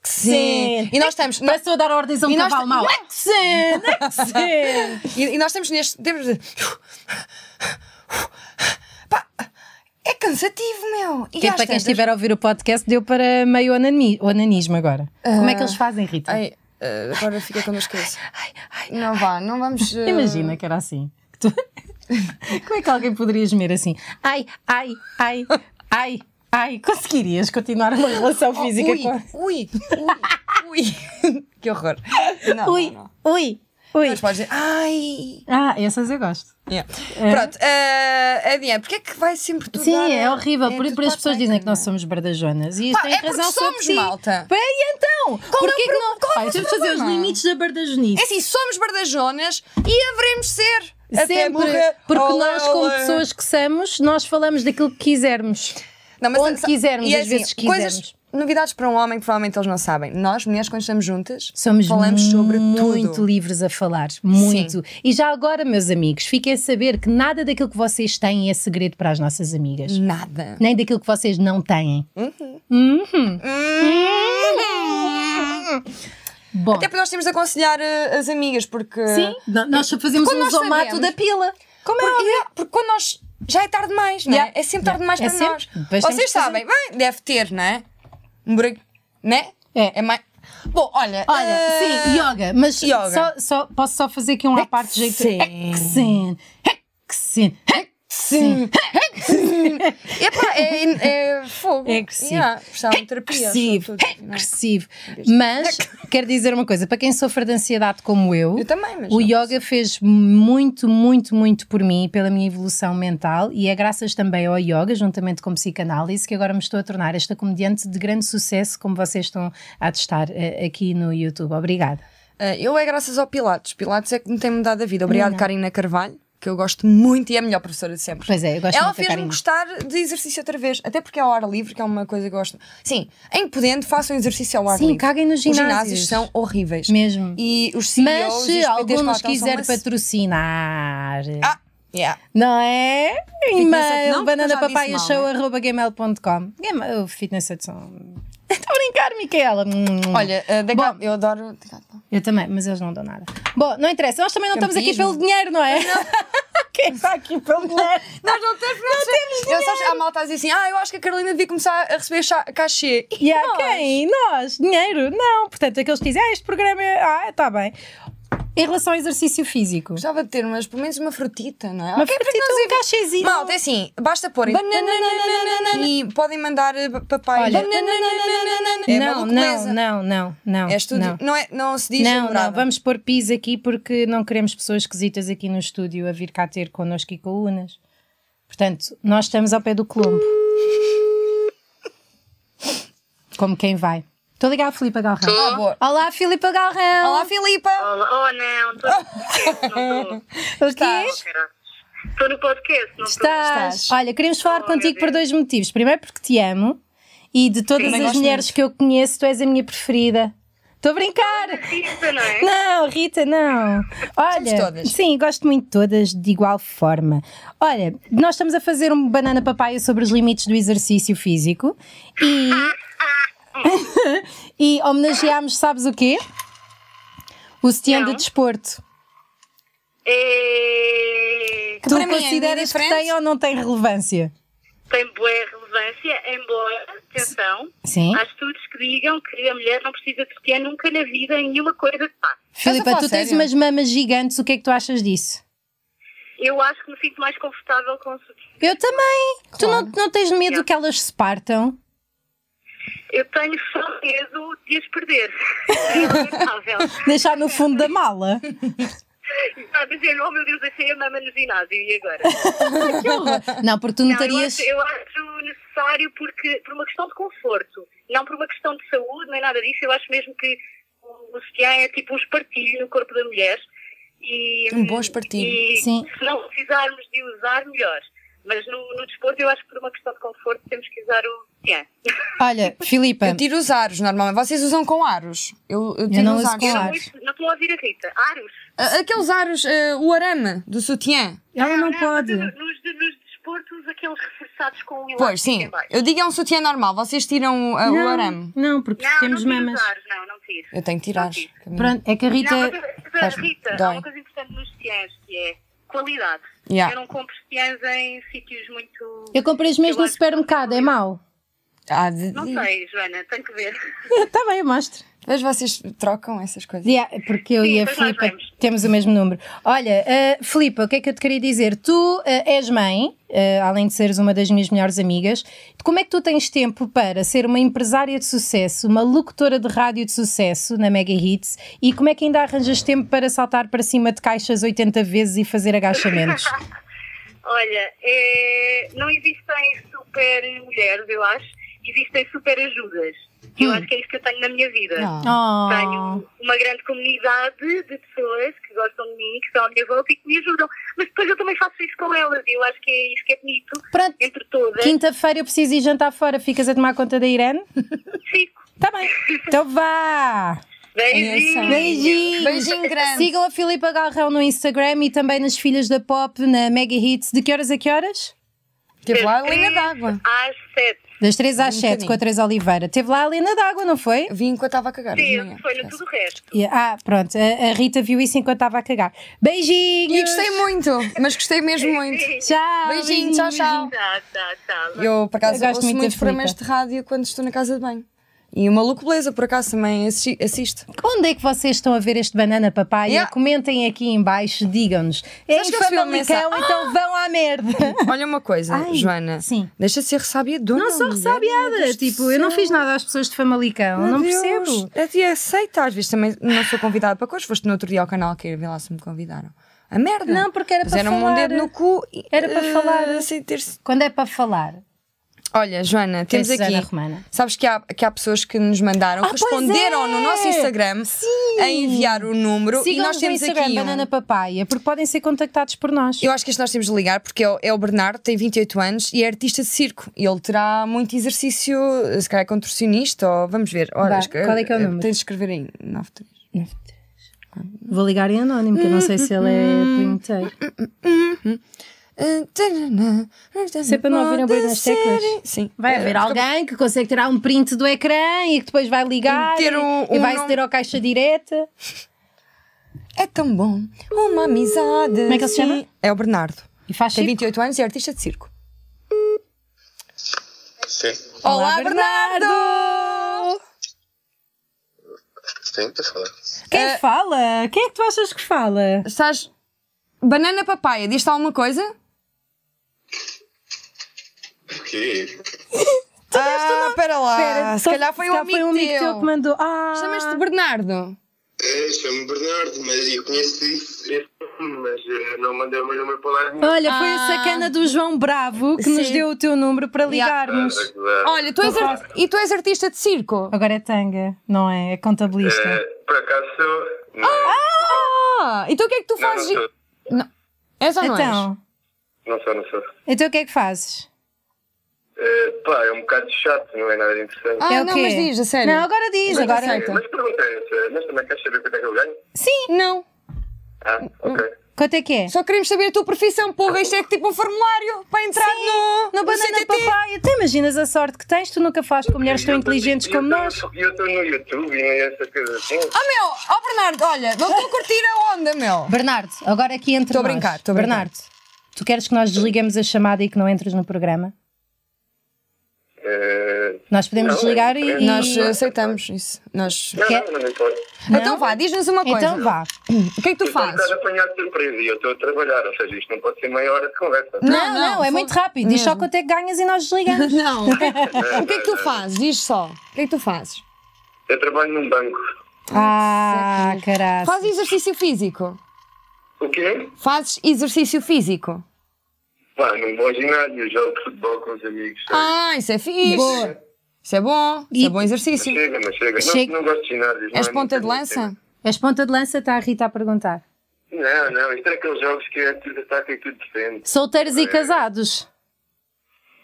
[SPEAKER 2] Sim! E nós estamos. nós-
[SPEAKER 1] Passou a dar ordens a um
[SPEAKER 2] E nós-
[SPEAKER 1] cavalo mau. [LAUGHS] Ex-in. Ex-in.
[SPEAKER 2] E, e nós temos neste. Temos de. Pá! É cansativo, meu.
[SPEAKER 1] [LAUGHS]
[SPEAKER 2] E
[SPEAKER 1] Que é
[SPEAKER 2] às
[SPEAKER 1] para quem
[SPEAKER 2] tantas-
[SPEAKER 1] estiver a ouvir o podcast, deu para meio onani- onanismo agora. Como é que eles fazem, Rita?
[SPEAKER 2] Ai, eh, agora fica quando eu esqueço. Não vá, não vamos.
[SPEAKER 1] ah.
[SPEAKER 2] eh,
[SPEAKER 1] Imagina que era assim. Que tu- [LAUGHS] Como é que alguém poderia gemer assim? Ai, ai, ai, ai, ai. Conseguirias continuar uma relação física
[SPEAKER 2] Oh, ui,
[SPEAKER 1] com.
[SPEAKER 2] ui, ui, ui. [LAUGHS] que horror. Não,
[SPEAKER 1] Ui,
[SPEAKER 2] não, não.
[SPEAKER 1] ui, ui.
[SPEAKER 2] Mas podes dizer, ai.
[SPEAKER 1] Ah, essas eu gosto.
[SPEAKER 2] Yeah. Pronto, eh, adiante, porque é que vai sempre tudo
[SPEAKER 1] Sim,
[SPEAKER 2] dar- eh,
[SPEAKER 1] é horrível. Por,
[SPEAKER 2] tudo
[SPEAKER 1] por as
[SPEAKER 2] dar
[SPEAKER 1] pessoas
[SPEAKER 2] bem,
[SPEAKER 1] dizem que
[SPEAKER 2] não é?
[SPEAKER 1] nós somos bardajonas e isto
[SPEAKER 2] Pá,
[SPEAKER 1] tem
[SPEAKER 2] é porque
[SPEAKER 1] razão sobre
[SPEAKER 2] somos,
[SPEAKER 1] si.
[SPEAKER 2] malta.
[SPEAKER 1] Pá, e então? Porquê
[SPEAKER 2] é o
[SPEAKER 1] que não?
[SPEAKER 2] qual é
[SPEAKER 1] Pá,
[SPEAKER 2] o
[SPEAKER 1] temos de fazer os
[SPEAKER 2] problema?
[SPEAKER 1] limites da bardajonice.
[SPEAKER 2] É assim, somos bardajonas e haveremos de ser. Até
[SPEAKER 1] Sempre,
[SPEAKER 2] morrer.
[SPEAKER 1] porque
[SPEAKER 2] Olé,
[SPEAKER 1] nós, como
[SPEAKER 2] olé.
[SPEAKER 1] pessoas que somos, nós falamos daquilo que quisermos.
[SPEAKER 2] Não, mas
[SPEAKER 1] onde
[SPEAKER 2] sa-
[SPEAKER 1] quisermos,
[SPEAKER 2] e é
[SPEAKER 1] às vezes
[SPEAKER 2] Coisas,
[SPEAKER 1] quisermos.
[SPEAKER 2] novidades para um homem que provavelmente eles não sabem. Nós, mulheres, quando estamos juntas,
[SPEAKER 1] Somos
[SPEAKER 2] falamos sobre tudo.
[SPEAKER 1] muito livres a falar, muito. E já agora, meus amigos, fiquem a saber que nada daquilo que vocês têm é segredo para as nossas amigas.
[SPEAKER 2] Nada.
[SPEAKER 1] Nem daquilo que vocês não têm.
[SPEAKER 2] Uhum.
[SPEAKER 1] Uhum. Bom,
[SPEAKER 2] Até porque nós temos de aconselhar eh, as amigas, porque.
[SPEAKER 1] sim, Eh, no- nós fazemos
[SPEAKER 2] Quando
[SPEAKER 1] um
[SPEAKER 2] nós
[SPEAKER 1] zomato
[SPEAKER 2] sabemos-
[SPEAKER 1] da pila. Como é
[SPEAKER 2] Porque,
[SPEAKER 1] óbvio?
[SPEAKER 2] é, porque quando nós. Já é tarde demais, não é?
[SPEAKER 1] Yeah.
[SPEAKER 2] É sempre tarde demais
[SPEAKER 1] É
[SPEAKER 2] para
[SPEAKER 1] sempre.
[SPEAKER 2] nós.
[SPEAKER 1] Depois temos
[SPEAKER 2] Vocês
[SPEAKER 1] que fazer.
[SPEAKER 2] sabem, bem, deve ter, não é? Um buraco. Né?
[SPEAKER 1] É.
[SPEAKER 2] mais. Bom, olha.
[SPEAKER 1] Olha,
[SPEAKER 2] eh,
[SPEAKER 1] sim, yoga, mas
[SPEAKER 2] yoga.
[SPEAKER 1] Só, só- posso só fazer aqui um à parte de jeito. Hexen, hexen, hexen,
[SPEAKER 2] [LAUGHS] Epá, é, é fogo.
[SPEAKER 1] É agressivo.
[SPEAKER 2] Yeah, precisava de terapia.
[SPEAKER 1] agressivo,
[SPEAKER 2] acho tudo, não é?
[SPEAKER 1] agressivo. Mas quero dizer uma coisa, para quem sofre de ansiedade como eu,
[SPEAKER 2] Eu também, mas.
[SPEAKER 1] o
[SPEAKER 2] não.
[SPEAKER 1] yoga fez muito, muito, muito por mim, e pela minha evolução mental, e é graças também ao yoga, juntamente com psicanálise, que agora me estou a tornar esta comediante de grande sucesso, como vocês estão a testar eh, aqui no YouTube. Obrigada.
[SPEAKER 2] Eh, eu é graças ao Pilates. Pilates é que me tem mudado a vida. Obrigada, Karina Carvalho, que eu gosto muito e é a melhor professora de sempre.
[SPEAKER 1] Pois é, eu gosto
[SPEAKER 2] Ela
[SPEAKER 1] muito da
[SPEAKER 2] fez-me
[SPEAKER 1] Karina.
[SPEAKER 2] gostar de exercício outra vez, até porque é ao ar livre, que é uma coisa que eu gosto. Sim, em que podendo, façam exercício ao ar
[SPEAKER 1] Sim,
[SPEAKER 2] livre.
[SPEAKER 1] caguem nos
[SPEAKER 2] Os
[SPEAKER 1] ginásios.
[SPEAKER 2] ginásios são horríveis.
[SPEAKER 1] Mesmo.
[SPEAKER 2] E os
[SPEAKER 1] Mas eh, se
[SPEAKER 2] CEOs, e os PTs que
[SPEAKER 1] algum
[SPEAKER 2] lá
[SPEAKER 1] nos
[SPEAKER 2] estão são
[SPEAKER 1] quiser
[SPEAKER 2] uma-
[SPEAKER 1] patrocinar,
[SPEAKER 2] Ah, yeah.
[SPEAKER 1] não é?
[SPEAKER 2] Fitness at-
[SPEAKER 1] E-mail
[SPEAKER 2] não, porque eu já disse mal,
[SPEAKER 1] é? bananapapaiashow.gmail.com Game- O fitness at som. [LAUGHS] Estou a brincar, Micaela. Hum,
[SPEAKER 2] Olha, eh, Decathlon, eu adoro. Decathlon.
[SPEAKER 1] Eu também, mas eles não dão nada. Bom, não interessa, nós também não estamos aqui
[SPEAKER 2] Campismo.
[SPEAKER 1] pelo dinheiro, [LAUGHS] não é? Quem está aqui pelo dinheiro?
[SPEAKER 2] Nós não temos, não, temos eu só, A malta diz assim: ah, eu acho que a Carolina devia começar a receber chá- cachê.
[SPEAKER 1] [LAUGHS] E há quem? Nós? Dinheiro? Não. Portanto, aqueles que dizem, ah, este programa é. Ah, está bem. Em relação ao exercício físico,
[SPEAKER 2] Gostava de ter, mas pelo menos uma frutita, não é?
[SPEAKER 1] uma
[SPEAKER 2] Ok,
[SPEAKER 1] okay,
[SPEAKER 2] por que não
[SPEAKER 1] um
[SPEAKER 2] desenvolver-
[SPEAKER 1] cachezinho.
[SPEAKER 2] Malta, é assim, basta pôr em- e podem mandar eh, papai.
[SPEAKER 1] Olha.
[SPEAKER 2] É
[SPEAKER 1] não,
[SPEAKER 2] maluqueza.
[SPEAKER 1] não, não, não, não.
[SPEAKER 2] É estúdio.
[SPEAKER 1] Não.
[SPEAKER 2] Não. é, não se diz a
[SPEAKER 1] Não,
[SPEAKER 2] morada.
[SPEAKER 1] não, vamos pôr pis aqui porque não queremos pessoas esquisitas aqui no estúdio a vir cá ter connosco e com o Unas. Portanto, nós estamos ao pé do Colombo. Como quem vai. Estou a ligar a Filipa Galrão.
[SPEAKER 2] Ah, boa.
[SPEAKER 1] Olá, Filipa Galrão.
[SPEAKER 2] Olá, Filipa!
[SPEAKER 4] Oh, oh não, tô- não estou.
[SPEAKER 1] O quê?
[SPEAKER 2] estás?
[SPEAKER 4] Estou no podcast, não estou.
[SPEAKER 1] Estás.
[SPEAKER 2] Estás.
[SPEAKER 1] Olha, queremos falar
[SPEAKER 4] Oh,
[SPEAKER 1] contigo
[SPEAKER 4] meu
[SPEAKER 1] por dois motivos. Primeiro, porque te amo e de todas
[SPEAKER 2] Também
[SPEAKER 1] as
[SPEAKER 2] gosto
[SPEAKER 1] mulheres
[SPEAKER 2] muito.
[SPEAKER 1] que eu conheço, tu és a minha preferida. Estou a brincar!
[SPEAKER 4] Isso, não é?
[SPEAKER 1] Não, Rita, não. Olha,
[SPEAKER 2] todas.
[SPEAKER 1] sim, gosto muito de todas de igual forma. Olha, nós estamos a fazer um banana papaya sobre os limites do exercício físico e [LAUGHS] e homenageámos, sabes o quê? O sutiã de
[SPEAKER 4] Não.
[SPEAKER 1] desporto.
[SPEAKER 4] E...
[SPEAKER 1] Que
[SPEAKER 2] Para
[SPEAKER 1] tu
[SPEAKER 2] mim é
[SPEAKER 1] consideras que
[SPEAKER 2] indiferente.
[SPEAKER 1] tem ou não tem relevância?
[SPEAKER 4] Tem boa relevância, embora, atenção,
[SPEAKER 1] Sim.
[SPEAKER 2] Ah,
[SPEAKER 4] há estudos que digam que a mulher não precisa de ter nunca na vida em nenhuma coisa que faça.
[SPEAKER 2] Estás a
[SPEAKER 1] Filipa,
[SPEAKER 2] falar
[SPEAKER 1] tu tens
[SPEAKER 2] sério?
[SPEAKER 1] umas mamas gigantes, o que é que tu achas disso?
[SPEAKER 4] Eu acho que me sinto mais confortável com o sutiã.
[SPEAKER 1] Eu também. Tu não, não tens medo que elas se partam?
[SPEAKER 4] Eu tenho só medo de as perder. É lamentável.
[SPEAKER 1] Deixar no fundo da
[SPEAKER 2] [LAUGHS]
[SPEAKER 1] mala?
[SPEAKER 4] Está a dizer, oh meu Deus, achei a mama no ginásio e agora?
[SPEAKER 1] Que horror. Não, porque tu
[SPEAKER 4] Não, eu,
[SPEAKER 1] notarias.
[SPEAKER 4] acho, eu acho necessário porque, por uma questão de conforto, não por uma questão de saúde, nem nada disso. Eu acho mesmo que o o sutiã é tipo um espartilho no corpo da mulher. E,
[SPEAKER 2] Um bom espartilho,
[SPEAKER 4] e
[SPEAKER 1] sim.
[SPEAKER 4] se não precisarmos de usar, melhor. Mas no, no desporto, eu acho que por uma questão de conforto temos que usar o sutiã.
[SPEAKER 1] Olha, Filipa.
[SPEAKER 2] Eu tiro os aros normalmente. Vocês usam com aros. Eu, eu tiro
[SPEAKER 1] não
[SPEAKER 2] os
[SPEAKER 1] uso
[SPEAKER 2] aros.
[SPEAKER 1] com
[SPEAKER 4] Eu não,
[SPEAKER 1] aros.
[SPEAKER 4] ouço- não estou a ouvir a Rita. Aros.
[SPEAKER 2] Ah, Aqueles aros, eh, o arame do sutiã.
[SPEAKER 1] Ela não,
[SPEAKER 4] mas
[SPEAKER 1] pode.
[SPEAKER 4] no- Nos, nos desportos, aqueles reforçados com o elástico
[SPEAKER 2] Pois, sim.
[SPEAKER 4] em baixo.
[SPEAKER 2] Eu digo é um sutiã normal. Vocês tiram ah, o
[SPEAKER 1] Não,
[SPEAKER 2] arame.
[SPEAKER 1] não, porque
[SPEAKER 4] Não,
[SPEAKER 1] temos
[SPEAKER 4] não tiro
[SPEAKER 1] mamas.
[SPEAKER 4] os aros, não, não tiro.
[SPEAKER 2] Eu tenho que tirar.
[SPEAKER 4] Não tiro.
[SPEAKER 1] Pronto, é que a Rita.
[SPEAKER 4] Não, mas, mas,
[SPEAKER 2] Faz-me
[SPEAKER 4] Rita, há
[SPEAKER 2] dói.
[SPEAKER 4] uma coisa importante nos sutiãs que é qualidade.
[SPEAKER 2] Yeah.
[SPEAKER 4] Eu não compro sutiãs em sítios muito.
[SPEAKER 1] Eu comprei os meus
[SPEAKER 4] Eu
[SPEAKER 1] no
[SPEAKER 4] acho-
[SPEAKER 1] supermercado, é [LAUGHS] mau.
[SPEAKER 2] Ah, de-
[SPEAKER 4] Não sei, Joana, tenho que ver.
[SPEAKER 1] Está Tá bem, eu mostro.
[SPEAKER 2] Mas vocês trocam essas coisas?
[SPEAKER 1] Yeah, porque eu
[SPEAKER 4] Sim,
[SPEAKER 1] e a
[SPEAKER 4] pois nós
[SPEAKER 1] Filipa
[SPEAKER 4] vamos.
[SPEAKER 1] temos o mesmo número. Olha, uh, Filipa, o que é que eu te queria dizer? Tu uh, és mãe, uh, além de seres uma das minhas melhores amigas, como é que tu tens tempo para ser uma empresária de sucesso, uma locutora de rádio de sucesso na Mega Hits e como é que ainda arranjas tempo para saltar para cima de caixas 80 vezes e fazer agachamentos?
[SPEAKER 4] Olha, eh, não existem super mulheres, eu acho. Existem super ajudas. que Eu acho que é isso que eu tenho na minha vida.
[SPEAKER 2] Hum. Ah.
[SPEAKER 1] Oh.
[SPEAKER 4] Tenho uma grande comunidade de pessoas que gostam de mim, que estão à minha volta e que me ajudam. Mas depois eu também faço isso com elas e eu acho que é isso que é bonito.
[SPEAKER 1] Pronto,
[SPEAKER 4] Entre todas,
[SPEAKER 1] quinta-feira eu preciso ir jantar fora, ficas a tomar conta da Irene?
[SPEAKER 4] fico.
[SPEAKER 1] Tá bem, então vá!
[SPEAKER 4] Beijinhos.
[SPEAKER 2] é
[SPEAKER 1] Beijinhos!
[SPEAKER 2] Beijinho grande.
[SPEAKER 1] Sigam a Filipa Galrão no Instagram e também nas Filhas da Pop, na Mega Hits. De que horas a que horas?
[SPEAKER 2] Teve lá a
[SPEAKER 4] Das
[SPEAKER 2] linha
[SPEAKER 4] três
[SPEAKER 2] d'água.
[SPEAKER 4] Às sete.
[SPEAKER 1] Das 3 às
[SPEAKER 2] Um
[SPEAKER 1] 7,
[SPEAKER 2] bocadinho.
[SPEAKER 1] com a Teresa Oliveira. Teve lá a Helena d'Água, não foi?
[SPEAKER 2] Vi enquanto estava a cagar. de manhã.
[SPEAKER 4] Teve, foi no tudo o resto.
[SPEAKER 1] E- Ah, pronto. A, a Rita viu isso enquanto estava a cagar. Beijinhos!
[SPEAKER 2] E gostei muito, mas gostei mesmo muito.
[SPEAKER 1] [LAUGHS] Tchau!
[SPEAKER 2] Beijinho, tchau, tchau.
[SPEAKER 4] Tá, tá, tá.
[SPEAKER 2] Eu, por acaso,
[SPEAKER 1] Eu gosto
[SPEAKER 2] ouço
[SPEAKER 1] muito da
[SPEAKER 2] muitos
[SPEAKER 1] Filipa.
[SPEAKER 2] programas de rádio quando estou na casa de banho. E o Maluco Beleza, por acaso, também assi- [LAUGHS] assisto.
[SPEAKER 1] Onde é que vocês estão a ver este Banana Papaya?
[SPEAKER 2] Yeah.
[SPEAKER 1] Comentem aqui em baixo, digam-nos. É
[SPEAKER 2] Sabes
[SPEAKER 1] em
[SPEAKER 2] que eu fui ao Mensa-
[SPEAKER 1] Famalicão, então vão à merda!
[SPEAKER 2] Olha uma coisa,
[SPEAKER 1] Ai,
[SPEAKER 2] Joana.
[SPEAKER 1] sim.
[SPEAKER 2] Deixa de ser ressabiadona.
[SPEAKER 1] Não sou
[SPEAKER 2] mulher.
[SPEAKER 1] ressabiada! Tipo, eu não fiz nada às pessoas de Famalicão,
[SPEAKER 2] Meu
[SPEAKER 1] não
[SPEAKER 2] Deus.
[SPEAKER 1] percebo.
[SPEAKER 2] A ti aceita, às vezes também não sou convidada para coisas. Foste no outro dia ao canal que vi lá se me convidaram. A merda!
[SPEAKER 1] Não, porque era para
[SPEAKER 2] Puseram-me um
[SPEAKER 1] falar.
[SPEAKER 2] dedo no cu e,
[SPEAKER 1] Era para
[SPEAKER 2] eh,
[SPEAKER 1] falar.
[SPEAKER 2] Sem ter
[SPEAKER 1] Quando é para falar,
[SPEAKER 2] Olha, Joana, temos
[SPEAKER 1] Suzana
[SPEAKER 2] aqui.
[SPEAKER 1] Romana.
[SPEAKER 2] Sabes que há, que há pessoas que nos mandaram,
[SPEAKER 1] Ah, pois
[SPEAKER 2] responderam
[SPEAKER 1] é!
[SPEAKER 2] no nosso Instagram a enviar o número e
[SPEAKER 1] Sigam-nos
[SPEAKER 2] nós
[SPEAKER 1] no
[SPEAKER 2] temos
[SPEAKER 1] Instagram,
[SPEAKER 2] aqui. um-
[SPEAKER 1] Banana Papaya, porque podem ser contactados por nós.
[SPEAKER 2] Eu acho que este nós temos de ligar porque é o, é o Bernardo, tem 28 anos e é artista de circo. E Ele terá muito exercício, se calhar é contorcionista, ou vamos ver. Ora,
[SPEAKER 1] Vá,
[SPEAKER 2] escre-
[SPEAKER 1] qual é que é o número?
[SPEAKER 2] eh, Tens de escrever aí, 93.
[SPEAKER 1] Vou ligar em anónimo, que eu não sei se ele é punheteiro.
[SPEAKER 2] Se
[SPEAKER 1] é para não ouvirem o barulho das teclas.
[SPEAKER 2] Sim.
[SPEAKER 1] Vai haver alguém que consegue tirar um print do ecrã e que depois vai ligar
[SPEAKER 2] E ter um-
[SPEAKER 1] e
[SPEAKER 2] um
[SPEAKER 1] vai
[SPEAKER 2] nome-
[SPEAKER 1] ceder ao caixa direta.
[SPEAKER 2] É tão bom. Uma amizade. Como
[SPEAKER 1] é que ele se chama?
[SPEAKER 2] É o Bernardo.
[SPEAKER 1] E faz
[SPEAKER 2] Tem
[SPEAKER 1] circo.
[SPEAKER 2] 28 anos e é artista de circo.
[SPEAKER 5] Sim,
[SPEAKER 2] Olá,
[SPEAKER 1] Olá,
[SPEAKER 2] Bernardo!
[SPEAKER 5] sim, para falar.
[SPEAKER 1] Quem
[SPEAKER 2] Eh,
[SPEAKER 1] fala? Quem é que tu achas que fala?
[SPEAKER 2] Estás. Banana papaya, diz-te alguma coisa?
[SPEAKER 5] Porquê?
[SPEAKER 2] ah, espera lá.
[SPEAKER 1] Espera,
[SPEAKER 2] se
[SPEAKER 1] só-
[SPEAKER 2] calhar foi
[SPEAKER 1] se
[SPEAKER 2] um amigo, teu.
[SPEAKER 1] que mandou. Ah,
[SPEAKER 2] Chamas-te Bernardo.
[SPEAKER 5] É, chamo-me Bernardo, mas eu conheço esse nome, mas eh, não mandei o meu número para lá nenhum.
[SPEAKER 1] Olha, foi
[SPEAKER 2] Ah.
[SPEAKER 1] a sacana do João Bravo que nos
[SPEAKER 2] Sim.
[SPEAKER 1] deu o teu número para
[SPEAKER 2] Yeah.
[SPEAKER 1] ligarmos.
[SPEAKER 5] Ah,
[SPEAKER 2] Olha, tu és ar- e tu és artista de circo?
[SPEAKER 1] Agora é tanga, não é? É contabilista.
[SPEAKER 5] eh, Por acaso sou. Não,
[SPEAKER 2] Ah, então o que é que tu
[SPEAKER 5] não, não
[SPEAKER 2] fazes?
[SPEAKER 5] sou.
[SPEAKER 2] És ou não és?
[SPEAKER 1] Então,
[SPEAKER 5] Não sou, não sou.
[SPEAKER 1] então o que é que fazes?
[SPEAKER 5] Eh, pá, é um bocado chato, não é nada interessante.
[SPEAKER 2] Ah,
[SPEAKER 1] é o
[SPEAKER 2] não,
[SPEAKER 1] quê?
[SPEAKER 2] mas diz, a sério.
[SPEAKER 1] Não, agora é. diz,
[SPEAKER 2] Mas
[SPEAKER 1] agora.
[SPEAKER 2] aceita.
[SPEAKER 5] Mas pergunta é essa, mas também queres saber quanto é que eu ganho?
[SPEAKER 2] Sim. Não.
[SPEAKER 5] Ah,
[SPEAKER 2] Hum,
[SPEAKER 5] ok.
[SPEAKER 1] Quanto é que é?
[SPEAKER 2] Só queremos saber a tua profissão, porra. Isto é que tipo um formulário para entrar no.
[SPEAKER 1] Na
[SPEAKER 2] no
[SPEAKER 1] banana
[SPEAKER 2] CTT.
[SPEAKER 1] papaya, tu imaginas a sorte que tens, tu nunca falaste com mulheres tão
[SPEAKER 5] Eu tô-
[SPEAKER 1] inteligentes
[SPEAKER 5] eu
[SPEAKER 1] como
[SPEAKER 5] tô-
[SPEAKER 1] nós.
[SPEAKER 5] Eu estou no YouTube e não é essa coisa assim.
[SPEAKER 2] Ah, meu! Ó, Bernardo, olha, não estou a curtir a onda, meu.
[SPEAKER 1] Bernardo, agora aqui entre
[SPEAKER 2] Tô a
[SPEAKER 1] nós.
[SPEAKER 2] brincar, tô a brincar.
[SPEAKER 1] Bernardo, tu queres que nós desligamos a chamada e que não entres no programa?
[SPEAKER 5] Eh,
[SPEAKER 2] Ah,
[SPEAKER 1] Nós podemos
[SPEAKER 5] Não,
[SPEAKER 1] desligar
[SPEAKER 5] é-
[SPEAKER 1] e.
[SPEAKER 2] Nós
[SPEAKER 1] e-
[SPEAKER 2] aceitamos isso. Nós.
[SPEAKER 5] não,
[SPEAKER 1] Quer-
[SPEAKER 5] não, não importa.
[SPEAKER 2] Então vá, diz-nos uma coisa.
[SPEAKER 1] Então vá.
[SPEAKER 2] O que é que tu
[SPEAKER 5] Eu estou um
[SPEAKER 1] [LAUGHS]
[SPEAKER 2] fazes?
[SPEAKER 5] bocado apanhado de surpresa e eu estou a trabalhar, ou seja, isto não pode ser meia hora de conversa.
[SPEAKER 1] Não,
[SPEAKER 2] Não,
[SPEAKER 1] não,
[SPEAKER 2] não,
[SPEAKER 1] é
[SPEAKER 2] foi-
[SPEAKER 1] muito rápido. Diz só
[SPEAKER 2] mesmo.
[SPEAKER 1] quanto é que ganhas e nós desligamos.
[SPEAKER 2] [LAUGHS] Não. O que é que tu fazes? Diz só. O que é que tu fazes?
[SPEAKER 5] Eu trabalho num banco.
[SPEAKER 1] ah, caralho.
[SPEAKER 2] Fazes exercício físico.
[SPEAKER 5] O quê?
[SPEAKER 2] Fazes exercício físico.
[SPEAKER 5] Pá, num bom ginásio, jogo de futebol com os amigos. sabe?
[SPEAKER 2] Ah, isso é fixe.
[SPEAKER 1] Boa.
[SPEAKER 2] Isso é bom. Isso
[SPEAKER 1] E-
[SPEAKER 2] é bom
[SPEAKER 5] Mas
[SPEAKER 2] exercício.
[SPEAKER 5] chega, mas chega.
[SPEAKER 1] Chega.
[SPEAKER 5] Não, não gosto de ginásios. não
[SPEAKER 2] És
[SPEAKER 5] é
[SPEAKER 2] ponta
[SPEAKER 5] muito
[SPEAKER 2] de
[SPEAKER 5] a minha
[SPEAKER 2] lança?
[SPEAKER 5] cena.
[SPEAKER 1] És ponta de lança, está a Rita a perguntar.
[SPEAKER 5] Não, não, isto é aqueles jogos que é tudo ataque e tudo defende.
[SPEAKER 1] Solteiros e casados.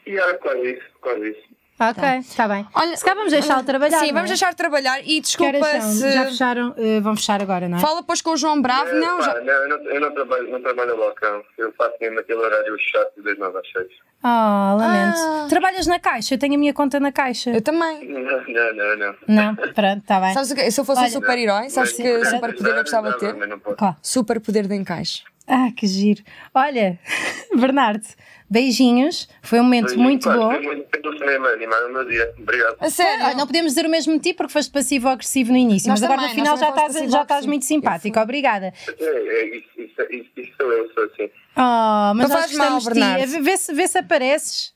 [SPEAKER 5] E há quase isso, quase isso.
[SPEAKER 1] Ok, está Tá. bem.
[SPEAKER 2] Olha-
[SPEAKER 1] se calhar vamos deixá-lo trabalhar.
[SPEAKER 2] Sim,
[SPEAKER 1] não
[SPEAKER 2] vamos
[SPEAKER 1] é?
[SPEAKER 2] deixar de trabalhar e
[SPEAKER 1] Que horas
[SPEAKER 2] desculpa
[SPEAKER 1] são? Já
[SPEAKER 2] se.
[SPEAKER 1] fecharam? Eh, vão fechar agora, não é?
[SPEAKER 2] Fala pois com o João Bravo,
[SPEAKER 5] Eh,
[SPEAKER 2] Ah, não?
[SPEAKER 5] pá,
[SPEAKER 2] já-
[SPEAKER 5] não, eu não, eu não trabalho, não trabalho no balcão. Eu faço mesmo aquele horário chato das 9 às 6.
[SPEAKER 1] Ah, lamento.
[SPEAKER 2] Ah.
[SPEAKER 1] Trabalhas na Caixa? Eu tenho a minha conta na Caixa.
[SPEAKER 2] Eu também.
[SPEAKER 5] Não, não, não. não.
[SPEAKER 1] Não, pronto, está bem.
[SPEAKER 2] Sabes o que? Se eu fosse um
[SPEAKER 1] Olha-
[SPEAKER 2] super-herói, sabes que
[SPEAKER 5] Mas-
[SPEAKER 2] super poder eu gostava de
[SPEAKER 5] Mas
[SPEAKER 2] ter?
[SPEAKER 5] não posso.
[SPEAKER 1] Qual?
[SPEAKER 2] Super poder de encaixe.
[SPEAKER 1] Ah, que giro. Olha, [LAUGHS] Bernardo, beijinhos. Foi um momento muito bom.
[SPEAKER 3] Foi muito bem do cinema, animaram o meu dia. Obrigado.
[SPEAKER 2] A sério?
[SPEAKER 1] Ah, não podemos dizer o mesmo de ti porque foste passivo-agressivo no início,
[SPEAKER 2] Nós
[SPEAKER 1] mas agora
[SPEAKER 2] também,
[SPEAKER 1] no final
[SPEAKER 2] nós
[SPEAKER 1] já
[SPEAKER 2] também
[SPEAKER 1] estás,
[SPEAKER 2] fomos
[SPEAKER 1] já estás
[SPEAKER 2] passivo-agressivo.
[SPEAKER 1] muito simpático. Obrigada.
[SPEAKER 3] É, é, isso, isso, isso, isso sou eu, sou assim.
[SPEAKER 1] Oh, mas nós
[SPEAKER 2] Não faz mal,
[SPEAKER 1] gostamos de ti.
[SPEAKER 2] Bernardo.
[SPEAKER 1] Vê se, vê se apareces.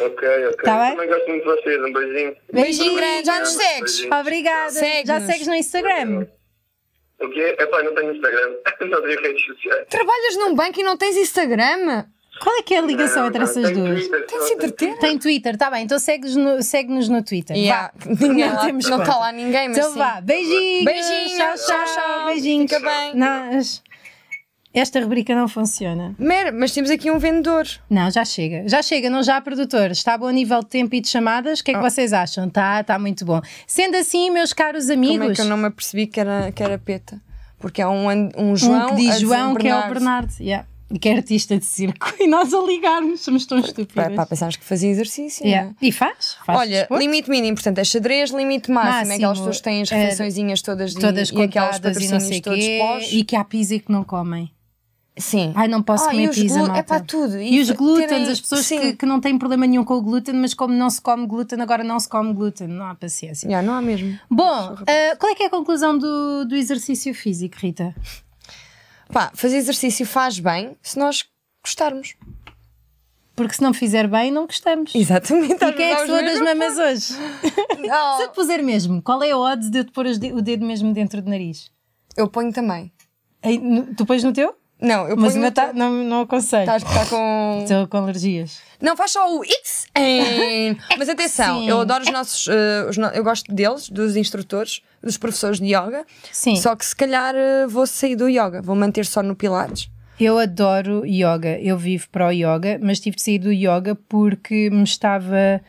[SPEAKER 3] Ok, ok.
[SPEAKER 1] Tá bem?
[SPEAKER 3] Eu também gosto muito de vocês. Um beijinho.
[SPEAKER 2] Beijinho grande, já nos segues.
[SPEAKER 3] Beijinho.
[SPEAKER 1] Obrigada.
[SPEAKER 2] Segue-nos.
[SPEAKER 1] Já segues no Instagram.
[SPEAKER 3] O quê? Epá, não tenho Instagram. Não tenho redes sociais.
[SPEAKER 2] Trabalhas num banco e não tens Instagram?
[SPEAKER 1] Qual é que é a ligação
[SPEAKER 3] Não,
[SPEAKER 1] entre
[SPEAKER 3] não,
[SPEAKER 1] essas
[SPEAKER 3] tenho
[SPEAKER 1] duas?
[SPEAKER 3] Twitter,
[SPEAKER 2] Tens
[SPEAKER 3] só
[SPEAKER 2] de
[SPEAKER 3] tenho
[SPEAKER 2] entreter?
[SPEAKER 1] Tem Twitter, tá bem. Então segue-nos no, segue-nos no Twitter.
[SPEAKER 2] Yeah.
[SPEAKER 1] Vá.
[SPEAKER 2] [LAUGHS] Ninguém
[SPEAKER 1] Não
[SPEAKER 2] lá-
[SPEAKER 1] temos
[SPEAKER 2] não
[SPEAKER 1] conta.
[SPEAKER 2] está lá ninguém, mas
[SPEAKER 1] Então
[SPEAKER 2] sim.
[SPEAKER 1] vá. Beijinhos.
[SPEAKER 2] Beijinhos,
[SPEAKER 1] Tchau, tchau.
[SPEAKER 2] tchau, tchau.
[SPEAKER 1] Beijinhos.
[SPEAKER 2] Fica bem.
[SPEAKER 1] Nós- Esta rubrica não funciona.
[SPEAKER 2] Mer, mas temos aqui um vendedor.
[SPEAKER 1] Não, já chega. Já chega, não já há produtor. Está a bom nível de tempo e de chamadas. O
[SPEAKER 2] Oh.
[SPEAKER 1] que é que vocês acham? Está tá muito bom. Sendo assim, meus caros amigos.
[SPEAKER 2] Como é que eu não me apercebi que era, que era peta? Porque há um, And- um João.
[SPEAKER 1] um que
[SPEAKER 2] a
[SPEAKER 1] diz
[SPEAKER 2] dizer
[SPEAKER 1] João, que é o
[SPEAKER 2] Bernardo.
[SPEAKER 1] Bernardo. Yeah. E Que é artista de circo. [LAUGHS] E nós a ligarmos, somos tão
[SPEAKER 2] Pá,
[SPEAKER 1] estúpidos.
[SPEAKER 2] pá, pensavas que fazia exercício.
[SPEAKER 1] Yeah.
[SPEAKER 2] não é?
[SPEAKER 1] E faz? faz
[SPEAKER 2] Olha,
[SPEAKER 1] desporto.
[SPEAKER 2] limite mínimo, portanto, é xadrez, limite máximo,
[SPEAKER 1] Máximo,
[SPEAKER 2] é aquelas pessoas que têm as
[SPEAKER 1] é,
[SPEAKER 2] refeiçõezinhas todas, de-
[SPEAKER 1] todas
[SPEAKER 2] e aquelas
[SPEAKER 1] contadas e não sei
[SPEAKER 2] patrocínios todos
[SPEAKER 1] quê.
[SPEAKER 2] pós.
[SPEAKER 1] E que há pizza e que não comem.
[SPEAKER 2] Sim.
[SPEAKER 1] Ai, não posso
[SPEAKER 2] Ah, e
[SPEAKER 1] comer
[SPEAKER 2] os
[SPEAKER 1] pizza,
[SPEAKER 2] glu-
[SPEAKER 1] malta.
[SPEAKER 2] É para tudo.
[SPEAKER 1] E os glútenes,
[SPEAKER 2] terem-
[SPEAKER 1] as pessoas
[SPEAKER 2] Sim.
[SPEAKER 1] que, que não têm problema nenhum com o glúten, mas como não se come glúten, agora não se come glúten. Não há paciência.
[SPEAKER 2] Yeah, não há mesmo.
[SPEAKER 1] Bom, ah, qual é que é a conclusão do, do exercício físico, Rita?
[SPEAKER 2] Pá, fazer exercício faz bem se nós gostarmos.
[SPEAKER 1] Porque se não fizer bem, não gostamos.
[SPEAKER 2] Exatamente. [LAUGHS]
[SPEAKER 1] E quem é que se levou das mamas hoje? Se eu te puser mesmo, qual é a odds de eu te pôr os de- o dedo mesmo dentro do nariz?
[SPEAKER 2] Eu ponho também.
[SPEAKER 1] Aí, no- Tu pões no teu?
[SPEAKER 2] Não, eu
[SPEAKER 1] Mas
[SPEAKER 2] ponho.
[SPEAKER 1] ainda tá, não, não aconselho.
[SPEAKER 2] Estás tá com.
[SPEAKER 1] Estou com alergias.
[SPEAKER 2] Não, faz só o X [LAUGHS] em. Mas atenção,
[SPEAKER 1] Sim.
[SPEAKER 2] eu adoro os nossos. eh, os no- Eu gosto deles, dos instrutores, dos professores de yoga.
[SPEAKER 1] Sim.
[SPEAKER 2] Só que se calhar eh, vou sair do yoga, vou manter só no Pilates.
[SPEAKER 1] Eu adoro yoga, eu vivo para o yoga, mas tive de sair do yoga porque me estava.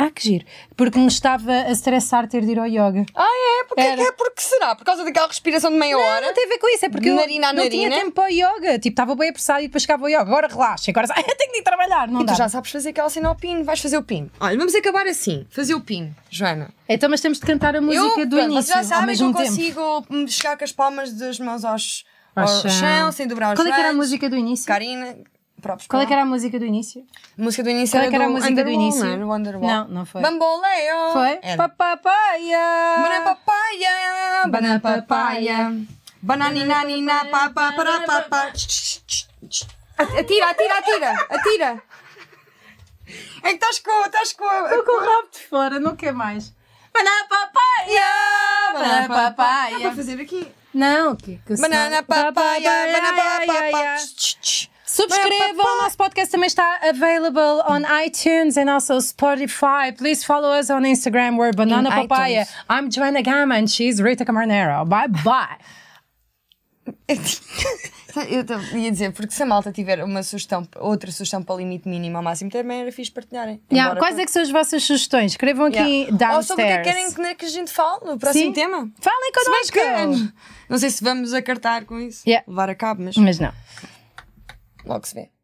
[SPEAKER 1] Ah, que giro! Porque me estava a estressar ter de ir ao yoga.
[SPEAKER 2] Ah, é? Porque,
[SPEAKER 1] Era.
[SPEAKER 2] é porque será? Por causa daquela respiração de meia hora?
[SPEAKER 1] Não tem a ver com isso, é porque eu
[SPEAKER 2] Narina a
[SPEAKER 1] não tinha
[SPEAKER 2] narina.
[SPEAKER 1] tempo para o yoga. Tipo, estava bem apressado e depois chegava ao yoga. Agora relaxa, agora [LAUGHS] eu tenho de ir trabalhar, não
[SPEAKER 2] E tu
[SPEAKER 1] dá.
[SPEAKER 2] já sabes fazer aquela cena ao pino, vais fazer o pino. Olha, vamos acabar assim, fazer o pino, Joana.
[SPEAKER 1] Então, mas temos de cantar a música do
[SPEAKER 2] pronto,
[SPEAKER 1] início
[SPEAKER 2] vocês já
[SPEAKER 1] ao
[SPEAKER 2] sabem que
[SPEAKER 1] mesmo
[SPEAKER 2] eu
[SPEAKER 1] tempo.
[SPEAKER 2] consigo hum, chegar com as palmas das mãos aos,
[SPEAKER 1] Ao
[SPEAKER 2] ao
[SPEAKER 1] chão.
[SPEAKER 2] chão. sem dobrar os
[SPEAKER 1] eh, Qual é que era a
[SPEAKER 2] joelhos.
[SPEAKER 1] música do início?
[SPEAKER 2] Carina, próprios
[SPEAKER 1] Qual é que era a música do início?
[SPEAKER 2] A música do início
[SPEAKER 1] Qual é que era a
[SPEAKER 2] do
[SPEAKER 1] música do
[SPEAKER 2] Underwall,
[SPEAKER 1] início?
[SPEAKER 2] Não, era? Wonderwall.
[SPEAKER 1] Não, não foi.
[SPEAKER 2] Bamboleo.
[SPEAKER 1] Foi?
[SPEAKER 2] Era. Banana
[SPEAKER 1] Papapaya!
[SPEAKER 2] papaya. Banana papaya. Bananinanina papá para papá. Atira, atira, atira, atira. É que estás com, estás com a...
[SPEAKER 1] Estou com o rabo de fora, não quer mais. Banana papaya!
[SPEAKER 2] Banana
[SPEAKER 1] papaya.
[SPEAKER 2] Dá para fazer aqui.
[SPEAKER 1] Não, que, que se
[SPEAKER 2] Banana
[SPEAKER 1] não-
[SPEAKER 2] papaya, banana
[SPEAKER 1] Ai, ai,
[SPEAKER 2] papaya.
[SPEAKER 1] ai. Subscrevam, o nosso podcast também está available on iTunes and also Spotify. Please follow us on Instagram, we're Banana
[SPEAKER 2] In
[SPEAKER 1] Papaya.
[SPEAKER 2] iTunes.
[SPEAKER 1] I'm Joanna Gama and she's Rita Camarnero. Bye bye.
[SPEAKER 2] [LAUGHS] Eu t- ia dizer, porque se a malta tiver uma sugestão, outra sugestão para limite mínimo ao máximo, também era fixe partilharem.
[SPEAKER 1] yeah,
[SPEAKER 2] Embora
[SPEAKER 1] quais
[SPEAKER 2] com-
[SPEAKER 1] é que são as vossas sugestões? Escrevam aqui
[SPEAKER 2] Yeah.
[SPEAKER 1] downstairs.
[SPEAKER 2] Ou sobre o que é que querem que, que a gente fale no próximo
[SPEAKER 1] Sim.
[SPEAKER 2] tema?
[SPEAKER 1] Falem
[SPEAKER 2] Se bem
[SPEAKER 1] connosco.
[SPEAKER 2] que- Não sei se vamos acartar com isso,
[SPEAKER 1] Yeah.
[SPEAKER 2] levar a cabo, mas
[SPEAKER 1] Mas não.
[SPEAKER 2] logo se vê.